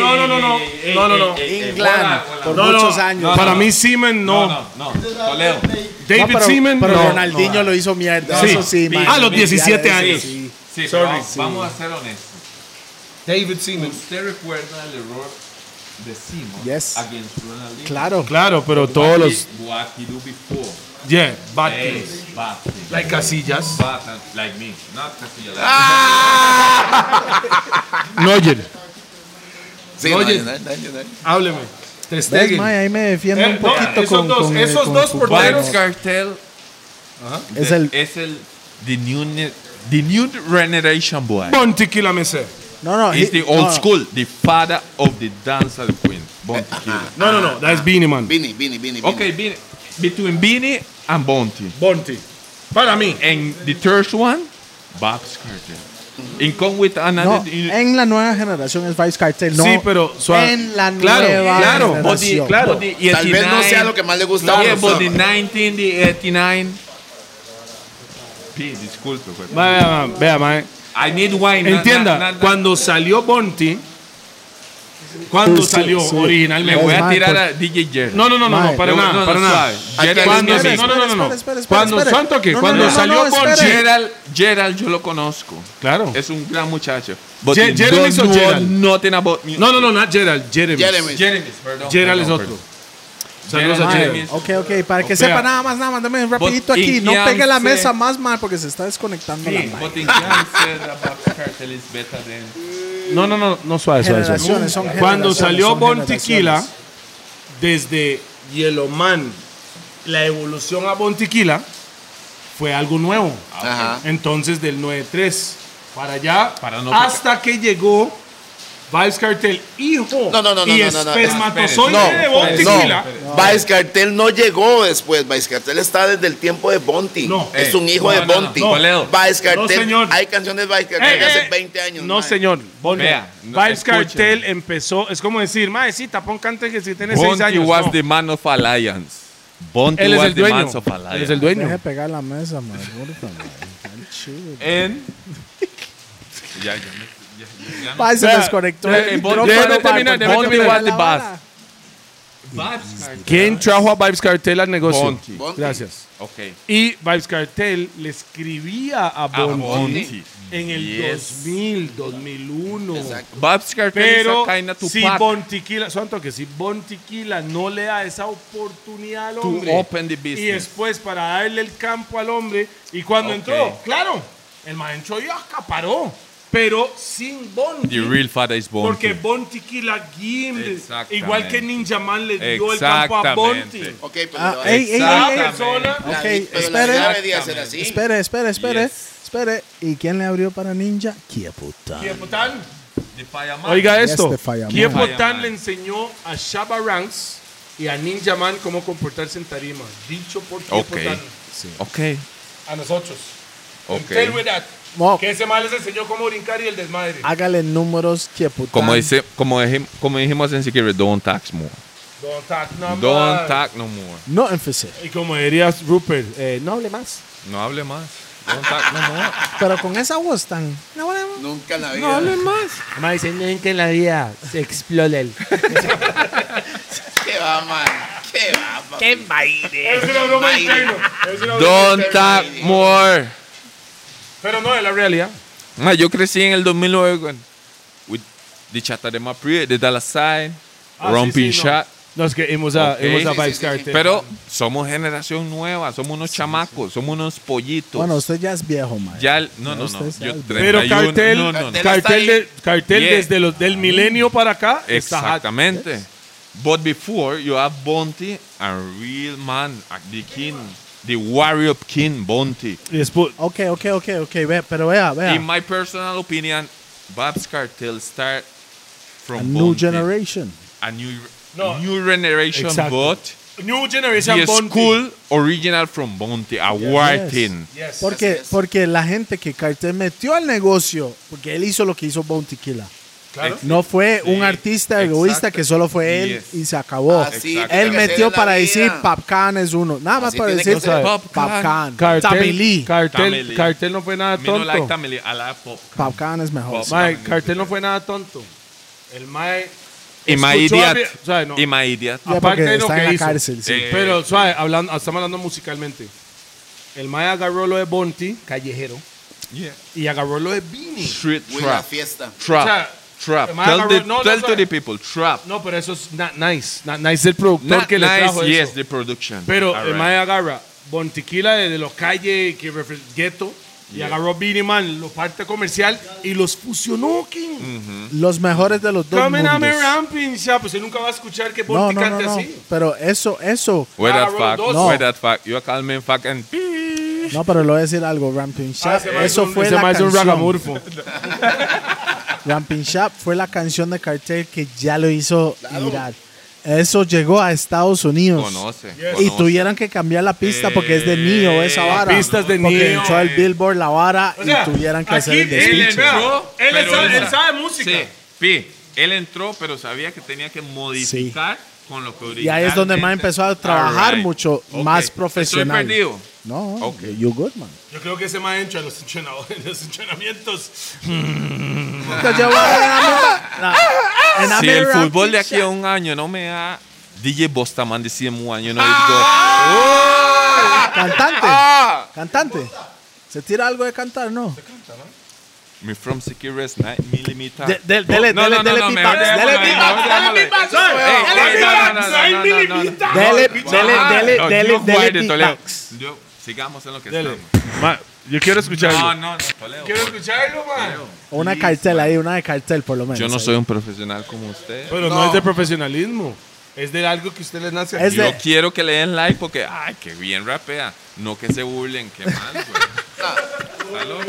B: no, no, no, no, no, no, no, no.
A: England, por
B: No, no,
A: muchos años.
E: no,
B: Para
E: no.
B: mí, Seaman no.
E: No, no, no. Toledo.
A: No,
B: David
A: pero,
B: Seaman
A: pero
B: no.
A: Ronaldinho lo hizo mierda.
B: Sí.
A: Eso sí, man.
B: A los
A: Ya le
B: 17
A: hizo,
B: años.
A: sí.
E: Sí,
B: Sorry.
E: pero vamos a ser honestos.
B: David Seaman.
E: ¿Usted recuerda el error de Simon
A: Yes.
E: against Ronaldinho?
A: Claro.
B: Claro, pero todos los.
E: What he do before.
B: Yeah, bad
E: Hey,
B: things.
E: bad thing.
B: Like Casillas.
E: Bad, thing, like me. Not Castilla. Like
B: Ah. Neuer.
C: <laughs> Sí, no,
B: Oye.
C: no, no, no, no.
B: Hábleme. Ter
A: ¿Ves,
B: Stegen.
A: man? Ahí me defiendo
B: Eh,
A: un
B: no,
A: poquito
B: esos
A: con,
B: dos-
A: con-
B: esos
A: con
B: dos
A: Cubano.
E: Vibes
B: porteros-
E: Cartel
A: Es el,
E: es el the new ne- the new generation boy.
B: Ponte Quilamese.
A: no, no,
E: It's
A: he-
E: the Este old
A: no,
E: school, the father of the dancer queen. Bonte Killer.
B: No, no, no. That's Beanie Man.
C: Vini, Vini, Vini. Vini.
E: Okay, Bini, between Bini and Bonte.
B: Bonte. Para mí.
E: And the third one, Bob Cartel. In come with
A: No, Eh,
E: another. in-
A: en la nueva generación es Vice Cartel. No,
B: Sí, pero suave.
A: En la
B: Claro,
A: nueva
B: claro,
E: Body-
A: generación.
E: claro.
C: Tal vez no sea lo que más le gusta a
E: Yeah,
C: uno,
E: but the
C: ¿no?
E: 19, the 89. Please, disculpe. güey.
B: Vea, vea, vea, mae.
E: I need wine. not-
B: Entienda,
E: not- not-
B: cuando salió Bonte, cuando
A: Sí, sí,
B: salió
A: sí.
E: Le
B: originalmente.
E: voy a
A: Mae,
E: tirar
A: por-
E: a DJ Jerry.
B: No, no, no, no,
A: Mae.
B: no, para
E: No,
B: nada,
E: no, no,
B: para nada.
E: suave. Aquí
B: Cuando
E: hay-
B: sí,
E: espere,
B: no, no, no, no, no.
A: espere, espere, espere,
B: Cuando
A: espere.
B: santo que
A: No, no,
B: cuando
A: no, no,
B: salió
A: no, espere.
B: Bonte,
E: Gerald, Gerald yo lo conozco.
B: claro.
E: Es un gran muchacho. But
B: Ge-
E: he
B: Jeremy's
E: don't
B: or
E: know
B: Gerald?
E: Nothing about music.
B: No, no, no, not Gerald, Jeremy.
C: Jeremy.
E: Jeremy, perdón.
B: Gerald es
E: perdón,
B: otro.
E: perdón.
B: Saludos a
E: Gerald,
B: Jeremy.
E: Jeremy.
A: Ok, ok, para que
B: Vea.
A: sepa nada más, nada más, dame rapidito
E: But
A: aquí. No pegue la
E: Indiance-
A: mesa más, man, porque se está desconectando la
E: Sí,
A: man.
E: But in Gerald said about Cartel is better than.
B: No, no, no, no suave,
A: Generaciones, son
B: Cuando
A: generaciones,
B: salió
A: son
B: Bontiquila,
A: generaciones.
B: desde Yellowman, la evolución a Bontiquila fue algo nuevo.
C: Ajá.
B: Entonces del 9-3 para allá,
E: Para no
B: hasta que llegó Vice Cartel, hijo
C: No, no, no, no,
B: y
C: no, no, no.
B: espermatozoide
C: No,
B: de Bontiquila.
C: no. Vice Cartel no llegó después. Vice Cartel está desde el tiempo de Bonti.
B: No.
C: Es
E: Eh,
C: un hijo
E: no,
C: de
E: no, no,
C: Bonti.
E: no, Toledo.
C: Vice Cartel.
B: No, señor.
C: Hay canciones de Vice Cartel
B: Eh,
C: de hace
B: eh,
C: 20 años.
B: No,
C: mae.
B: señor. Bonti.
E: Vea, no,
B: Vice
E: escuchen.
B: Cartel empezó, es como decir, maecita, pon cante que si tienes 6
E: Bonte
B: años.
E: was
B: no.
E: the man of alliance. Bonte
B: Él es
E: was
B: el
E: the
B: dueño.
E: man of alliance.
B: Él es el dueño.
A: Deje pegar la mesa, man. Ahorita, man. Tan chido.
E: En.
A: <laughs>
E: ya, ya, me- ya, ya, ya.
A: Pa, se
B: Vea,
A: desconectó
E: eh,
A: el
E: Bonte-
A: micrófono,
E: déjeme
A: pa,
E: terminar,
A: porque
E: déjeme
A: no
E: terminar.
A: pega la
E: Bonte was the
A: vara.
E: Vibes.
B: ¿Quién trajo a Vibes Cartel al negocio?
E: Bonti.
C: Bonti.
B: Gracias.
E: Ok.
B: Y Vibes Cartel le escribía a
E: Ah,
B: Bonti,
E: Bonti.
B: en el
E: Yes.
B: 2000, 2001.
E: Vibes Cartel
B: Pero
E: está caína tu
B: si
E: pack.
B: Bontiquila, son que si Bontiquila no le da esa oportunidad al
E: To
B: hombre
E: open the
B: y
E: business.
B: después para darle el campo al hombre y cuando
E: Ok.
B: entró, claro, el maestro ya acaparó, pero sin Bonti.
E: The real fada is Bonti.
B: Porque Bonti Killa Gimli,
E: Exactamente.
B: igual que Ninja Man le dio el campo a Bonti.
E: Exactamente.
C: Ok, pues, pero
A: Ah,
C: la-
A: ey,
B: La
A: ey, ey, ey.
E: Exactamente.
B: persona
C: la-
A: ok,
C: pero la
A: espere.
C: llave de hacer así.
A: Espere, espere, espere.
E: Yes.
A: Espere. ¿Y quién le abrió para Ninja? Kiepután.
B: Kiepotán.
E: The Fireman.
B: Oiga
A: Yes,
B: esto.
A: de Fireman.
B: Kiepotán
E: Fireman.
B: le enseñó a Shabba Ranks y a Ninja Man cómo comportarse en tarima. Dicho por
E: Ok.
B: Kiepotán.
E: Ok.
B: A nosotros.
E: Ok.
B: Tell with that.
A: Mo,
B: Que ese mal les enseñó cómo brincar y el desmadre.
E: Ah.
A: hágale números, Kiepután.
E: Como, dice, como, dijim- como dijimos en Siquiera, don't tax more.
B: Don't talk no
E: Don't
B: more.
E: tax no more.
A: No énfasis.
B: Y como dirías Rupert, eh, no hable más.
E: No hable más. Don't tax no
B: <laughs>
E: more.
A: Pero con esa voz tan. No hablemos.
C: Nunca en la
A: No
C: vida.
A: hablen más.
G: Mamá dice, "Nen, que en la vida se explode el...
C: ¿Qué va, man? ¿Qué va, papi?
B: Es una broma
C: Maire.
B: interna. Es una broma
E: Don't
B: interna.
E: tax more.
B: Pero no, es la realidad.
E: Ma, yo crecí en el 2009 con with The Chatarema Pre, The Dallas Sign,
B: Ah,
E: Romping
B: sí, sí, no.
E: Shot.
B: Nos que hemos a,
E: Ok.
B: hemos a
E: Sí, sí,
B: Vibes
C: sí,
B: Cartel.
E: Pero somos generación nueva, somos unos chamacos, somos unos pollitos.
C: Pues.
A: Bueno, usted ya es viejo, man.
E: ya, el- no, no, no.
A: usted
E: yo
A: sabe.
E: 31,
B: Pero cartel,
E: no, no, no.
C: Cartel está
B: cartel,
C: ahí.
B: de- cartel
E: Yeah.
B: desde los del milenio para acá está hot.
E: Exactamente. But before, you have Bonti, a real man, a- the king, the warrior king, Bonti.
B: Y después-
A: Ok, ok, ok, ok. Ve, pero vea, vea.
E: In my personal opinion, Babs Cartel start from
A: A new
E: Bonte.
A: generation.
E: A new,
B: No.
E: new generation,
B: Exacto.
E: but
B: New Generation
E: the
B: Bonti.
E: school original from Bonte, a war
A: Yes.
E: thing.
B: Yes.
A: Porque,
C: Así es.
A: porque la gente que Cartel metió al negocio, porque él hizo lo que hizo Bounty Killer.
B: Claro.
A: No fue
E: Sí,
A: un artista egoísta
E: exacto.
A: que solo fue él
E: Yes.
A: y se acabó.
C: Así
E: Exacto.
A: él
C: tiene que
A: metió
C: ser la
A: para
C: vida.
A: decir Papcan es uno. Nada más
C: Así
A: para
C: tiene que
A: decir
C: ser.
A: Papcan.
B: Cartel,
A: Tabili.
B: cartel,
E: Tamilí.
B: cartel no fue nada
E: Me no
B: tonto.
E: like Tamil, I like pop.
A: Papcan es mejor.
E: Pop.
B: Mae, cartel no fue nada tonto. El Mae.
E: Y my
B: escuchó a
E: idiot.
B: vi- o sea, no.
E: Y my idiot.
A: Ya
B: Aparte
A: porque
B: de lo
A: está
B: que
A: en la
B: hizo.
A: cárcel, sí.
E: Eh,
B: Pero, suave, hablando, estamos hablando musicalmente. El Mae agarró lo de Bonti, callejero,
E: yeah.
B: y agarró lo de Vini.
E: Street
C: Buena
E: trap.
C: fiesta.
E: Trap.
B: O sea,
E: trap.
B: am I
E: Tell, the,
B: agarró- no, no,
E: tell to
B: sorry.
E: the people, trap.
B: No, pero eso es not nice. Not nice del productor
E: Not
B: que le
E: nice,
B: trajo eso.
E: yes, the production.
B: Pero
E: All
B: el
E: right.
B: mae agarra Bontiquila de, de los calles que refer- gueto y agarró Beanie Man, lo parte comercial y los fusionó. King.
A: Los mejores de los dos
B: Coming on me
A: mundos.
B: ramping, ya, pues él nunca va a escuchar que
A: No,
B: Bonti
A: no, no,
B: cante
A: no.
B: así.
A: Pero eso, eso.
E: Where that
B: agarró
E: fuck?
B: dos.
A: No.
E: Where that fuck? You call me fuck and beep.
A: No, pero le voy a decir algo.
B: Ah,
A: Ramping Shop.
B: ese mae es
A: eso
B: un-
A: fue
B: ese
A: la
B: mae es un
A: canción.
B: ragamurfo.
A: Ramping Shop fue la canción de Cartel que ya lo hizo mirar. Eso llegó a Estados Unidos.
E: Conoce.
A: Y
E: conoce. Eh,
A: tuvieron que cambiar la pista porque es de Nio esa vara.
B: pistas de
A: Porque
B: Nio.
A: entró el Billboard la vara
B: O sea,
A: y tuvieron que
B: aquí
A: hacer el
E: Él
A: despiche.
E: entró.
B: Él
E: pero
B: sabe-
E: esa-
B: él sabe música.
E: Sí, pi. Él entró, pero sabía que tenía que modificar con lo que
A: Y ahí es donde más
E: originalmente-
A: empezó a trabajar
E: All right.
A: mucho
E: Ok.
A: más profesional.
E: Estoy perdido.
A: No,
E: Ok.
A: you good, man.
B: Yo creo que ese mae entra a los, entrenadores, los entrenamientos.
E: Si el fútbol de aquí a un año no me da DJ Bostaman de CM un año, no it's good.
B: Ah.
A: Cantante.
E: Ah.
A: Cantante. ¿Se tira algo de cantar? No.
E: Me from Sikiris 9 millimeter.
A: De- del- dele-
E: No,
A: dele-
E: no, no,
A: dele
E: no,
A: beatbox,
E: mejor
A: dele
E: dejémoslo ahí,
A: beatbox,
E: mejor
A: dale
E: dejémoslo ahí.
A: beatbox,
E: Ey,
A: dale
E: ey,
B: beatbox,
E: no, no,
B: ahí
E: no,
B: Billy
E: no, no, no.
B: Beatbox.
A: Dele,
E: No,
A: dele,
E: ah,
A: dele,
E: no,
A: dele,
E: you
A: dele
E: guide it, Toledo.
A: beatbox.
E: Yo- Sigamos en lo que
B: Dele.
E: estamos.
B: yo quiero
E: No, no, no, Toledo.
B: Quiero escucharlo, mae.
A: O Una cartel ahí, una de cartel por lo menos.
E: Yo no
A: ahí.
E: soy un profesional como usted.
B: Pero no.
C: No.
B: es de profesionalismo. Es de algo que usted le nace.
A: Es
E: Yo
A: de-
E: quiero que le den like porque, ay, qué bien rapea. No que se burlen, qué mal, güey. Está loco.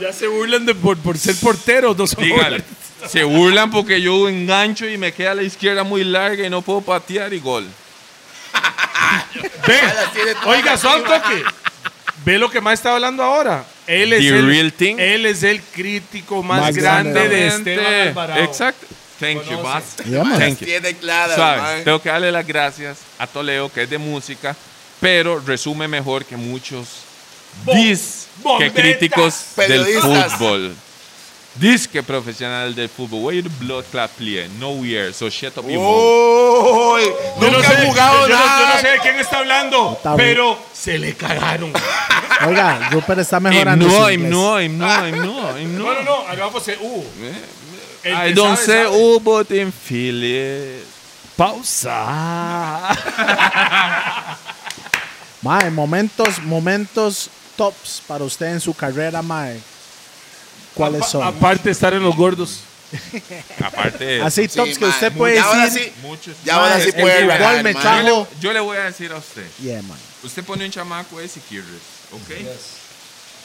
B: Ya se burlan de por, por ser portero. No son
E: Dígale. Se burlan porque yo engancho y me queda la izquierda muy larga y no puedo patear y gol.
B: Ve,
C: Ya las tiene todas
B: oiga,
C: las
B: son toque. Ve lo que más está hablando ahora. Él es,
E: The
B: el,
E: real thing.
B: él es el crítico más,
A: Más
B: grande, de este
E: Exactamente.
B: Esteban Alvarado.
E: Exacto. Thank you,
B: Conoce.
E: boss.
A: Ya, man.
E: Thank you.
C: Tiene clara,
E: ¿Sabes?
A: ¿eh?
C: ¿sabes?
E: Tengo que darle las gracias a Toledo, que es de música, pero resume mejor que muchos dis que
B: bombetas,
E: críticos del
C: periodistas.
E: fútbol. disque profesional del fútbol. Where the blood clot player? Nowhere. So shut up your
A: Oh,
E: mouth.
C: ¡Uy!
B: Yo no
C: Nunca
B: sé,
C: he jugado
B: yo no-
C: nada.
B: yo no sé de quién está hablando,
A: Está bien.
B: pero se le cagaron.
A: Oiga, Rupert está
E: I'm
A: mejorando.
E: no,
A: su
E: I'm
A: inglés.
E: no, I'm no, I'm no, I'm
F: <laughs>
B: No, no,
E: no.
B: no, hablaba José U. uh. El
E: Eh, I
B: que
E: don't
B: sabe,
E: say
B: sabe.
E: oh, but in Philly.
A: <laughs>
E: Pausa.
A: Mae, momentos, momentos tops para usted en su carrera, mae. ¿Cuáles son?
F: Aparte de estar en los gordos.
E: <laughs> Aparte,
A: Así
C: Sí,
A: tops que
C: mae,
A: usted
C: mu-
A: puede
C: ya ahora
A: decir.
C: sí,
E: muchos.
C: ya ahora
A: Mae,
C: sí
A: el
C: puede
A: fútbol
C: rajar,
A: me
C: mae.
A: trajo-
E: Yo le voy a decir a usted.
A: Yeah, mae.
E: Usted pone un chamaco de Siquirres, ¿ok?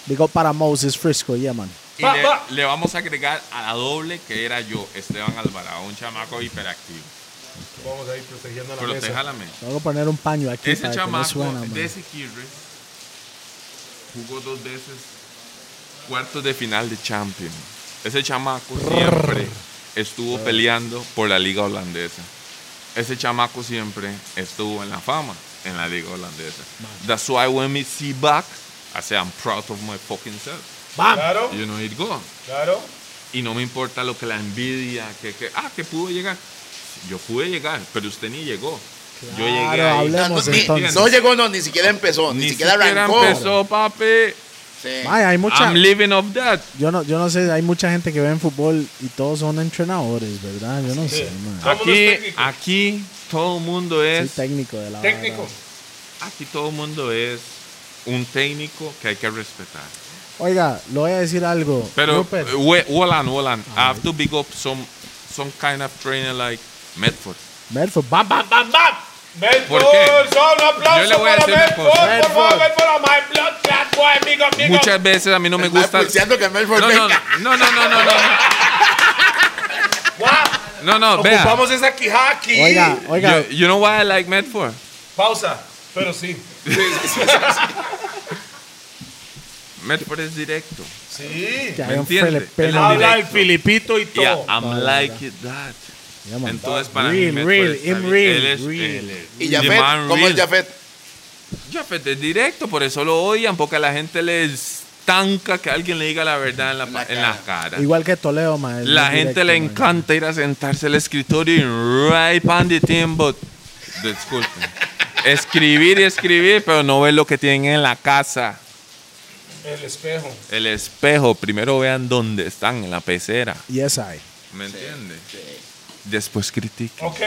A: Digo para Moses Frisco, yeah, man.
E: Y
B: Va,
E: le,
B: va.
E: le vamos a agregar a la doble que era yo, Esteban Alvarado, un chamaco hiperactivo.
B: Vamos ahí protegiendo la mesa.
E: Proteja la mesa.
A: Tengo que poner un paño aquí
E: Ese
A: para que no
E: chamaco
A: suena, mae.
E: de Siquirres jugó dos veces cuartos de final de Champions. Ese chamaco siempre estuvo peleando por la liga holandesa. Ese chamaco siempre estuvo en la fama en la liga holandesa. That's why when we see back, I say I'm proud of my fucking self.
B: Claro,
E: You know it go.
B: claro.
E: Y no me importa lo que la envidia, que, que ah, que pudo llegar. Yo pude llegar, pero usted ni llegó. Yo llegué
A: Claro,
E: ahí.
A: hable-
C: No, no,
A: Vemos
C: ni-
A: entonces.
C: no llegó, no, ni siquiera empezó, ni, siquiera arrancó.
E: empezó, papi.
C: Sí.
A: Mae, hay mucha.
E: I'm living of that.
A: Yo no, yo no sé, hay mucha gente que ve en fútbol y todos son entrenadores, ¿verdad? Yo no
B: Todo
A: sé, mae.
B: el mundo
E: Aquí,
B: es técnico.
E: aquí todo el mundo
A: Soy
E: es,
A: técnico de la
B: Técnico.
A: vara.
E: aquí todo el mundo es un técnico que hay que respetar.
A: Oiga, le voy a decir algo.
E: Pero, eh,
A: Rupert,
E: we- Wolan, Wolan, I have to big up some, some kind of trainer like Medford.
A: Medford, bam, bam, bam.
E: ¿Por
B: Medford,
E: qué?
B: son un aplauso
E: Yo le voy
B: para
E: a decir una
B: Medford,
E: cosa.
B: por favor, Medford, a my blood clot boy, amigo, amigo.
E: Muchas veces a mí no me
C: Mae,
E: gusta.
C: pulseando que Melford
E: No, no,
C: venga.
E: no, no, no, no, no.
B: Guau,
E: No, no, vea.
B: Ocupamos esa quijada aquí.
A: Oiga, oiga.
E: You, you know why I like Medford?
B: Pausa, pero sí.
E: Medford es directo.
B: Sí.
A: Que
E: ¿Me
A: hay un
E: entiende?
A: filipino.
E: Él
B: Habla
E: directo.
B: el filipito y todo.
E: Yeah, I'm like it that.
A: Yeah, man.
E: Entonces, para
A: Real,
E: mí, Medford
A: real,
E: está
A: I'm
E: bien.
A: real,
E: Él es-
A: real.
E: él es-
C: Y
E: the
C: Jafet,
E: man
C: ¿cómo es
E: real.
C: Jafet?
E: Jafet es directo, por eso lo odian, porque a la gente le estanca que alguien le diga la verdad en la, pa- en la cara.
A: Igual que Toledo, mae. es
E: La
A: muy
E: gente
A: directo,
E: le
A: mae.
E: encanta ir a sentarse al escritorio y right on the thing, but- Disculpen. Escribir y escribir, pero no ver lo que tienen en la casa.
B: El espejo.
E: El espejo, primero vean dónde están, en la pecera.
A: Yes, I.
E: ¿Me entiendes? Después critiquen.
B: Ok,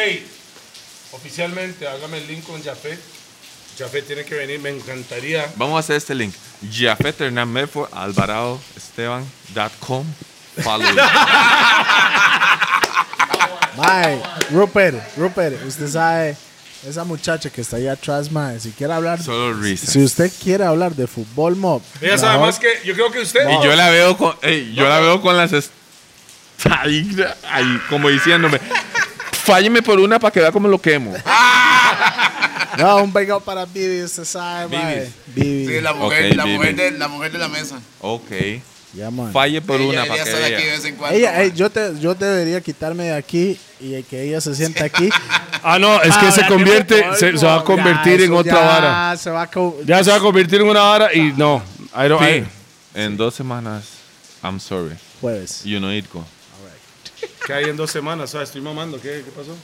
B: oficialmente, hágame el link con Jafet. Jafet tiene que venir, me encantaría.
E: Vamos a hacer este link. Jafet Hernán Medford, Alvarado Esteban.com. Follow.
A: Mae, Rupert, Rupert, usted sabe, esa muchacha que está ahí atrás, mae, si quiere hablar,
E: Solo risas.
A: si usted quiere hablar de fútbol, mob.
B: Ella sabe más que yo creo que usted.
E: Y yo la veo con, ey, yo la veo con las estadísticas ahí, como diciéndome, fálleme por una para que vea cómo lo quemo.
A: No, un big up para Bibi, usted sabe, mae.
E: Bibis.
A: Bibi.
C: Sí, la mujer,
E: Ok,
C: la, mujer
E: dime.
C: de, la mujer de la mesa.
E: Ok,
A: Ya, mae.
E: falle por
C: ella
E: una
C: debería
E: para que
C: estar aquí de
E: vea.
C: vez en cuando.
A: Ella,
C: mae.
A: eh, yo, te, yo debería quitarme de aquí y que ella se sienta aquí.
F: Ah, no, es que se convierte, se, se va a convertir en otra vara.
A: Ya se va a co-
F: Ya se va a convertir en una vara y no. I don't, I-
E: Sí, en dos semanas, I'm sorry,
A: Jueves.
E: you know it, go.
B: ¿Qué hay en dos semanas? Ah, estoy mamando, ¿qué, qué pasó?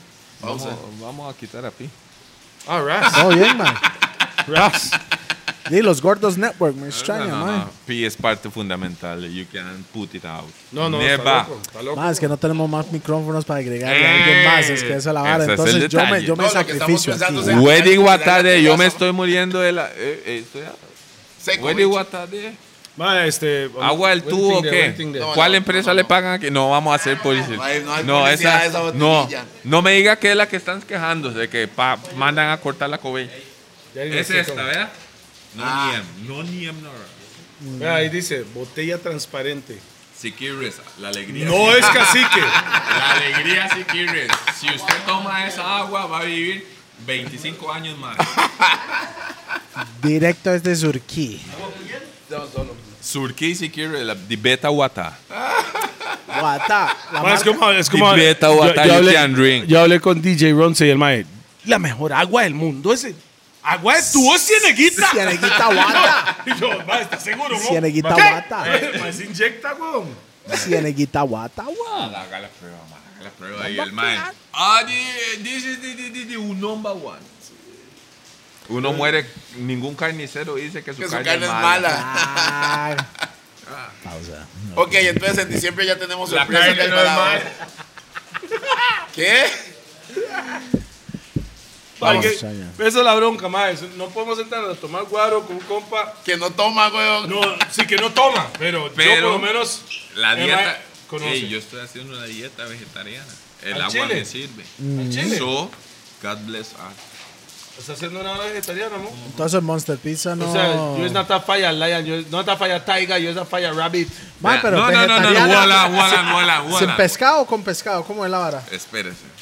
E: Vamos, vamos a quitar a Pi.
B: Ah, Ras.
A: Todo bien, mae.
B: Ras.
A: Sí, los Gordos Network, me
E: No,
A: extraña,
E: no,
A: mae.
E: no, Pi es parte fundamental, you can't put it out.
B: No, no,
E: Never.
B: está loco. Está loco.
A: Más que no tenemos más micrófonos para agregarle a
E: Eh,
A: alguien más, es que esa es la vara.
E: ese es el
A: Entonces yo me,
E: detalle.
A: yo me
C: No, lo que estamos
A: sacrificio
C: pensando
A: aquí.
C: es-
E: Wedding Watade, yo me estoy muriendo de la... eh, eh, estoy a-
C: Seco,
E: Wedding
C: bicho.
E: Watade.
B: Ma, este,
E: ¿Agua del tubo o qué?
C: No,
E: ¿Cuál
C: no,
E: empresa
C: no, no.
E: le pagan aquí? No vamos a hacer policía.
C: No hay- no hay
E: No,
C: publicidad
E: esa,
C: a esa
E: no,
C: botellilla.
E: no me diga que es la que están quejándose, de que pa- mandan a cortar la cobilla. Es esta, ¿eh? ¿verdad? No
C: Ah.
E: niem, no niem, no.
B: Ahí dice, botella transparente.
E: Siquirres, la alegría.
B: No es cacique.
E: La alegría Siquirres. Si usted toma esa agua, va a vivir 25 años más.
A: Directo desde Surquí.
E: Surquí Siquirres, la de Beta Wata.
A: Guata. La
B: Ma, es
A: marca-
B: como, es
E: De
B: como
E: Beta
F: Yo,
E: Wata,
F: yo
E: you
F: hablé,
E: can drink.
F: yo hablé con DJ Ronce y el mae. La mejor agua del mundo es el- agua de tubo cieneguita.
A: Cieneguita Guata.
B: Y yo, ma, ¿estás seguro, no?
A: Cieneguita
B: Ma, ¿qué?
A: Guata.
B: Eh, ma, se inyecta, weón.
A: Cieneguita, guatawa.
E: Haga la prueba, man. Haga la prueba. ahí el man. Ah, di- this is the, the, the, the number one. Uno muere, ningún carnicero dice que su,
C: Que su
E: carne,
C: carne es mala. <laughs> Ok, entonces en diciembre ya tenemos
E: La
C: sorpresa en
E: carne
C: el
E: no es
C: Balao.
E: mala.
C: ¿Qué?
B: Ay, que-
F: chaña.
B: esa es la bronca, mae. Eso- No podemos entrar a tomar guaro con un compa.
C: Que no toma, weón.
B: No, sí que no toma, pero, yo por
E: Pero
B: lo menos.
E: La
B: el
E: dieta.
B: mae conoce.
E: Ey, yo estoy haciendo una dieta vegetariana. El
B: ¿Al
E: agua
B: chile?
E: me sirve.
B: ¿Al chile?
E: So, God bless us.
B: Está haciendo una vegetariana, ¿no?
A: Entonces Monster Pizza no.
B: O sea, yo es Nata Falla Lion, yo es Nata Falla Tiger, yo es Nata Falla Rabbit.
A: Ma, pero
E: no, no, no, no,
A: vegetariana.
E: Wala, wala, wala,
A: ¿Sin-
E: wala.
A: ¿Sin pescado o con pescado? ¿Cómo es la vara?
E: Espérese.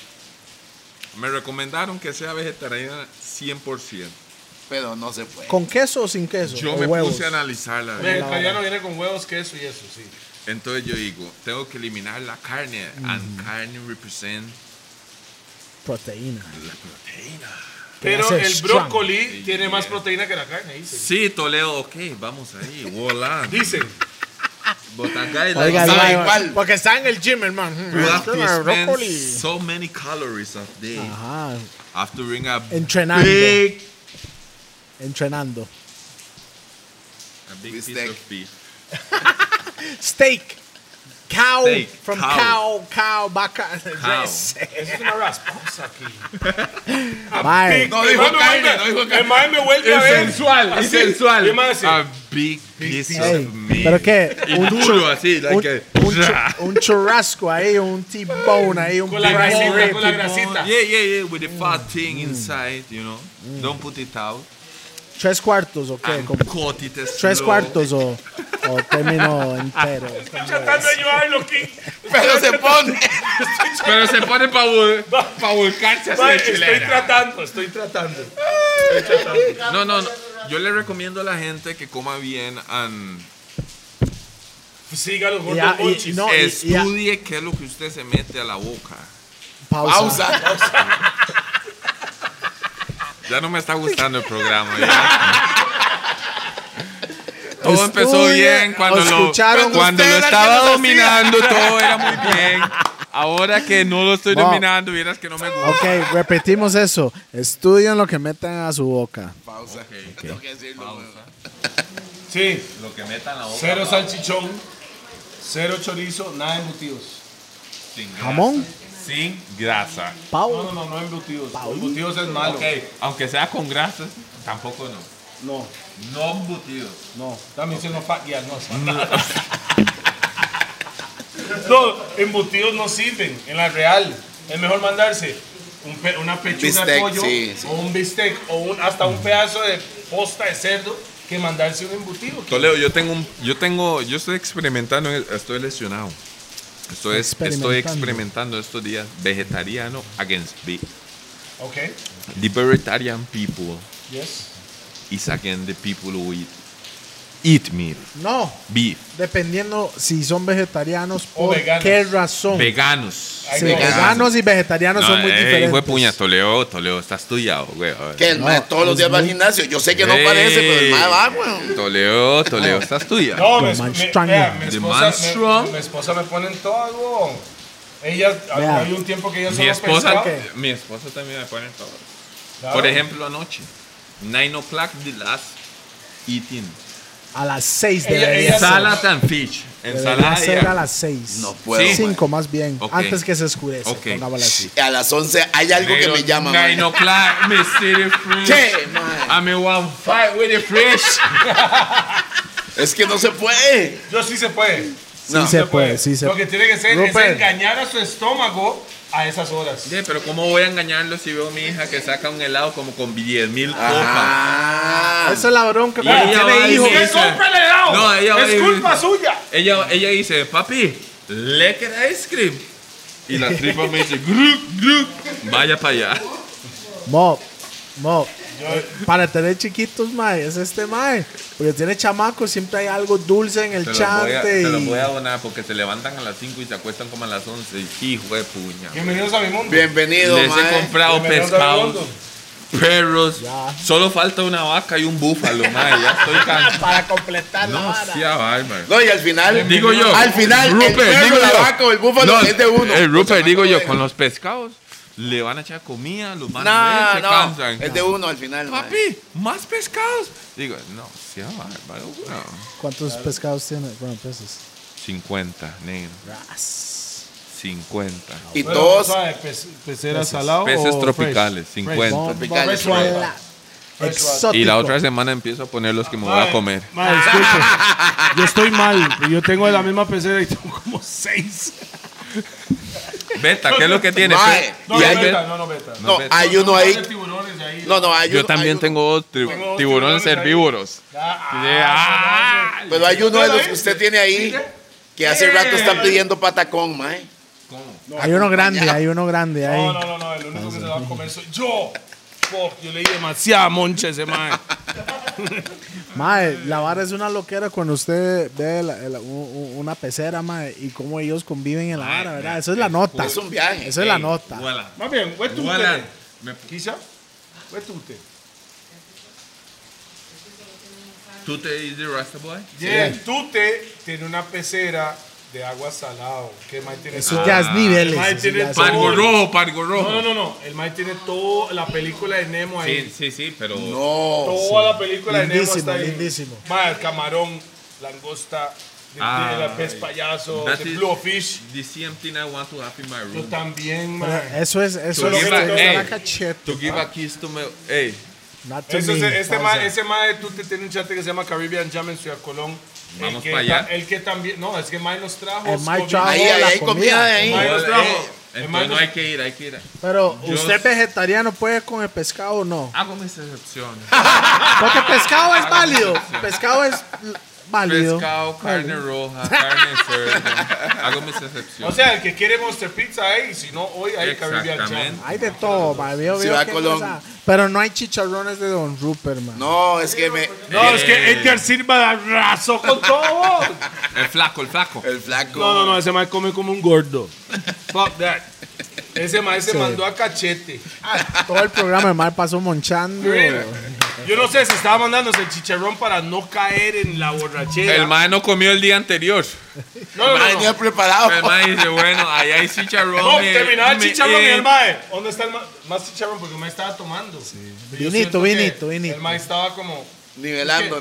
E: Me recomendaron que sea vegetariana 100%.
C: Pero no se puede.
A: ¿Con queso o sin queso?
E: Yo
A: ¿O
E: me
A: huevos?
E: puse a analizarla. bien.
B: Vegetariano viene con huevos, queso y eso, sí.
E: Entonces yo digo, tengo que eliminar la carne. And carne represent
A: Proteína.
B: Pero
A: hace
B: el
A: strong.
B: brócoli tiene más proteína que la carne, dice.
E: Sí, Toledo, ok, vamos
A: <laughs>
E: ahí. Hola.
B: Dicen,
E: Botacá y la-
A: Oiga,
C: Sabe
A: ma,
C: igual.
A: Porque está en el gym, hermano. Mm,
E: You have to spend
A: Brócoli.
E: so many calories a day.
A: Ajá.
E: Have to bring a
A: Entrenando.
E: big,
A: Entrenando.
E: a big piece
C: Bistec.
E: of beef.
A: Steak. Cow.
E: Steak.
A: From cow,
E: Cow.
A: cow, vaca. <laughs>
E: Cow.
A: Res.
B: eso es una rasposa aquí.
A: Ma,
C: No dijo
B: El mae me
C: carne,
B: vuelve-
C: no dijo carne. Ah.
B: El mae me vuelve a ver.
E: sensual,
B: Así, y el mae así.
E: A big piece
A: Ey,
E: of meat.
A: pero qué,
E: Y
A: un
E: duro así, like
A: Un,
E: que-
A: un chu-
E: <laughs>
A: un churrasco ahí, un T-bone ahí, un
B: Con la
A: prime
B: grasita,
A: rib.
B: con la grasita.
E: Yeah, yeah, yeah, with the fat
A: Mm.
E: thing inside, you know. Don't put it out.
A: Tres cuartos, ¿o Mm. qué?
E: And
A: Como
E: cut it
A: tres
E: slow.
A: cuartos o, o término
E: <laughs>
A: entero.
B: Estoy tratando de ayudarlo, King.
C: Pero se pone.
E: Pero se pone para volcarse así
B: Mae,
E: de
B: Estoy
E: chilena.
B: tratando, estoy tratando.
E: No, no, no. Yo le recomiendo a la gente que coma bien and
B: Siga los
A: Y
B: gordos
A: a- y-
B: monchis.
A: no, y- y a-
E: estudie qué es lo que usted se mete a la boca.
A: pausa.
C: Pausa.
E: Ya no me está gustando el programa. ya. Todo empezó
A: Estudia,
E: bien cuando
A: o
E: lo,
A: escucharon
E: cuando
C: usted
E: lo
C: era
E: estaba
C: el que lo hacía.
E: dominando, todo era muy bien. Ahora que no lo estoy
A: No.
E: dominando, vieras que no me gusta.
A: Ok, repetimos eso. Estudien lo que metan a su boca.
C: Pausa. Tengo que decirlo, weón.
B: Sí.
E: Lo que meta en la boca.
B: Cero salchichón, cero chorizo, nada de embutidos.
E: Sin grasa.
A: Jamón,
E: Sin grasa.
B: No,
A: pau.
B: no, no, no embutidos. Embutidos es malo.
E: Ok, aunque sea con grasa, tampoco no.
B: No,
E: No embutidos.
B: no. También se nos fa- ya, no. es- <laughs> no, embutidos no sirven en la real. Es mejor mandarse un pe- una pechuga de
C: Bistec,
B: pollo
C: sí, sí.
B: o un bistec o un- hasta
A: Mm.
B: un pedazo de posta de cerdo que mandarse un embutido.
E: Toledo, yo tengo, un- yo tengo, yo estoy experimentando, estoy lesionado. Estoy,
A: Experimentando.
E: estoy experimentando estos días vegetariano against ve-
B: Ok,
E: the vegetarian people
B: yes.
E: is against the people who eat eat meat,
A: No,
E: beef,
A: dependiendo si son vegetarianos,
B: O
A: por
B: veganos.
A: qué razón.
E: veganos.
A: Sí,
B: Veganos.
A: veganos y vegetarianos son muy
E: eh,
A: diferentes.
E: hijo de puña, Toledo, Toledo, está estudiado, güey. a ver.
C: Que el mae todos los días va al gimnasio. Yo sé que no
E: Ey.
C: parece, pero el mae va, weón.
E: Toledo, Toledo, está estudiado.
B: No,
A: The
B: me,
A: man
B: me-
A: strong.
B: vea, mi,
E: The
B: esposa,
E: man
B: me-
E: strong.
B: mi esposa me pone en todo. Ella,
A: Vea.
B: hay un tiempo que ella
E: Mi
B: solo
E: esposa,
B: pescaba.
E: mi esposa también me pone en favor.
B: Claro.
E: Por ejemplo, anoche, 9 o'clock, the last eating.
A: A las 6
B: Ella-
A: debería
B: ella
A: ser.
E: Salad and fish.
A: Debería
E: Ensalada. y-
A: ser a las 6.
C: No puedo,
E: Sí.
A: 5 más bien.
E: Ok.
A: Antes que se oscurezca.
E: Ok.
A: pongámoslo así.
C: A las 11 hay algo que me llama, mae.
E: Nine o'clock, me city fresh.
C: Che, mae.
E: I'm in one fight with the fresh.
C: Es que no se puede.
B: Yo sí se puede.
C: No.
A: Sí se puede, sí se
B: Lo que tiene que ser
A: Rupert.
B: es engañar a su estómago a esas horas.
E: Sí, pero ¿cómo voy a engañarlo si veo a mi hija que saca un helado como con 10 mil copas?
C: Ah.
A: Esa es la bronca
E: Y ella
A: cuando
E: va
A: tiene
E: y
A: hijos.
E: dice-
B: ¡Que compre el helado!
E: No, ella va
B: ¡Es
E: y-
B: culpa suya!
E: Ella, ella dice, papi, le queda ice cream. Y la tripa me <laughs> dice, grup, grup. Vaya para allá.
A: Mo, mo. Para tener chiquitos, mae, es este mae. Porque tiene chamacos, siempre hay algo dulce en el
E: Te los, voy a,
A: chante.
E: te los
A: y-
E: voy a donar porque se levantan a las 5 y se acuestan como a las 11. Hijo de puña.
B: Bienvenidos a mi mundo.
C: Bienvenido,
E: Les he
C: mae.
E: comprado
B: Bienvenidos a mi mundo.
E: pescados. perros. Solo falta una vaca y un búfalo, mae. Ya estoy cansado.
A: Para completar la
E: No,
A: vara.
E: sí, a Weimar.
C: No, y al final.
E: Digo yo.
C: Al final, el
E: Rupert,
C: perro,
E: digo
C: la
E: yo.
C: vaca o el búfalo
E: No,
C: es de uno.
E: El Rupert, digo yo,
C: bueno.
E: con los pescados le van a echar comida, los van a
C: No,
E: ¿eh? se
C: no.
E: cansan. Ah,
C: Es de uno al final. mae.
E: Papi, más pescados. Digo, no, sí, a Weimar, bueno,
A: ¿Cuántos pescados tiene? Bueno, pues peces.
E: 50, negro. 50.
C: Y todos.
B: peceras salado.
E: Peces
B: o
E: tropicales,
B: Oh, fresh?
E: 50.
A: Fresh.
C: Picales, mae.
A: Suela.
B: ah.
A: Exótico.
E: Y la otra semana empiezo a poner los que me voy a comer.
B: Mae, disculpe. Yo estoy mal. pero Yo tengo la misma pecera y tengo como seis.
E: Beta, ¿qué es lo que tiene?
C: Mae,
E: Pe-
C: y
E: ¿Y
C: hay-
E: hay beta?
B: no, no, beta.
C: No,
E: ves.
C: hay uno ahí.
B: tiburones ahí.
C: No, no, hay uno.
E: Yo también
C: hay uno.
E: tengo dos
B: Tengo
E: tri-
B: dos
E: tiburones
B: tiburones ahí.
E: herbívoros. Ah,
C: Pero hay uno de los que usted tiene ahí. Que hace rato están pidiendo patacón, mae.
A: Hay uno grande, hay uno grande ahí.
B: No, no, no, no, el único que se la va a comer soy yo. Fuck, yo leí demasiada moncha a ese man.
A: Mae, la vara es una loquera cuando usted ve la- la- u- u- una pecera, mae, y cómo ellos conviven en la vara, ¿verdad? Eso es la nota.
C: Es un viaje.
A: Eso es la nota.
E: voilà.
B: Más bien, ¿qué tú
E: Voilà.
B: usted?
E: Me-
B: Quizá, ¿qué tú usted?
E: ¿Tú te dices Rasta Boy?
B: Bien, tú te tiene una pecera de agua salado. ¿Qué más tiene?
A: Eso ya
E: Ah,
A: es niveles.
B: Mae,
A: eso
B: tiene
A: ya es-
B: pan.
E: Pargo rojo, pargo rojo.
B: No, no, no, no. El man tiene toda la película de Nemo ahí.
E: Sí, sí, sí, pero.
C: No.
B: Toda la película de Nemo
A: Lindísimo,
B: está ahí.
A: lindísimo.
B: Mae, el camarón, langosta, de, de la pez
E: Ay.
B: payaso,
E: That
B: de
E: is-
B: bluefish.
E: This same thing I want to have in my
B: Yo
E: room.
B: también,
A: Pero
B: mae.
A: Eso es, eso
E: To
A: es,
E: give
A: eso
E: a-
A: es
E: Ey.
A: la cacheta.
E: To give a kiss to me. Hey,
A: Not to
B: Eso es-
A: me,
B: este
A: pausa.
B: ma, ese ma de Tute tiene un chat que se llama Caribbean Jam en Ciudad Colón.
E: Vamos
B: que
E: pa' allá.
B: ta- El que también. No, es que Mae nos trajo.
A: El Mae
B: COVID.
A: trajo-
C: Ahí,
A: Toda
C: ahí
A: la
C: hay comida de
B: comida.
C: ahí.
B: los
E: eh,
B: trajo. El
E: entonces
B: man
E: no
B: los-
E: hay que ir, hay que ir.
A: Pero,
E: Yo-
A: ¿usted vegetariano puede con el pescado o no?
E: Hago mis excepciones. Ah.
A: Porque pescado es
E: <laughs>
A: válido. Pescado es l- válido.
E: Pescado, carne roja, carne de cerdo. Hago mis
B: O
E: excepciones.
B: sea, el que quiere Monster Pizza ahí, si no, hoy hay Caribbean Jam.
E: Exactamente.
A: Hay de todo, mae. Veo,
C: Si
A: veo
C: va
A: qué
C: a Colón.
A: cosa. Pero no hay chicharrones de Don Rupert, man.
C: No, es que me.
B: No, es que Edgar Silva arrasó con todo.
E: el flaco, el flaco.
C: El flaco.
B: No, no, no, ese Mae come como un gordo. Fuck that. Ese Mae se mandó a cachete.
A: Todo el programa el mae pasó monchando.
B: Yo no sé si estaba mandándose el chicharrón para no caer en la borrachera.
E: El mae no comió el día anterior.
B: No, no, no, no.
C: Venía preparado.
E: El mae Pues, dice, bueno, ahí hay chicharrón.
B: No,
E: eh,
B: terminaba el
E: me-
B: chicharrón y
E: eh,
B: el mae. ¿Dónde está el ma- más chicharrón? Porque el mae estaba tomando. Pero yo
A: Vinito,
B: siento que
A: vinito, vinito.
B: El mae estaba como.
C: Nivelando,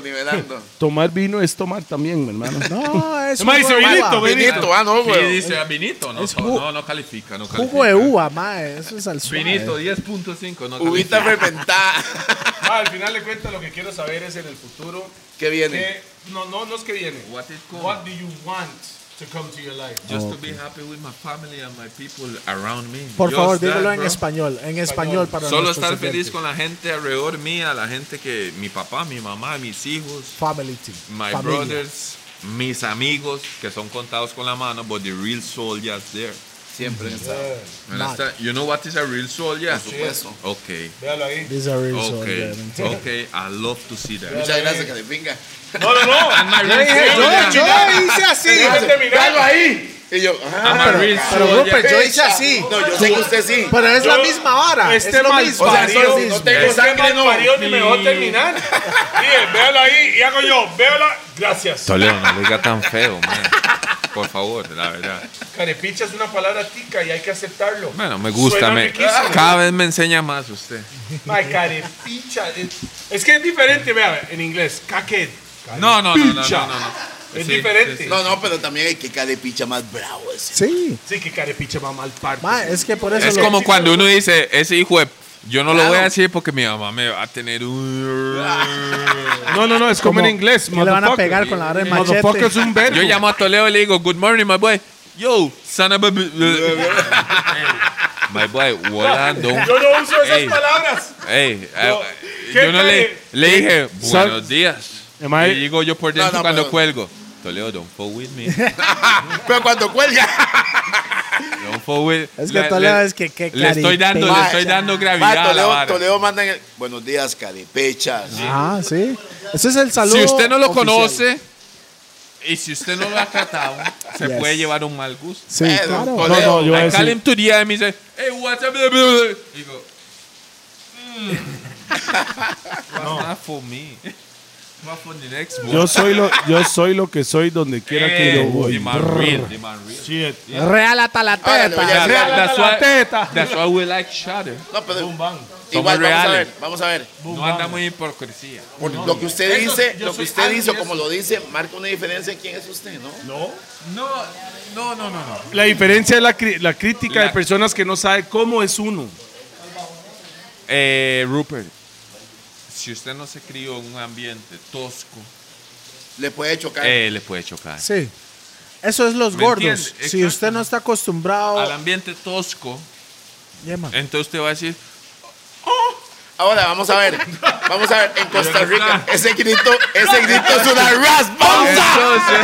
B: <laughs>
C: nivelando.
B: Tomar vino es tomar también, mi hermano.
A: No, es
B: El mae
A: jugo
B: dice
A: de
B: vinito,
A: uva.
B: vinito.
C: Benito, ah, no,
E: Sí,
C: güey.
E: dice, ah, vinito, no,
A: Es
E: no,
A: jugo-
E: no, no califica, no califica.
A: Jugo de uva, eh. mae. Eso es al suave.
E: Vinito, 10.5, no
C: Ubita
E: califica.
C: fermentada. <laughs>
B: Ah, al final le cuento lo que quiero saber es en el futuro.
C: ¿Qué viene?
B: Que, no, no, no es que viene.
E: What is going
B: What do you want to come to your life?
E: Just to be happy with my family and my people around me.
A: Por
E: Just
A: favor,
E: that,
A: dígalo en
E: bro.
A: español. En español para
E: Solo
A: nuestros
E: estar feliz
A: oyentes.
E: con la gente alrededor mía, la gente que mi papá, mi mamá, mis hijos,
A: Family team.
E: my
A: familia.
E: brothers, mis amigos que son contados con la mano, but the real soldiers there.
C: Siempre está.
E: You understand? You know what is a real soldier?
C: Por supuesto.
E: Okay.
B: Véalo ahí.
A: These are real
E: Okay.
A: soldiers.
E: Okay. I love to see that.
C: Muchas gracias, Calipinga.
B: No, no, no.
E: And my real
A: Yo,
E: soldier.
A: yo hice así.
B: Déjame
C: ¡Dalo
B: terminar.
C: ahí! Y yo,
E: I'm
C: ajá.
E: a real
A: Ah, Pero
E: soldier.
A: Rupert, yo hice así.
C: No, yo sé que usted sí.
A: Pero es la
B: Yo-
A: misma vara.
B: este
A: es lo
B: mal
A: mismo.
C: O sea,
A: Es
C: no,
A: lo
C: no
A: mismo.
C: tengo
B: Este
C: sangre,
B: mal
C: no.
B: parió ni me dejó terminar. Dije, véalo ahí y hago yo. Véala. Gracias.
E: Toledo, no le diga tan feo, man. Por favor, la verdad.
B: Carepicha es una palabra tica y hay que aceptarlo.
E: Bueno, me gusta.
B: Suena
E: Me,
B: riquísimo.
E: cada vez me enseña más usted.
B: Mae, carepicha. Es, es que es diferente, vea, en inglés. Caquet.
E: No, no, no, no, no,
B: Carepicha.
E: no, no.
B: Es
E: Sí,
B: diferente.
E: sí, sí.
C: No, no, pero también hay que calipicha más bravo ese.
A: Sí.
B: Sí, que carepicha va mal parte.
A: Ma, es que por eso.
E: Es
A: lo-
E: como cuando uno dice, ese hijo de... Yo no lo voy a
C: Claro.
E: decir porque mi mamá me va a tener un...
B: No, no, no, es como, en inglés.
A: que le van a
B: motherfucker.
A: pegar con la vara de
B: Motherfucker
A: machete.
B: es un verbo.
E: Yo llamo a Toledo y le digo, good morning, my boy. Yo,
A: <laughs>
E: son of a... b- my boy, hola, don...
B: Yo no uso esas
E: Ey.
B: palabras.
E: Hey,
B: ¿qué
E: eh, yo no le,
B: tal?
E: le dije,
B: Sal-
E: buenos días.
B: Am I-
E: Y digo yo por dentro
C: no,
E: cuando
C: pero-
E: cuelgo. Toledo, don't fuck with me.
C: Pero cuando cuelga,
E: Don't fuck with...
A: Es que
E: Le-
A: Toledo
E: le-
A: es que qué
E: Le estoy dando, le
A: caripecha.
E: estoy dando gravedad
C: va,
E: a la
C: Toledo,
E: vara.
C: Toledo manda en el- Buenos días, calipechas.
A: Ajá, sí. Ese es el saludo.
E: Si usted no lo
A: oficial.
E: conoce y si usted no lo ha tratado, se
A: Yes.
E: puede llevar un mal gusto.
A: Sí,
C: Eh,
A: claro.
C: don Toledo.
E: I call him to the DM y dice, hey, what's up? Digo, no. not for me. Not for the next one.
F: Yo soy lo, yo soy lo que soy donde quiera que yo
E: Eh,
F: voy.
E: the man real, the man real.
B: Shit.
H: Real hasta la
C: Ahora le voy a
H: teta.
C: decir
E: That-
C: algo.
E: that's, why, <laughs> that's why we like each other.
C: No, pero
E: Somos
C: igual vamos a
E: reales.
C: ver, vamos a ver.
E: No andamos en hipocresía.
C: Por lo que usted
B: Eso,
C: dice,
B: yo
C: lo que
B: soy
C: usted
B: anti
C: dice, o
B: eso.
C: como lo dice, marca una diferencia en quién es usted, ¿no?
E: No, no, no, no. no.
B: La diferencia es la, cri- la crítica de
E: La-
B: personas que no saben cómo es uno.
E: Eh, Rupert, si usted no se crió en un ambiente tosco,
C: Le puede chocar.
E: eh, le puede chocar.
A: Sí. Eso es los
E: ¿Me
A: gordos.
E: entiende?
A: Si
E: Exacto.
A: usted no está acostumbrado.
E: Al ambiente tosco,
A: Yeah, man.
E: entonces usted va a decir,
C: Ahora vamos a ver, vamos a ver, en Costa
E: Pero
C: Rica,
E: está.
C: ese grito, ese grito es una rasponza.
E: entonces,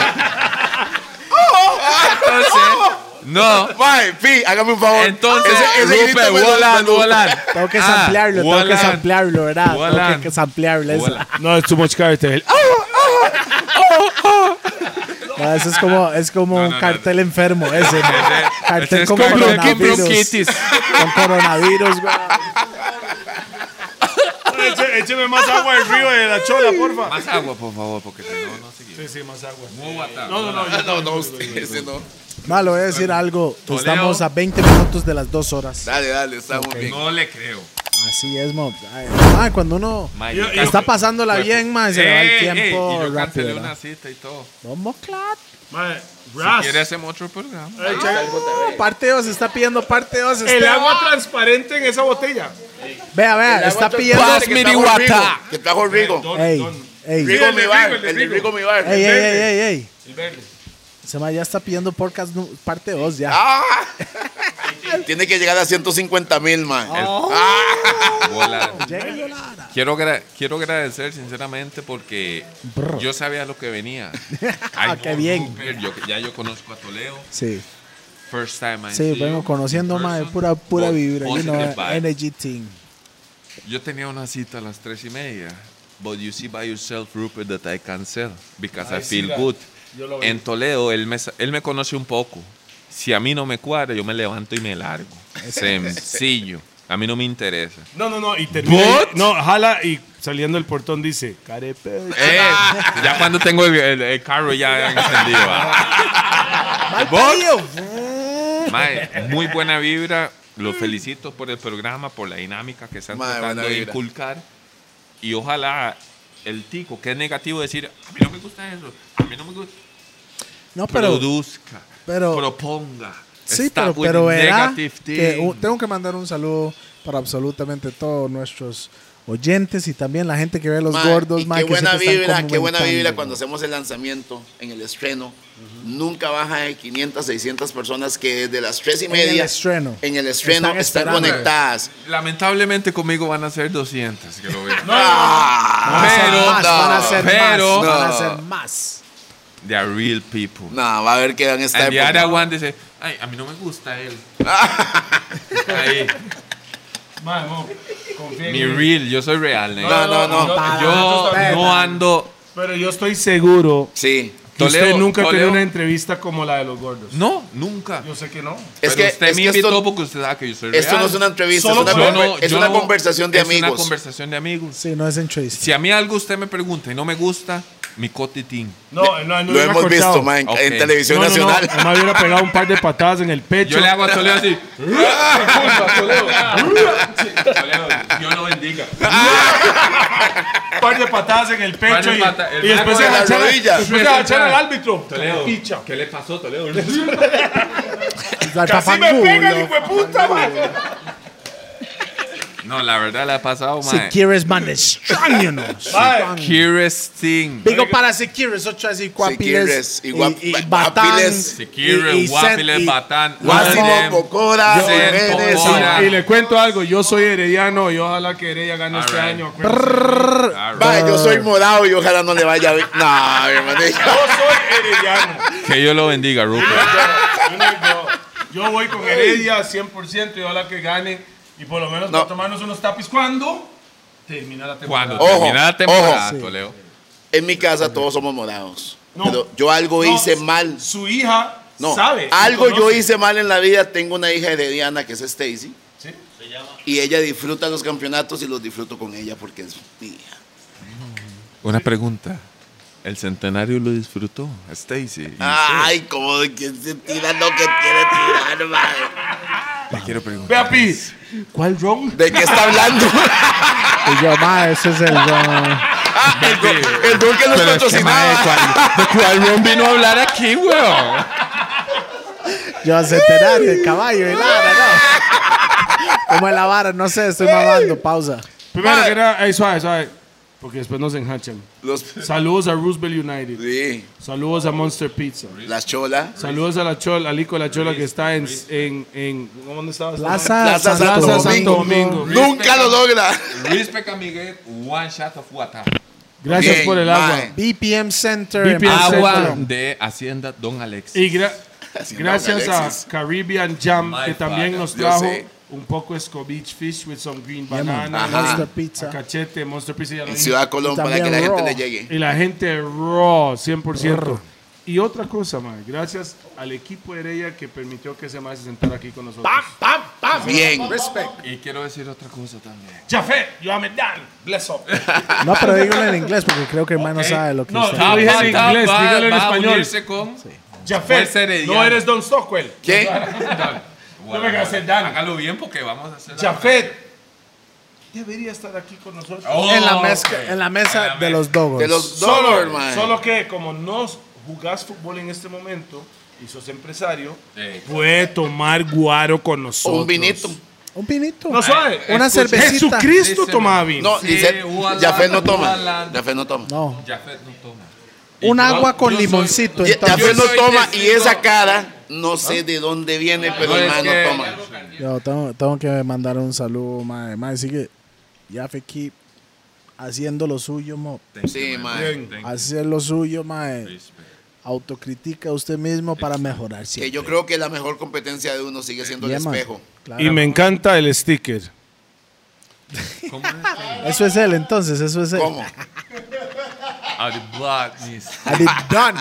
E: <laughs> entonces, no,
C: Mae, Pi, hágame un favor.
E: entonces,
C: ese, ese grito
E: Rupert,
C: me lo
E: Wolan,
C: mandó.
E: Wolan.
A: Tengo que
E: Ah,
A: samplearlo, tengo que
E: Wolan,
A: samplearlo, ¿verdad? Tengo
E: Wolan.
A: que samplearlo eso.
E: Wolan.
F: No, es too much cartel.
A: No, eso es como, es como
E: No,
A: un
E: no, no,
A: cartel enfermo ese. ¿no? cartel
E: ese es
A: con
E: como el que
A: coronavirus.
E: bronquitis.
A: Con coronavirus, güey.
B: Ah, Écheme más agua del río de la chola, porfa.
E: Más agua, por favor, porque si no, no seguimos.
B: Sí, sí, más agua.
E: Muy guata.
B: No, no, no. yo-
C: Ah, no, no, usted, ese no.
A: Malo, voy a decir algo.
E: Toleo.
A: Estamos a 20 minutos de las dos horas.
C: Dale, dale, está muy bien.
E: No le creo.
A: Así es, mo. Ay, ay, cuando uno
E: Ma,
B: Yo- yo-
A: está pasándola bien, man, se le va el
E: Pues, Ey, ey,
A: tiempo
E: y yo
A: rápido.
E: cancelé
A: ¿verdad?
E: una cita y todo.
A: Vamos, claro.
B: Mae,
E: Si
A: Ah.
B: Ras.
E: quiere hacemos otro programa.
B: Ay, che-
A: Parte 2 está pidiendo parte 2.
B: El agua transparente en esa botella.
A: Vea, vea, está pidiendo.
C: Paz, que trajo
E: Miriwata.
C: Rigo, Que trajo Rigo.
B: Don-
A: Ey,
B: don-
A: ey, ey,
C: Rigo
B: El de
C: mi bar,
B: Rigo, el de
C: el de
B: Rigo.
C: Rigo mi bar.
A: ey, ey,
B: verde.
A: ey, ey.
B: El verde.
A: Se me ya está pidiendo podcast nu- parte 2 ya.
C: Ah. Tiene que llegar a 150 mil, man.
A: Ah,
E: Volar.
A: Llega yo la hora.
E: <laughs> Quiero, agra- quiero agradecer sinceramente porque yo sabía lo
A: <laughs>
E: que venía.
A: Ah, qué bien.
E: Rupert, yo- ya yo conozco a Toledo.
A: Sí,
E: First time I
A: sí,
E: see
A: vengo
E: you
A: conociendo
E: in
A: más de
E: person.
A: pura, pura
E: Po-
A: vibra. You know,
E: positive vibe.
A: energy team.
E: Yo tenía una cita a las tres y media. But you see by yourself, Rupert, that I cancel because I, feel good. En Toledo, él me, sa- él me conoce un poco. Si a mí no me cuadra, yo me levanto y me largo. Sencillo. A mí no
C: <laughs>
E: me interesa.
B: No, no, no. Y termina.
E: But-
B: No, jala y saliendo del portón dice: Carepe.
E: Eh, ya cuando tengo el, el- el carro ya encendido. ah. Vos- Mae, muy buena vibra. Los felicito por el programa, por la dinámica que están
C: Mae,
E: tratando
C: buena
E: de
C: vibra.
E: inculcar. Y ojalá el tico, que es negativo decir, a mí no me gusta eso, a mí no me gusta.
A: No, pero.
E: Produzca,
A: pero-
E: proponga.
A: Sí,
E: Stop
A: pero,
E: with
A: pero
E: the
A: verá
E: negative
A: que
E: thing.
A: u- tengo que mandar un saludo para absolutamente todos nuestros oyentes y también la gente que ve los
C: Ma,
A: gordos,
C: y
A: ma,
C: qué
A: que
C: buena
A: siempre están
C: vibra, qué buena
A: comentando,
C: vibra
A: ma.
C: cuando hacemos el lanzamiento en el estreno. Nunca baja de 500, 600 personas que desde las 3 y
A: En
C: media
A: el estreno.
C: en el estreno
A: Están
C: están,
A: esperando.
C: conectadas.
E: Lamentablemente conmigo van a ser 200, que lo vean.
C: Ah,
A: Van a ser
E: Pero-
A: más, van a ser
E: pero-
A: más, van a
C: No.
A: ser más.
E: They are real people.
C: no, va a ver que van a estar.
E: And the other one dice, ay, a mí no me gusta él. <laughs> Ahí,
B: Mae, no. Confía en mí.
E: mi real, yo soy real, negro.
C: No, no, no.
E: Yo no ando.
B: Pero yo estoy seguro
C: Sí.
B: que usted
E: Toledo,
B: nunca
E: Toledo.
B: tiene una entrevista como la de los gordos.
E: No, nunca.
B: Yo sé que no.
C: Es
E: Es
C: que,
E: que usted
C: es
E: me
C: que
E: invitó
C: esto,
E: porque usted sabe que yo soy real.
C: esto no es una entrevista,
B: Solo
C: es una,
E: Yo
C: conver-
E: no-
C: es
E: yo
C: una
E: no-
C: conversación de
E: es
C: amigos.
E: una conversación de amigos.
A: Sí, no es entrevista.
E: Si a mí algo usted me pregunta y no me gusta, mi cotitín.
B: No, no, no
C: Lo hemos visto,
B: mae.
C: man,
E: Ok.
C: en televisión
B: no,
C: nacional.
B: No, no, Además hubiera pegado un par de patadas en el pecho.
E: Yo
B: <laughs>
E: le hago a Toledo así.
C: <laughs>
E: Disculpa, Toledo. Toledo, Dios lo bendiga.
B: un par de patadas en el
E: Par
B: pecho
E: de
B: y,
E: pata- el
B: y después
E: mago
B: se
E: de
C: las
B: agachara-
C: rodillas.
B: Después se agachara al árbitro.
E: Toledo,
B: Picha.
E: ¿qué le pasó, Toledo?
A: La
B: Casi me
A: tapangulo.
B: pega el hijo de puta, mae.
E: <laughs> No, la verdad la ha pasado,
A: Si
E: man.
A: quieres,
B: <laughs>
A: man, extrañanos.
B: Mae,
E: Curious thing.
A: Digo para si quieres, ocho así, cuapiles.
C: quieres, y guap-
A: y, y
C: ba-
A: batán,
C: guapiles.
E: Si quieres,
A: y- y
E: guapiles,
A: cen- y-
E: batán,
C: Guasimo,
E: Alem,
C: Pocora,
E: Zen,
C: Jiménez,
E: Pocora.
B: Y le cuento algo, yo soy herediano y ojalá que Heredia gane
E: All
B: este
E: right.
B: año. acuérdense.
E: All right.
C: Va, yo soy morado y ojalá no le vaya bien. No, mi hermano.
B: Yo soy herediano.
E: Que Dios lo bendiga, Rupert.
B: Yo no- yo- Yo voy con Heredia 100% y ojalá que gane. Y por lo menos
C: No.
B: para tomarnos unos tapis cuando termina la temporada.
E: Cuando
C: Ojo,
E: termina la temporada,
C: ojo.
E: Leo Toledo.
C: En mi casa todos somos morados.
B: No.
C: Pero yo algo
B: No,
C: hice mal.
B: Oh, Su hija
C: No,
B: sabe.
C: algo
B: y
C: yo
B: conoce.
C: hice mal en la vida. Tengo una hija de Diana que es Stacy. Y ella disfruta los campeonatos y los disfruto con ella porque es mi hija.
E: Una pregunta. El centenario lo disfrutó, Stacy. Y
C: Ay, como de quien se tira lo que quiere tirar, madre.
E: le quiero preguntar.
B: Vea, Pi, ¿cuál ron?
C: ¿De qué está hablando?
A: Y yo, ma, ese es el. uh,
C: el, gol- el gol que nos
E: Pero es que, mae,
C: patrocinaba.
E: ¿cuál- ¿de cuál ron vino a hablar aquí, weón?
A: yo, al centenario, el caballo y la vara, ¿no? Como es la vara, no sé, estoy mamando. Pausa.
C: Ah.
B: Primero que nada, ahí suave, suave. Porque después nos enhanchan.
C: Los-
B: Saludos a Roosevelt United.
C: sí,
B: Saludos a Monster Pizza.
C: las cholas.
B: Saludos a la Chola, al Lico de la Chola que está en. en, en ¿Dónde estaba?
A: Plaza,
C: Plaza
A: Santo,
B: Plaza Santo
A: Domingo.
B: Domingo.
C: Nunca lo logra.
E: Respect a Miguel, one shot of water.
B: Gracias
C: Bien,
B: por el agua.
C: mae.
A: BPM Center.
B: BPM
A: en Plaza
B: Agua.
A: Santo.
E: De Hacienda Don Alex.
B: Y
C: <laughs>
B: gra-
C: Haciendo
B: gracias
C: Alexis.
B: a Caribbean Jam
E: My
B: que también
E: father,
B: nos
C: yo
B: trajo
C: sé.
B: un poco Scovitch Fish with some green
A: Yeah, man.
B: banana.
C: Ajá.
A: Monster
B: a
A: Pizza.
B: Cachete, Monster Pizza. ya lo
C: En
B: dije.
C: Ciudad Colón para
A: También
C: que la gente
A: Raw.
C: le llegue.
B: Y la gente raw, 100%. Y otra cosa, man, gracias al equipo Heredia que permitió que ese man se sentara aquí con nosotros.
C: Bien.
E: Y quiero decir otra cosa también.
B: Jafet, you are my dad. Bless
C: <laughs>
B: up.
A: No, pero dígalo en inglés porque creo que el man no sabe lo que
B: No,
A: está
B: no. dije Ah, en inglés,
E: va,
B: dígalo en
E: va
B: español.
E: A unirse con
B: Jafet,
E: Fuerza Herediana.
B: no eres Don Stockwell.
C: ¿Qué?
E: No
B: me hagas hacer daño.
E: Hágalo bien porque vamos a hacer. la-
B: Jafet, debería estar aquí con nosotros.
E: Oh,
A: En la, mezca-
E: ok.
A: en la mesa de los dogos.
C: De los
B: Solo,
C: dólares, man.
B: solo que como no jugás fútbol en este momento y sos empresario,
E: Eh,
B: puede tomar guaro con nosotros.
C: Un vinito.
A: Un pinito.
B: No sabe.
A: Una
E: Escucha,
A: cervecita.
B: Jesucristo
E: Díselo.
B: tomaba vino.
C: No,
E: Sí,
C: dice,
E: Ualá,
C: Jafé no toma.
E: Ualá.
C: Jafé no toma.
A: No.
E: Jafet no toma.
A: Un
E: Y yo-
A: agua con
E: yo soy-
A: limoncito.
C: Ya-
A: entonces.
C: Jafé no
E: Yo soy
C: toma y
E: testigo.
C: esa cara, no sé de dónde viene, pero el
E: es
C: man no
E: que-
C: toma.
A: Yo tengo, tengo que mandar un saludo, madre. Madre, sigue. Jaffe Keep haciendo lo suyo, mo.
C: Sí, man.
A: Hacer lo suyo, madre. Autocritica a usted mismo para mejorar
C: Que
A: siempre.
C: yo creo que la mejor competencia de uno sigue siendo el
A: Yeah, man.
C: espejo.
A: Claro.
B: Y me encanta el sticker.
E: ¿Cómo es?
A: Eso es él, entonces. Eso es él.
C: ¿Cómo?
E: Out of blackness.
A: I did done.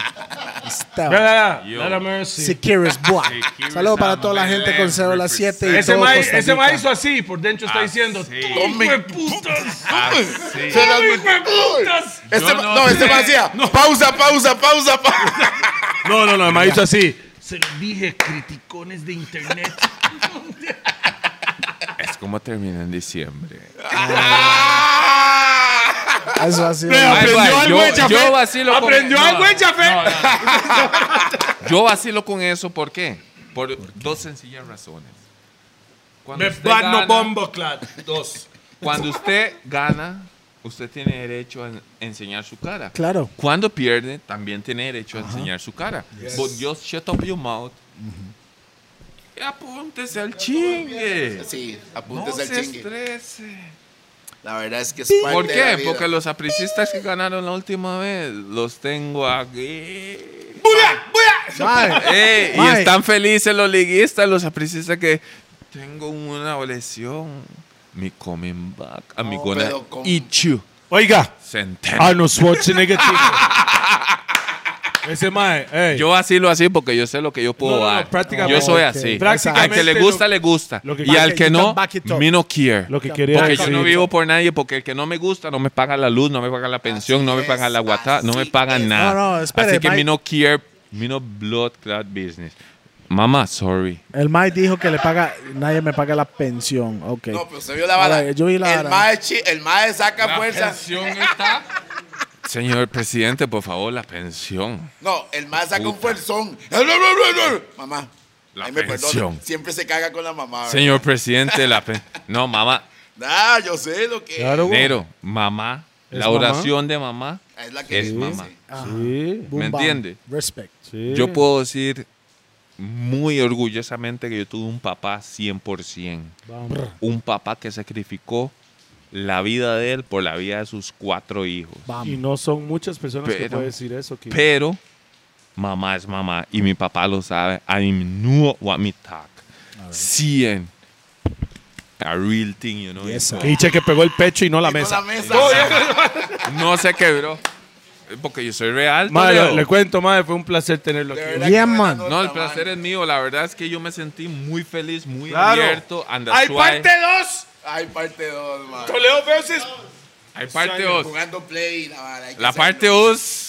A: Está-
B: Nada,
E: Yo.
B: nada, mercy.
A: Siquirres, buah.
E: Siquirres,
A: Saludos para
E: I'm
A: toda la
E: back.
A: gente con cédula 7 y
B: Ese
A: todo
B: ma,
A: Costa
B: ese ma
A: Rica.
B: hizo así, por dentro está diciendo,
E: Así.
B: "Tú,
C: Come-
B: hijueputas,
E: Así.
C: Se las-
B: hijueputas".
C: Este
E: Yo
C: ma-
E: no
C: no, este
E: sé.
C: man hacía. Pausa, pausa, pausa, pausa.
B: No, no, no, el ma hizo así.
I: Se lo dije, criticones de internet.
E: Es como termina en diciembre.
A: Eso ha <laughs> sido.
B: Vea,
E: Ay,
B: Aprendió
E: guay,
B: algo
E: yo-
B: de Jafet.
E: yo vacilo con-
B: Aprendió
E: no,
B: algo de Jafet.
E: no, no. Yo vacilo con eso, ¿por qué? Por dos sencillas razones. Cuando
B: Me
E: usted
B: bat no
E: gana-
B: bombo, clad. Dos.
E: Cuando usted gana, usted tiene derecho a en- enseñar su cara.
A: Claro.
E: Cuando pierde, también tiene derecho a enseñar su cara. But just shut up your mouth. Y Apúntese al chingue.
C: Sí,
E: No
C: apúntese al
E: se
C: chingue.
E: estrese.
C: La verdad es que es parte
E: ¿Por
C: de la
E: qué?
C: vida.
E: Porque los apricistas que ganaron la última vez los tengo aquí. <laughs>
A: Mae,
E: Eh, y
A: Mae.
E: están felices los liguistas, los apricistas que tengo una lesión. Mi coming back. I'm gonna
C: pero con-
E: eat you.
B: Oiga,
E: Centeno.
B: Arnold Schwarzenegger. chico. ese mae, ey.
E: Yo así lo así porque yo sé lo que yo puedo
B: No, no, no,
E: dar.
B: prácticamente-
E: yo soy
A: Ok.
E: así. Al
B: Prácticamente
E: que le
B: lo-
E: gusta, le gusta.
B: lo que-
E: y al que
A: you
E: no,
A: can back it up.
E: me no quiere.
B: lo que quería
E: Porque yo
B: decir.
E: no vivo por nadie, porque el que no me gusta no me paga la luz, no me paga la pensión, no me
C: es,
E: paga la guata, no me
C: así
E: paga
C: es.
E: nada.
A: No, no, espere,
E: así que
A: Mike.
E: me no care, me no blood clot business. Mamá, sorry.
A: El Mike dijo que le paga, nadie me paga la pensión. Ok.
C: No, pero se vio la vara.
A: Ahora, yo vi la
C: el
A: vara.
C: mae chi- el mae saca fuerza.
E: está. Señor presidente, por favor, la pensión.
C: No, el mae saca un
E: Puta.
C: fuerzón. Mamá.
E: La
C: ahí me perdona.
E: pensión.
C: Siempre se caga con la mamá. ¿verdad?
E: Señor presidente, la pensión. No, mamá.
C: Ah, yo sé lo que
B: Claro, güey.
E: Negro, mamá.
B: ¿Es
E: La
B: mamá?
E: oración de mamá.
C: es la que
E: Es
C: sí,
E: mamá.
C: sí.
A: Ah.
B: Sí,
A: Boom,
E: ¿me
A: bam.
E: entiende?
A: Respect.
B: sí.
E: Yo puedo decir muy orgullosamente que yo tuve un papá 100%. Un papá que sacrificó la vida de él por la vida de sus cuatro hijos.
B: Y
A: Vamos.
B: no son muchas personas que
E: Pero-
B: pueden decir eso. Kiko.
E: Pero mamá es mamá y mi papá lo sabe. I know what me talk. 100. A real thing, you know.
A: Yes,
E: Eso.
A: sir.
B: Quiche que pegó el pecho y no la
C: Y no
B: mesa.
C: la mesa.
E: No se quebró. porque yo soy real.
F: Mae,
E: Toledo.
F: le, le cuento, mae, fue un placer tenerlo aquí.
A: Yeah, man.
E: No, el placer es mío. La verdad es que yo me sentí muy feliz, muy
F: Claro.
E: abierto. Anda
B: ¡Hay
E: suave.
B: parte 2!
C: Ay, parte 2, man.
B: Toledo versus.
E: Hay parte 2.
C: Jugando play, la vara. hay que
E: La
C: hacerlo.
E: parte 2.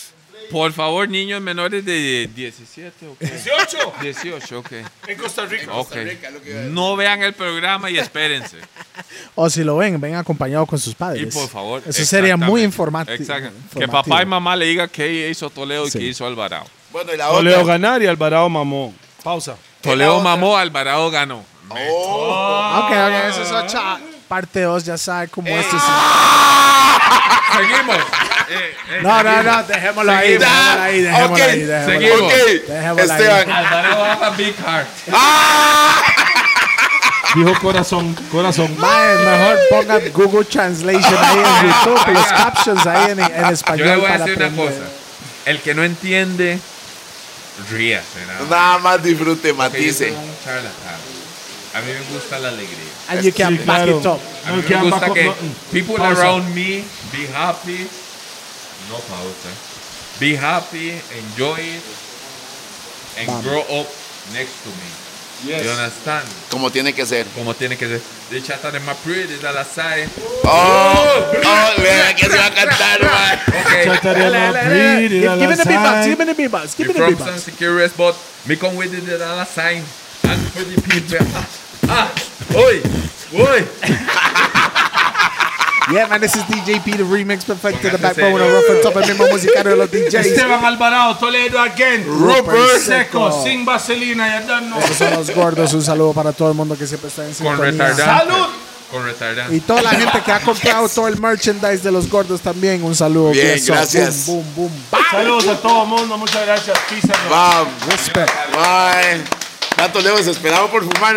E: Por favor, niños menores de 17 o
B: 18
E: 18, ok.
B: en Costa Rica.
E: Ok.
C: Rica, lo que iba a decir.
E: No vean el programa y espérense.
A: O si lo ven, ven acompañado con sus padres.
E: Y por favor.
A: Eso sería muy
E: informativo.
A: informati-
E: Exacto.
A: informativo.
E: Que papá y mamá le diga qué hizo Toledo y
A: Sí.
E: qué hizo Alvarado.
C: Bueno, y la
F: Toledo
C: otra.
F: ganar y Alvarado mamó. Pausa.
E: Toledo mamó, Alvarado ganó.
A: Ok, ok, eso es otra
E: Ah.
A: Parte 2, ya sabe cómo
E: Eh,
A: es. este-
C: Ah,
E: Seguimos. Eh, ah, eh,
A: No, no, no, dejémoslo ahí,
E: Seguimos.
A: dejémoslo ahí, dejémoslo
C: Ok,
A: ahí. dejémoslo ahí.
E: seguimos.
C: Ok,
A: Dejémosla ahí.
C: Esteban.
E: Alvarado haga Big Heart.
F: Dijo corazón, corazón.
A: Mae, mejor ponga Google Translation ahí en YouTube, los captions ahí en, en
E: Yo
A: español.
E: le voy a
A: para
E: decir una
A: aprender.
E: cosa. El que no entiende, ríase. nada más.
C: Nada más disfrute,
E: Que yo soy
C: matice.
E: un charlatán. A mí me gusta la alegría.
A: And you can
F: Sí,
A: back
F: claro.
A: it up.
E: A mí
F: que
E: me gusta
F: ambas
E: que
F: cosas-
E: people
F: Pausa.
E: around me be happy. No pausa. Be happy, enjoy it, and grow up next to me. You understand?
C: Como tiene que ser.
E: Como tiene que ser. They chatter in my pretty, that I say.
C: Oh, oh, vea que se va a cantar, man.
E: Okay.
A: Give it a beatbox, give it a beatbox, give
E: You
A: it a
E: from San
A: beatbox.
E: Securious, but me come with the dollar sign. And for the people. Ah, ah, oi, oi.
A: Yeah, man, this is DJ P, the remix perfected, the
E: Póngase
A: backbone
E: serio.
A: of Rough and Top, el mismo musicario de los DJs.
F: Esteban Alvarado, Toledo again.
A: Rupert
F: Seco,
A: Seco.
F: sin vaselina. Ya no.
A: Esos son los gordos, un saludo para todo el mundo que siempre está en
E: Con
A: sintonía.
E: retardante.
F: ¡Salud!
E: Con retardante.
A: Y toda la gente que ha comprado todo el merchandise de los gordos también, un saludo.
C: Bien,
A: Eso,
C: gracias.
A: Boom, boom, boom. Bam.
F: Saludos a todo el mundo. Muchas gracias. Písalo.
C: Vamos.
A: Respect.
C: Ay, Tanto Leo desesperado por fumar.